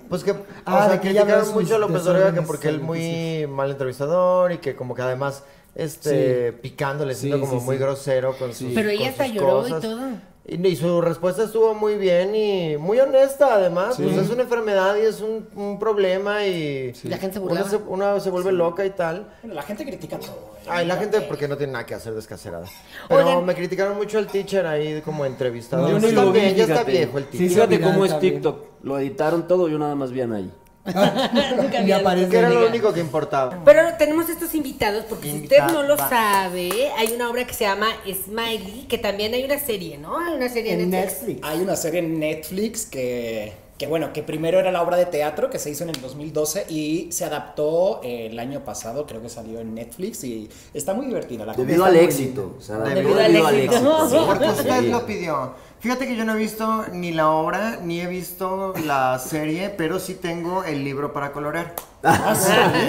[SPEAKER 8] Pues que,
[SPEAKER 1] Ah,
[SPEAKER 8] o
[SPEAKER 1] de
[SPEAKER 8] sea,
[SPEAKER 1] que ella habla de
[SPEAKER 8] criticaron
[SPEAKER 1] sus
[SPEAKER 8] mucho a López Dóriga que
[SPEAKER 1] desórdenes
[SPEAKER 8] porque él muy mal entrevistador y que como que además este picándole, siendo
[SPEAKER 1] Sí,
[SPEAKER 8] como
[SPEAKER 1] sí,
[SPEAKER 8] muy
[SPEAKER 1] sí.
[SPEAKER 8] grosero con sus
[SPEAKER 3] Pero ella
[SPEAKER 8] con
[SPEAKER 3] hasta
[SPEAKER 8] sus
[SPEAKER 3] lloró
[SPEAKER 8] cosas.
[SPEAKER 3] y todo.
[SPEAKER 8] Y, y su respuesta estuvo muy bien y muy honesta además.
[SPEAKER 1] Sí.
[SPEAKER 8] Pues es una enfermedad y es un, un problema y
[SPEAKER 3] La gente se
[SPEAKER 8] uno
[SPEAKER 3] burlaba.
[SPEAKER 8] se- una se vuelve loca y tal.
[SPEAKER 5] Bueno, la gente critica todo. ¿eh?
[SPEAKER 8] Ay, la gente porque no tiene nada que hacer descacerada. Pero
[SPEAKER 3] Oigan.
[SPEAKER 8] me criticaron mucho al teacher ahí como entrevistado.
[SPEAKER 7] Yo
[SPEAKER 8] Sí,
[SPEAKER 7] ni lo vi,
[SPEAKER 8] también, ya está
[SPEAKER 7] fíjate.
[SPEAKER 8] viejo el teacher.
[SPEAKER 1] Sí, sí,
[SPEAKER 7] Fíjate
[SPEAKER 1] viral
[SPEAKER 7] cómo es
[SPEAKER 1] también.
[SPEAKER 7] TikTok. Lo editaron todo, yo nada más vi a Anaí.
[SPEAKER 3] Nunca
[SPEAKER 1] Y
[SPEAKER 3] había-
[SPEAKER 1] aparece
[SPEAKER 8] que era lo
[SPEAKER 1] Miguel.
[SPEAKER 8] único que importaba.
[SPEAKER 3] Pero ahora tenemos estos invitados, porque si usted no lo
[SPEAKER 8] Invitadas.
[SPEAKER 3] sabe, hay una obra que se llama Smiley, que también hay una serie, ¿no? Hay una serie
[SPEAKER 1] En
[SPEAKER 3] en Netflix.
[SPEAKER 1] Netflix.
[SPEAKER 5] Hay una serie en Netflix que, que, bueno, que primero era la obra de teatro que se hizo en el 2012 y se adaptó eh, el año pasado, creo que salió en Netflix y está muy divertida la
[SPEAKER 7] Debido al éxito. O sea,
[SPEAKER 8] Debido
[SPEAKER 7] debido,
[SPEAKER 3] al
[SPEAKER 7] al
[SPEAKER 3] éxito.
[SPEAKER 7] éxito.
[SPEAKER 3] Sí,
[SPEAKER 8] Porque usted
[SPEAKER 7] Sí.
[SPEAKER 8] lo pidió. Fíjate que yo no he visto ni la obra, ni he visto la serie, pero sí tengo el libro para colorear.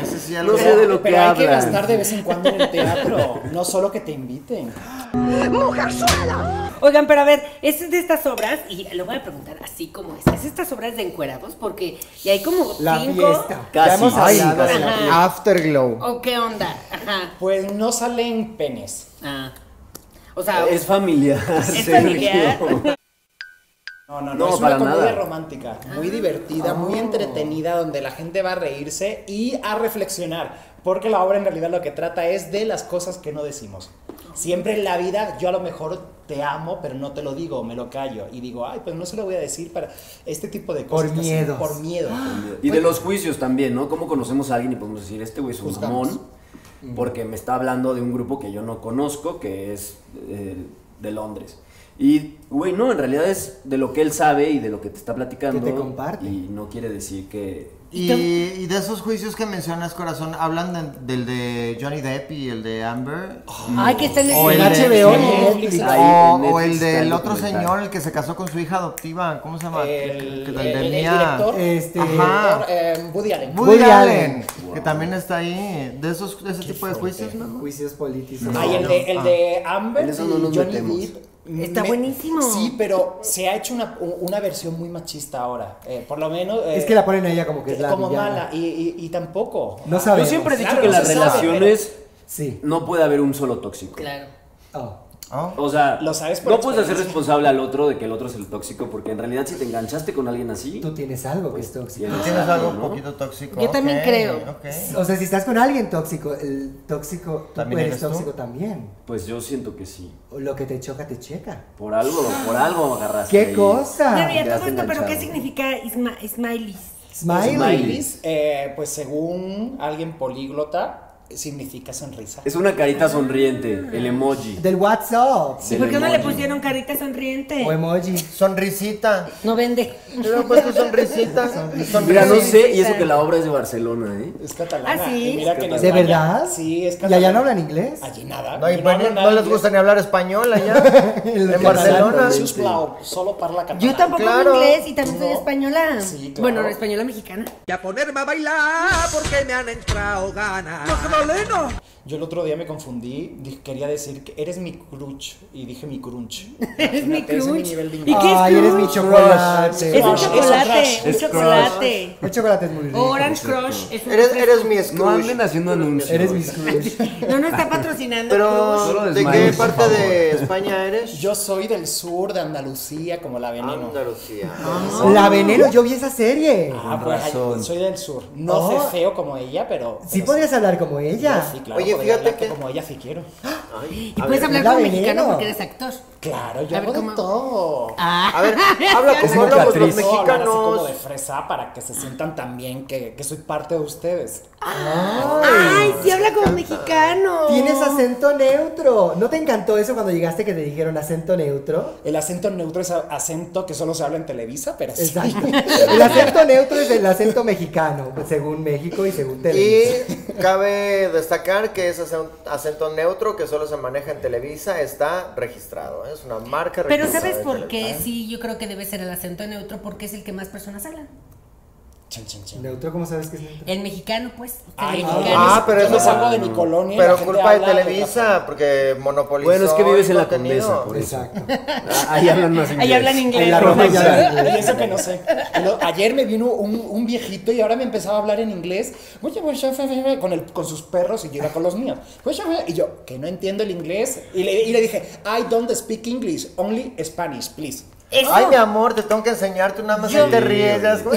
[SPEAKER 8] Ese sí ya lo
[SPEAKER 7] No sé
[SPEAKER 8] sé.
[SPEAKER 7] de lo que
[SPEAKER 5] Ah, Pero hay que
[SPEAKER 7] hablan.
[SPEAKER 5] gastar de vez en cuando en el teatro, no solo que te inviten.
[SPEAKER 3] Oigan, pero a ver, es de estas obras, y lo voy a preguntar así como es, es estas obras de encuerados, porque y hay como
[SPEAKER 1] La
[SPEAKER 3] cinco.
[SPEAKER 1] fiesta.
[SPEAKER 7] Casi.
[SPEAKER 1] Ya hemos
[SPEAKER 7] Ay,
[SPEAKER 1] hablado de la
[SPEAKER 3] casi.
[SPEAKER 1] fiesta.
[SPEAKER 8] Afterglow.
[SPEAKER 3] ¿O qué onda? Ajá.
[SPEAKER 5] Pues no salen penes.
[SPEAKER 3] Ah. O sea,
[SPEAKER 7] Es familiar.
[SPEAKER 3] ¿Es
[SPEAKER 7] Sergio.
[SPEAKER 3] familiar?
[SPEAKER 5] No, no, no,
[SPEAKER 7] No,
[SPEAKER 5] es una
[SPEAKER 7] para
[SPEAKER 5] comedia
[SPEAKER 7] nada.
[SPEAKER 5] romántica,
[SPEAKER 1] Ah.
[SPEAKER 5] muy divertida,
[SPEAKER 1] Oh.
[SPEAKER 5] muy entretenida, donde la gente va a reírse y a reflexionar, porque la obra en realidad lo que trata es de las cosas que no decimos. Siempre en la vida yo a lo mejor te amo, pero no te lo digo, me lo callo y digo, ay, pues no se lo voy a decir para este tipo de
[SPEAKER 1] Por
[SPEAKER 5] cosas. que hacen,
[SPEAKER 1] miedos.
[SPEAKER 5] Por miedo.
[SPEAKER 7] Y de los juicios también, ¿no? ¿Cómo conocemos a alguien y podemos decir, este güey es un
[SPEAKER 5] Juzgamos.
[SPEAKER 7] mamón? Porque me está hablando de un grupo que yo no conozco, que es eh, de Londres. Y, güey, no, en realidad es de lo que él sabe y de lo que te está platicando.
[SPEAKER 1] Que te comparte.
[SPEAKER 7] Y no quiere decir que...
[SPEAKER 8] Y, y de esos juicios que mencionas, corazón, ¿hablan de- del de Johnny Depp y el de Amber?
[SPEAKER 3] Ay, que está en
[SPEAKER 8] O
[SPEAKER 1] En
[SPEAKER 8] el
[SPEAKER 3] el
[SPEAKER 8] de-
[SPEAKER 1] HBO,
[SPEAKER 8] sí.
[SPEAKER 1] en Netflix.
[SPEAKER 7] Ahí
[SPEAKER 8] o,
[SPEAKER 7] en Netflix
[SPEAKER 8] o el
[SPEAKER 7] está
[SPEAKER 8] del
[SPEAKER 7] el
[SPEAKER 8] otro
[SPEAKER 7] documental.
[SPEAKER 8] señor, el que se casó con su hija adoptiva, ¿cómo se llama?
[SPEAKER 5] El,
[SPEAKER 8] Que- que-
[SPEAKER 5] el-
[SPEAKER 8] del de
[SPEAKER 5] el
[SPEAKER 8] Mia.
[SPEAKER 5] director,
[SPEAKER 1] Este,
[SPEAKER 8] Ajá.
[SPEAKER 5] director, eh, Woody Allen.
[SPEAKER 8] Woody
[SPEAKER 1] Woody
[SPEAKER 8] Allen,
[SPEAKER 1] Allen.
[SPEAKER 8] que también está ahí. De esos, de ese tipo de juicios, ¿no?
[SPEAKER 1] Juicios políticos.
[SPEAKER 5] Ay, el de, el de Amber
[SPEAKER 7] En
[SPEAKER 5] y
[SPEAKER 7] eso no nos
[SPEAKER 5] Johnny
[SPEAKER 7] metemos.
[SPEAKER 5] Depp.
[SPEAKER 3] Está buenísimo.
[SPEAKER 5] Sí, pero se ha hecho una, una versión muy machista ahora. eh, por lo menos. eh,
[SPEAKER 1] Es que la ponen a ella como que es la
[SPEAKER 5] como
[SPEAKER 1] villana.
[SPEAKER 5] mala. Y, y- y tampoco.
[SPEAKER 1] No sabemos.
[SPEAKER 7] Yo siempre he dicho
[SPEAKER 5] Claro,
[SPEAKER 7] que
[SPEAKER 5] no
[SPEAKER 7] en las
[SPEAKER 5] se sabe,
[SPEAKER 7] relaciones
[SPEAKER 1] Sí.
[SPEAKER 7] no puede haber un solo tóxico.
[SPEAKER 3] Claro.
[SPEAKER 1] Oh.
[SPEAKER 8] Oh.
[SPEAKER 7] O sea,
[SPEAKER 5] Lo sabes por
[SPEAKER 7] no puedes hacer
[SPEAKER 5] experiencia.
[SPEAKER 7] responsable al otro de que el otro es el tóxico, porque en realidad si te enganchaste con alguien así...
[SPEAKER 1] Tú tienes algo que es tóxico.
[SPEAKER 7] tienes
[SPEAKER 8] Tienes algo un
[SPEAKER 7] ¿no?
[SPEAKER 8] poquito tóxico.
[SPEAKER 3] Yo también
[SPEAKER 8] ok,
[SPEAKER 3] creo.
[SPEAKER 8] ok.
[SPEAKER 1] O sea, si estás con alguien tóxico, el tóxico, tú
[SPEAKER 8] ¿También
[SPEAKER 1] eres
[SPEAKER 8] eres tú?
[SPEAKER 1] tóxico también.
[SPEAKER 7] Pues yo siento que sí.
[SPEAKER 1] O Lo que te choca, te checa.
[SPEAKER 7] Por algo, por algo agarraste.
[SPEAKER 1] ¡Qué
[SPEAKER 7] ahí.
[SPEAKER 1] cosa!
[SPEAKER 3] Pero, y a
[SPEAKER 7] ya
[SPEAKER 3] todo
[SPEAKER 7] está
[SPEAKER 3] esto, ¿pero
[SPEAKER 7] enganchado.
[SPEAKER 3] qué significa isma- Smiley?
[SPEAKER 1] Smiley.
[SPEAKER 7] Smiley.
[SPEAKER 5] Smileys, eh, pues según alguien políglota, significa sonrisa.
[SPEAKER 7] Es una carita sonriente, el emoji.
[SPEAKER 1] Del WhatsApp.
[SPEAKER 3] ¿Y
[SPEAKER 7] Del
[SPEAKER 3] por qué no le
[SPEAKER 7] emoji.
[SPEAKER 3] pusieron carita sonriente?
[SPEAKER 1] O emoji.
[SPEAKER 8] Sonrisita.
[SPEAKER 3] No vende.
[SPEAKER 8] Yo le he puesto sonrisita.
[SPEAKER 7] Mira, no
[SPEAKER 8] Sonrisita.
[SPEAKER 7] sé, y eso que la obra es de Barcelona, ¿eh?
[SPEAKER 5] Es catalana.
[SPEAKER 3] ¿Ah, sí?
[SPEAKER 5] y mira que en
[SPEAKER 1] ¿De
[SPEAKER 5] España-
[SPEAKER 1] verdad?
[SPEAKER 5] Sí, es
[SPEAKER 1] ¿Y
[SPEAKER 5] catalana.
[SPEAKER 1] allá no hablan inglés?
[SPEAKER 5] Allí nada.
[SPEAKER 8] No, y
[SPEAKER 5] yo
[SPEAKER 8] bueno,
[SPEAKER 5] hablo nada
[SPEAKER 8] no les
[SPEAKER 5] inglés.
[SPEAKER 8] gusta ni hablar español allá.
[SPEAKER 1] El
[SPEAKER 8] en
[SPEAKER 1] catalán.
[SPEAKER 8] Barcelona.
[SPEAKER 5] Sus plau, solo parla catalán.
[SPEAKER 3] Yo tampoco
[SPEAKER 8] Claro.
[SPEAKER 3] hablo inglés y también soy
[SPEAKER 5] Ah, No.
[SPEAKER 3] española.
[SPEAKER 5] Sí, claro.
[SPEAKER 3] Bueno, española mexicana.
[SPEAKER 5] Yo el otro día me confundí, dije- quería decir que eres mi crunch y dije mi crunch.
[SPEAKER 3] Eres mi
[SPEAKER 5] Imagínate, ese
[SPEAKER 3] crunch.
[SPEAKER 5] nivel de inglés.
[SPEAKER 3] ¿Y qué es
[SPEAKER 1] Ay, eres mi
[SPEAKER 3] crush?
[SPEAKER 1] chocolate.
[SPEAKER 3] Es un
[SPEAKER 5] Crush, es un
[SPEAKER 3] chocolate,
[SPEAKER 5] crush.
[SPEAKER 3] un
[SPEAKER 7] Es crush.
[SPEAKER 3] chocolate.
[SPEAKER 1] El chocolate es muy rico.
[SPEAKER 3] Orange Crush es un
[SPEAKER 8] Eres, eres mi
[SPEAKER 7] No
[SPEAKER 8] Scrooge.
[SPEAKER 7] anden haciendo anuncios.
[SPEAKER 1] Eres mi Scrooge.
[SPEAKER 3] No, no está patrocinando.
[SPEAKER 8] Pero,
[SPEAKER 7] Solo de
[SPEAKER 8] ¿de qué
[SPEAKER 7] Smileys, por
[SPEAKER 8] parte de España eres?
[SPEAKER 5] Yo soy del sur de Andalucía, como la veneno.
[SPEAKER 8] Andalucía.
[SPEAKER 1] La veneno, yo vi esa serie.
[SPEAKER 5] Ah, pues, ay,
[SPEAKER 7] razón.
[SPEAKER 5] soy del sur. No
[SPEAKER 1] Oh.
[SPEAKER 5] sé feo como ella, pero.
[SPEAKER 1] Sí
[SPEAKER 5] pero
[SPEAKER 1] podrías hablar como ella.
[SPEAKER 5] Sí, claro,
[SPEAKER 8] Oye,
[SPEAKER 5] podría
[SPEAKER 8] fíjate
[SPEAKER 5] hablarte
[SPEAKER 8] que-
[SPEAKER 5] como ella si quiero.
[SPEAKER 3] Ah. Y puedes hablar
[SPEAKER 1] la
[SPEAKER 3] como
[SPEAKER 1] veneno.
[SPEAKER 3] mexicano porque eres actor.
[SPEAKER 5] Claro, yo
[SPEAKER 3] A ver,
[SPEAKER 5] hago
[SPEAKER 3] ¿cómo? Ah.
[SPEAKER 5] de todo.
[SPEAKER 8] A ver, habla
[SPEAKER 7] Es
[SPEAKER 8] como hablamos
[SPEAKER 7] cicatriz.
[SPEAKER 5] Puedo
[SPEAKER 8] los
[SPEAKER 5] hablar así como de
[SPEAKER 8] mexicanos.
[SPEAKER 5] fresa para que se sientan también que, que soy parte de ustedes.
[SPEAKER 3] Ay, sí habla como mexicano.
[SPEAKER 1] Tienes acento neutro. ¿No te encantó eso cuando llegaste que te dijeron acento neutro?
[SPEAKER 5] El acento neutro es a- acento que solo se habla en Televisa, pero sí.
[SPEAKER 1] Exacto. El acento neutro es el acento mexicano, pues, según México y según Televisa.
[SPEAKER 8] Y cabe destacar que ese acen- acento neutro que solo se maneja en Televisa está registrado. ¿eh? Es una marca
[SPEAKER 3] Pero
[SPEAKER 8] registrada ¿eh?
[SPEAKER 3] ¿sabes
[SPEAKER 8] de
[SPEAKER 3] por qué?
[SPEAKER 8] Televisa.
[SPEAKER 3] Sí, yo creo que debe ser el acento neutro porque es el que más personas hablan.
[SPEAKER 5] chan, chan, chan.
[SPEAKER 1] ¿Neutro cómo sabes que es neutro?
[SPEAKER 3] El mexicano, pues. Usted
[SPEAKER 5] Ay,
[SPEAKER 3] es
[SPEAKER 5] no.
[SPEAKER 3] mexicano.
[SPEAKER 5] Ah,
[SPEAKER 3] es-
[SPEAKER 5] pero
[SPEAKER 3] yo
[SPEAKER 5] eso
[SPEAKER 3] me
[SPEAKER 5] fue-
[SPEAKER 3] salgo de
[SPEAKER 5] mi colonia y la
[SPEAKER 8] Pero
[SPEAKER 5] gente
[SPEAKER 8] culpa de
[SPEAKER 5] habla de otra
[SPEAKER 8] Televisa, porque monopolizó.
[SPEAKER 6] Bueno, es que vives
[SPEAKER 8] el
[SPEAKER 6] en la condesa,
[SPEAKER 8] contenido.
[SPEAKER 6] por eso.
[SPEAKER 1] Exacto.
[SPEAKER 6] Ahí hablan más inglés.
[SPEAKER 3] Ahí hablan inglés.
[SPEAKER 1] En la Roma ya hablan inglés.
[SPEAKER 5] Y eso que no sé. Lo- ayer me vino un, un viejito y ahora me empezaba a hablar en inglés Oye, pues, ya, fe, fe, fe, con, el, con sus perros y yo iba con los míos. Pues, ya, fe, Y yo, que no entiendo el inglés. Y le, y le dije, I don't speak English, only Spanish, please.
[SPEAKER 3] Eso.
[SPEAKER 8] Ay, mi amor, te tengo que enseñarte una más
[SPEAKER 3] Yo-
[SPEAKER 8] y te ríes. ya es-
[SPEAKER 5] Me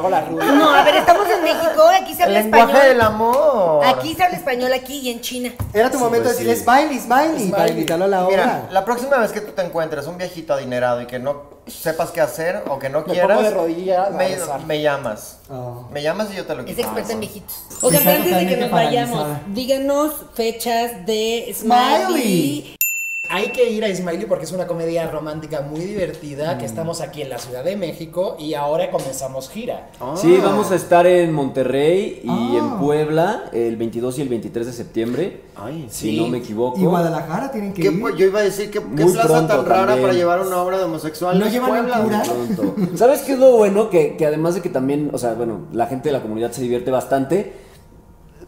[SPEAKER 5] hago la rubia.
[SPEAKER 3] No, a ver, estamos en México, aquí se
[SPEAKER 8] El
[SPEAKER 3] habla
[SPEAKER 8] lenguaje del
[SPEAKER 3] español.
[SPEAKER 8] amor.
[SPEAKER 3] Aquí se habla español, aquí y en China.
[SPEAKER 1] Era tu momento de decir Smiley, Smiley, para invitarlo a la
[SPEAKER 8] Mira,
[SPEAKER 1] obra.
[SPEAKER 8] la próxima vez que tú te encuentres un viejito adinerado y que no sepas qué hacer o que no
[SPEAKER 5] pongo
[SPEAKER 8] quieras,
[SPEAKER 5] de rodillas a
[SPEAKER 8] me,
[SPEAKER 5] rezar.
[SPEAKER 8] me llamas.
[SPEAKER 1] Oh.
[SPEAKER 8] Me llamas y yo te lo
[SPEAKER 3] Es
[SPEAKER 8] quito.
[SPEAKER 3] experta en viejitos. O sea, pero antes de que nos vayamos, díganos fechas de Smiley.
[SPEAKER 1] Smiley.
[SPEAKER 5] Hay que ir a Smiley porque es una comedia romántica muy divertida que estamos aquí en la Ciudad de México y ahora comenzamos gira.
[SPEAKER 7] Ah.
[SPEAKER 6] Sí, vamos a estar en Monterrey y en Puebla el 22 y el 23 de septiembre, si
[SPEAKER 5] sí.
[SPEAKER 6] no me equivoco.
[SPEAKER 1] Y Guadalajara tienen que
[SPEAKER 8] ¿Qué,
[SPEAKER 1] ir.
[SPEAKER 8] pues, yo iba a decir que qué
[SPEAKER 6] Muy
[SPEAKER 8] plaza
[SPEAKER 6] pronto
[SPEAKER 8] tan rara
[SPEAKER 6] también.
[SPEAKER 8] para llevar una obra de homosexual.
[SPEAKER 1] ¿No
[SPEAKER 8] en
[SPEAKER 1] llevan
[SPEAKER 8] Puebla?
[SPEAKER 1] un cura?
[SPEAKER 6] Pronto. ¿Sabes qué es lo bueno? Que, que además de que también, o sea, bueno, la gente de la comunidad se divierte bastante,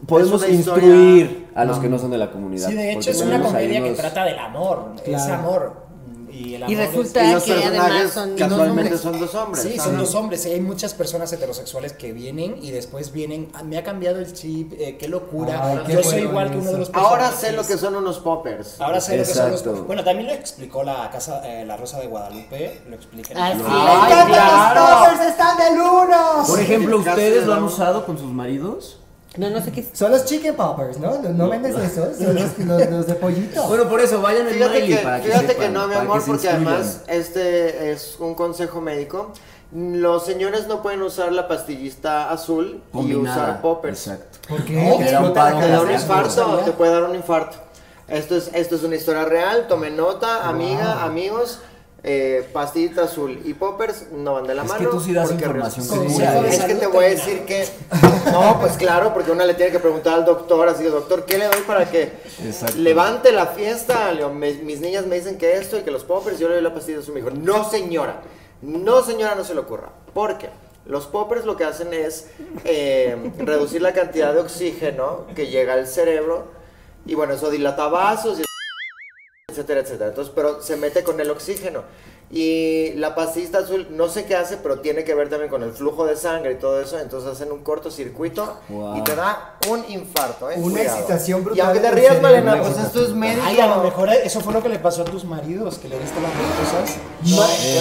[SPEAKER 6] podemos
[SPEAKER 8] una historia-
[SPEAKER 6] instruir a los que no son de la comunidad.
[SPEAKER 5] Sí, de hecho
[SPEAKER 6] porque
[SPEAKER 5] es una
[SPEAKER 6] tenemos
[SPEAKER 5] comedia
[SPEAKER 6] ahí
[SPEAKER 5] que
[SPEAKER 6] unos-
[SPEAKER 5] trata del amor, es
[SPEAKER 1] Claro.
[SPEAKER 5] amor. mm, Y, el
[SPEAKER 3] Y
[SPEAKER 5] amor es-
[SPEAKER 3] resulta
[SPEAKER 8] Y los
[SPEAKER 3] que además
[SPEAKER 8] personajes
[SPEAKER 3] son
[SPEAKER 8] casualmente son dos hombres.
[SPEAKER 5] Sí, son dos hombres. y Hay muchas personas heterosexuales que vienen y después vienen. "Ah, me ha cambiado el chip, eh, qué locura.
[SPEAKER 1] Ay, qué
[SPEAKER 5] Yo soy
[SPEAKER 1] bueno
[SPEAKER 5] igual que uno de
[SPEAKER 1] eso.
[SPEAKER 5] los
[SPEAKER 8] Ahora
[SPEAKER 5] personajes".
[SPEAKER 8] sé lo que son unos poppers.
[SPEAKER 5] Ahora sé lo que son los-
[SPEAKER 6] Exacto.
[SPEAKER 5] Bueno, también lo explicó la casa, eh, la Rosa de Guadalupe, lo explica. en
[SPEAKER 3] Ah,
[SPEAKER 5] el-
[SPEAKER 3] sí.
[SPEAKER 1] ¡Me encantan
[SPEAKER 8] claro!
[SPEAKER 1] los toppers! ¡Están del uno!
[SPEAKER 6] Por ejemplo,
[SPEAKER 8] Casi
[SPEAKER 6] ¿ustedes lo
[SPEAKER 8] la-
[SPEAKER 6] han usado con sus maridos?
[SPEAKER 3] No, no sé qué es.
[SPEAKER 1] Son los chicken poppers, ¿no? ¿No, no vendes esos? Son los, los- los de pollito.
[SPEAKER 6] Bueno, por eso vayan en
[SPEAKER 8] Fíjate
[SPEAKER 6] Miley
[SPEAKER 8] que,
[SPEAKER 6] para que
[SPEAKER 8] fíjate
[SPEAKER 6] sepan,
[SPEAKER 8] que no, mi
[SPEAKER 6] para que
[SPEAKER 8] amor,
[SPEAKER 6] se
[SPEAKER 8] porque
[SPEAKER 6] instruyan.
[SPEAKER 8] además este es un consejo médico. Los señores no pueden usar la pastillista azul
[SPEAKER 6] Combinada,
[SPEAKER 8] y usar poppers.
[SPEAKER 6] Exacto.
[SPEAKER 1] ¿Por qué?
[SPEAKER 8] Oh,
[SPEAKER 6] No, que era un paro
[SPEAKER 8] Te da un
[SPEAKER 6] cardíaco.
[SPEAKER 8] infarto, te puede dar un infarto. Esto es, esto es una historia real, tomen nota, amiga, amigos. eh, pastillita azul y poppers no van de la
[SPEAKER 6] Es
[SPEAKER 8] mano.
[SPEAKER 6] que tú sí das
[SPEAKER 8] porque-
[SPEAKER 6] información
[SPEAKER 8] Sí,
[SPEAKER 6] segura,
[SPEAKER 8] es
[SPEAKER 5] ¿eh?
[SPEAKER 8] que te voy a decir que. No, pues claro, porque una le tiene que preguntar al doctor, así que doctor, ¿qué le doy para que
[SPEAKER 6] Exacto.
[SPEAKER 8] levante la fiesta? Le digo, "Me- mis niñas me dicen que esto y que los poppers, yo le doy la pastilla azul. Me dijo, no señora, no señora, no se le ocurra. ¿Por qué? Los poppers lo que hacen es eh, reducir la cantidad de oxígeno que llega al cerebro y bueno, eso dilata vasos y etcétera, etcétera. Entonces, pero se mete con el oxígeno. Y la pastillita azul, no sé qué hace, pero tiene que ver también con el flujo de sangre y todo eso. Entonces hacen un cortocircuito
[SPEAKER 6] Wow.
[SPEAKER 8] y te da un infarto. ¿eh?
[SPEAKER 1] Una
[SPEAKER 8] Cuidado.
[SPEAKER 1] excitación brutal
[SPEAKER 8] Y aunque te
[SPEAKER 1] en el
[SPEAKER 8] rías,
[SPEAKER 1] cerebro,
[SPEAKER 8] Malena,
[SPEAKER 1] una
[SPEAKER 8] pues
[SPEAKER 1] excitación.
[SPEAKER 8] esto es médico.
[SPEAKER 5] Ay, a lo mejor eso fue lo que le pasó a tus maridos, que le diste las cosas.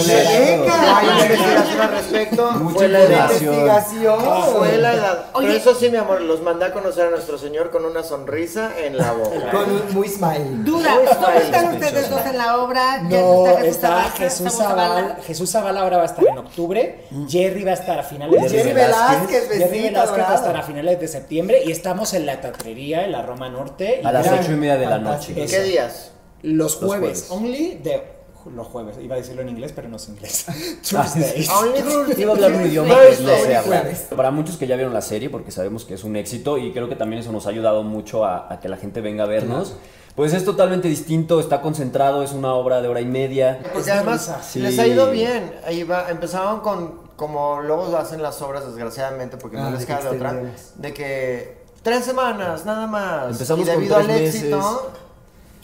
[SPEAKER 1] ¡Venga!
[SPEAKER 8] Hay una investigación al respecto.
[SPEAKER 6] Mucha Ah,
[SPEAKER 8] Fue la edad.
[SPEAKER 6] información.
[SPEAKER 1] ¡Investigación!
[SPEAKER 8] Fue la edad. Pero eso sí, mi amor, los mandé a conocer a nuestro señor con una sonrisa en la boca.
[SPEAKER 1] Con un muy smile.
[SPEAKER 3] Duda,
[SPEAKER 8] Muy
[SPEAKER 3] ¿cómo
[SPEAKER 8] mal,
[SPEAKER 3] están ustedes dos en la obra? Ya
[SPEAKER 5] No,
[SPEAKER 3] está Jesús Zavala,
[SPEAKER 5] está Jesús
[SPEAKER 3] estamos Zavala.
[SPEAKER 5] Zavala. Jesús Zavala ahora va a estar en octubre. Jerry va a estar a finales
[SPEAKER 1] Jerry Velázquez,
[SPEAKER 5] Jerry
[SPEAKER 1] besito
[SPEAKER 5] Velázquez va a
[SPEAKER 1] dorado.
[SPEAKER 5] estar a finales de septiembre. Y estamos en la tatrería, en la Roma Norte. y
[SPEAKER 6] A las
[SPEAKER 5] gran-
[SPEAKER 6] ocho y media de la
[SPEAKER 1] Fantástico.
[SPEAKER 6] noche.
[SPEAKER 8] ¿Qué días?
[SPEAKER 5] Los
[SPEAKER 6] Los
[SPEAKER 5] jueves,
[SPEAKER 6] jueves.
[SPEAKER 5] only de los jueves. Iba a decirlo en inglés, pero no es inglés. Tuesdays.
[SPEAKER 8] Ah, Only
[SPEAKER 6] Iba a hablar un idioma
[SPEAKER 8] Thursday.
[SPEAKER 6] que no sé hablar.
[SPEAKER 1] Jueves.
[SPEAKER 6] Pues, Para muchos que ya vieron la serie, porque sabemos que es un éxito y creo que también eso nos ha ayudado mucho a, a que la gente venga a vernos. Pues es totalmente distinto, está concentrado, es una obra de hora y media.
[SPEAKER 8] Porque además
[SPEAKER 6] Sí.
[SPEAKER 8] les ha ido bien. Ahí va, empezaron con, como luego hacen las obras desgraciadamente, porque no
[SPEAKER 1] Ah,
[SPEAKER 8] les
[SPEAKER 1] de
[SPEAKER 8] queda
[SPEAKER 1] que
[SPEAKER 8] de otra,
[SPEAKER 1] extendemos.
[SPEAKER 8] de que tres semanas, nada más.
[SPEAKER 6] Empezamos
[SPEAKER 8] y
[SPEAKER 6] con
[SPEAKER 8] debido
[SPEAKER 6] tres
[SPEAKER 8] al
[SPEAKER 6] meses.
[SPEAKER 8] éxito,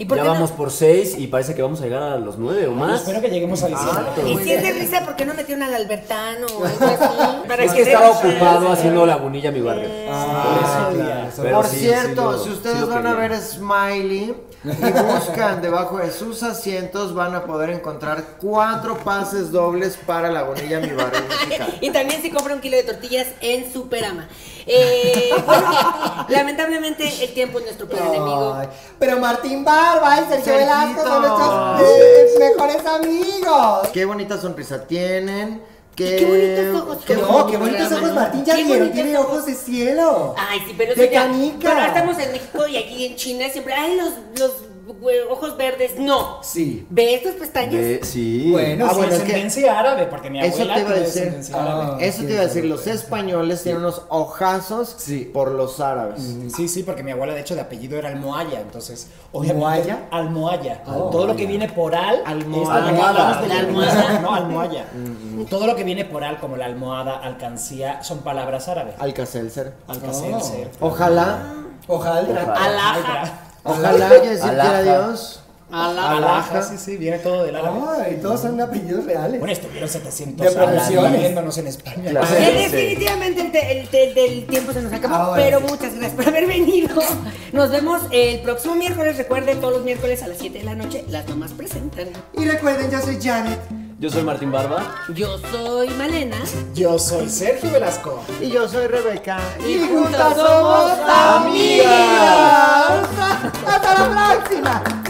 [SPEAKER 3] ¿Y por
[SPEAKER 6] Ya
[SPEAKER 3] qué no-
[SPEAKER 6] vamos por seis y parece que vamos a llegar a los nueve o
[SPEAKER 5] Pues
[SPEAKER 6] más.
[SPEAKER 5] Espero que lleguemos a diciembre.
[SPEAKER 3] Y si es de risa, ¿por qué no metieron al Albertano o algo así? Para
[SPEAKER 6] Es que
[SPEAKER 3] se-
[SPEAKER 6] estaba ocupado haciendo lagunilla a mi barrio.
[SPEAKER 1] Ah,
[SPEAKER 6] Por eso.
[SPEAKER 1] claro, eso-
[SPEAKER 6] Pero
[SPEAKER 8] por
[SPEAKER 6] sí, sí
[SPEAKER 8] cierto,
[SPEAKER 6] lo-
[SPEAKER 8] si
[SPEAKER 6] sí
[SPEAKER 8] ustedes
[SPEAKER 6] lo
[SPEAKER 8] van a
[SPEAKER 6] quería.
[SPEAKER 8] ver Smiley y buscan debajo de sus asientos, van a poder encontrar cuatro pases dobles para Lagunilla Mi Barrio Musical.
[SPEAKER 3] Y también se compra un kilo de tortillas en Superama. Eh, bueno, lamentablemente el tiempo es nuestro peor enemigo.
[SPEAKER 1] Ay, Pero Martín Barba y Sergio
[SPEAKER 8] Sergito.
[SPEAKER 1] Velasco son nuestros eh, mejores amigos.
[SPEAKER 8] Qué bonita sonrisa tienen. Qué,
[SPEAKER 3] qué bonitos ojos.
[SPEAKER 8] qué
[SPEAKER 3] No,
[SPEAKER 1] No,
[SPEAKER 8] bonito
[SPEAKER 1] qué bonitos
[SPEAKER 8] programa,
[SPEAKER 1] ojos,
[SPEAKER 8] ¿no?
[SPEAKER 1] Martín. Ya
[SPEAKER 3] Qué
[SPEAKER 1] vieron,
[SPEAKER 3] bonitos
[SPEAKER 1] tiene
[SPEAKER 3] ojos.
[SPEAKER 1] ojos de cielo.
[SPEAKER 3] Ay, sí, pero
[SPEAKER 1] De
[SPEAKER 3] eso ya-
[SPEAKER 1] canica.
[SPEAKER 3] Pero estamos en México y aquí en China siempre. Ay, los, los güey, ojos verdes, no.
[SPEAKER 1] Sí.
[SPEAKER 3] ¿Ve estas pestañas?
[SPEAKER 7] De- sí.
[SPEAKER 1] Bueno,
[SPEAKER 5] Ah,
[SPEAKER 1] sí,
[SPEAKER 5] bueno,
[SPEAKER 1] es que-
[SPEAKER 5] ascendencia árabe, porque mi
[SPEAKER 8] Eso
[SPEAKER 5] abuela
[SPEAKER 8] te iba a
[SPEAKER 5] tiene
[SPEAKER 8] decir.
[SPEAKER 5] ascendencia
[SPEAKER 1] Ah.
[SPEAKER 5] árabe.
[SPEAKER 8] Eso te iba a decir, los españoles tienen unos ojazos
[SPEAKER 1] Sí. Mm.
[SPEAKER 8] por los árabes.
[SPEAKER 5] Sí, sí, porque mi abuela de hecho de apellido era Almohaya, entonces obviamente
[SPEAKER 1] ¿Moaya?
[SPEAKER 5] Almohaya. Todo lo que viene por al
[SPEAKER 1] Este,
[SPEAKER 8] Almohada.
[SPEAKER 5] es lo que hablamos de la
[SPEAKER 8] Ah, Almohada.
[SPEAKER 5] almohada, no almohaya. Todo lo que viene por al como la almohada, alcancía, son palabras árabes. Oh.
[SPEAKER 8] Alcacelser.
[SPEAKER 5] Alcacelser.
[SPEAKER 1] Ah.
[SPEAKER 8] Ojalá,
[SPEAKER 1] Ojalá.
[SPEAKER 3] Alaja.
[SPEAKER 8] ojalá yo decir que era
[SPEAKER 7] Alaja.
[SPEAKER 8] Dios.
[SPEAKER 3] Alaja.
[SPEAKER 5] Alaja, sí, sí, viene todo del árabe.
[SPEAKER 1] Ay, todos son apellidos reales.
[SPEAKER 5] Bueno, estuvieron 700
[SPEAKER 1] De
[SPEAKER 5] años
[SPEAKER 1] profesiones.
[SPEAKER 5] viviéndonos en España.
[SPEAKER 7] Claro.
[SPEAKER 3] Ya
[SPEAKER 7] Sí.
[SPEAKER 3] definitivamente el, te- el te- del tiempo se nos acabó,
[SPEAKER 1] Ahora
[SPEAKER 3] pero
[SPEAKER 1] sí.
[SPEAKER 3] muchas gracias por haber venido. Nos vemos el próximo miércoles. Recuerden, todos los miércoles a las 7 de la noche, las mamás presentan.
[SPEAKER 1] Y recuerden, yo soy Janet.
[SPEAKER 7] Yo soy Martín Barba.
[SPEAKER 3] Yo soy Malena.
[SPEAKER 5] Yo soy Sergio Velasco.
[SPEAKER 8] Y yo soy Rebeca.
[SPEAKER 1] Y juntas somos amigas. Hasta la próxima.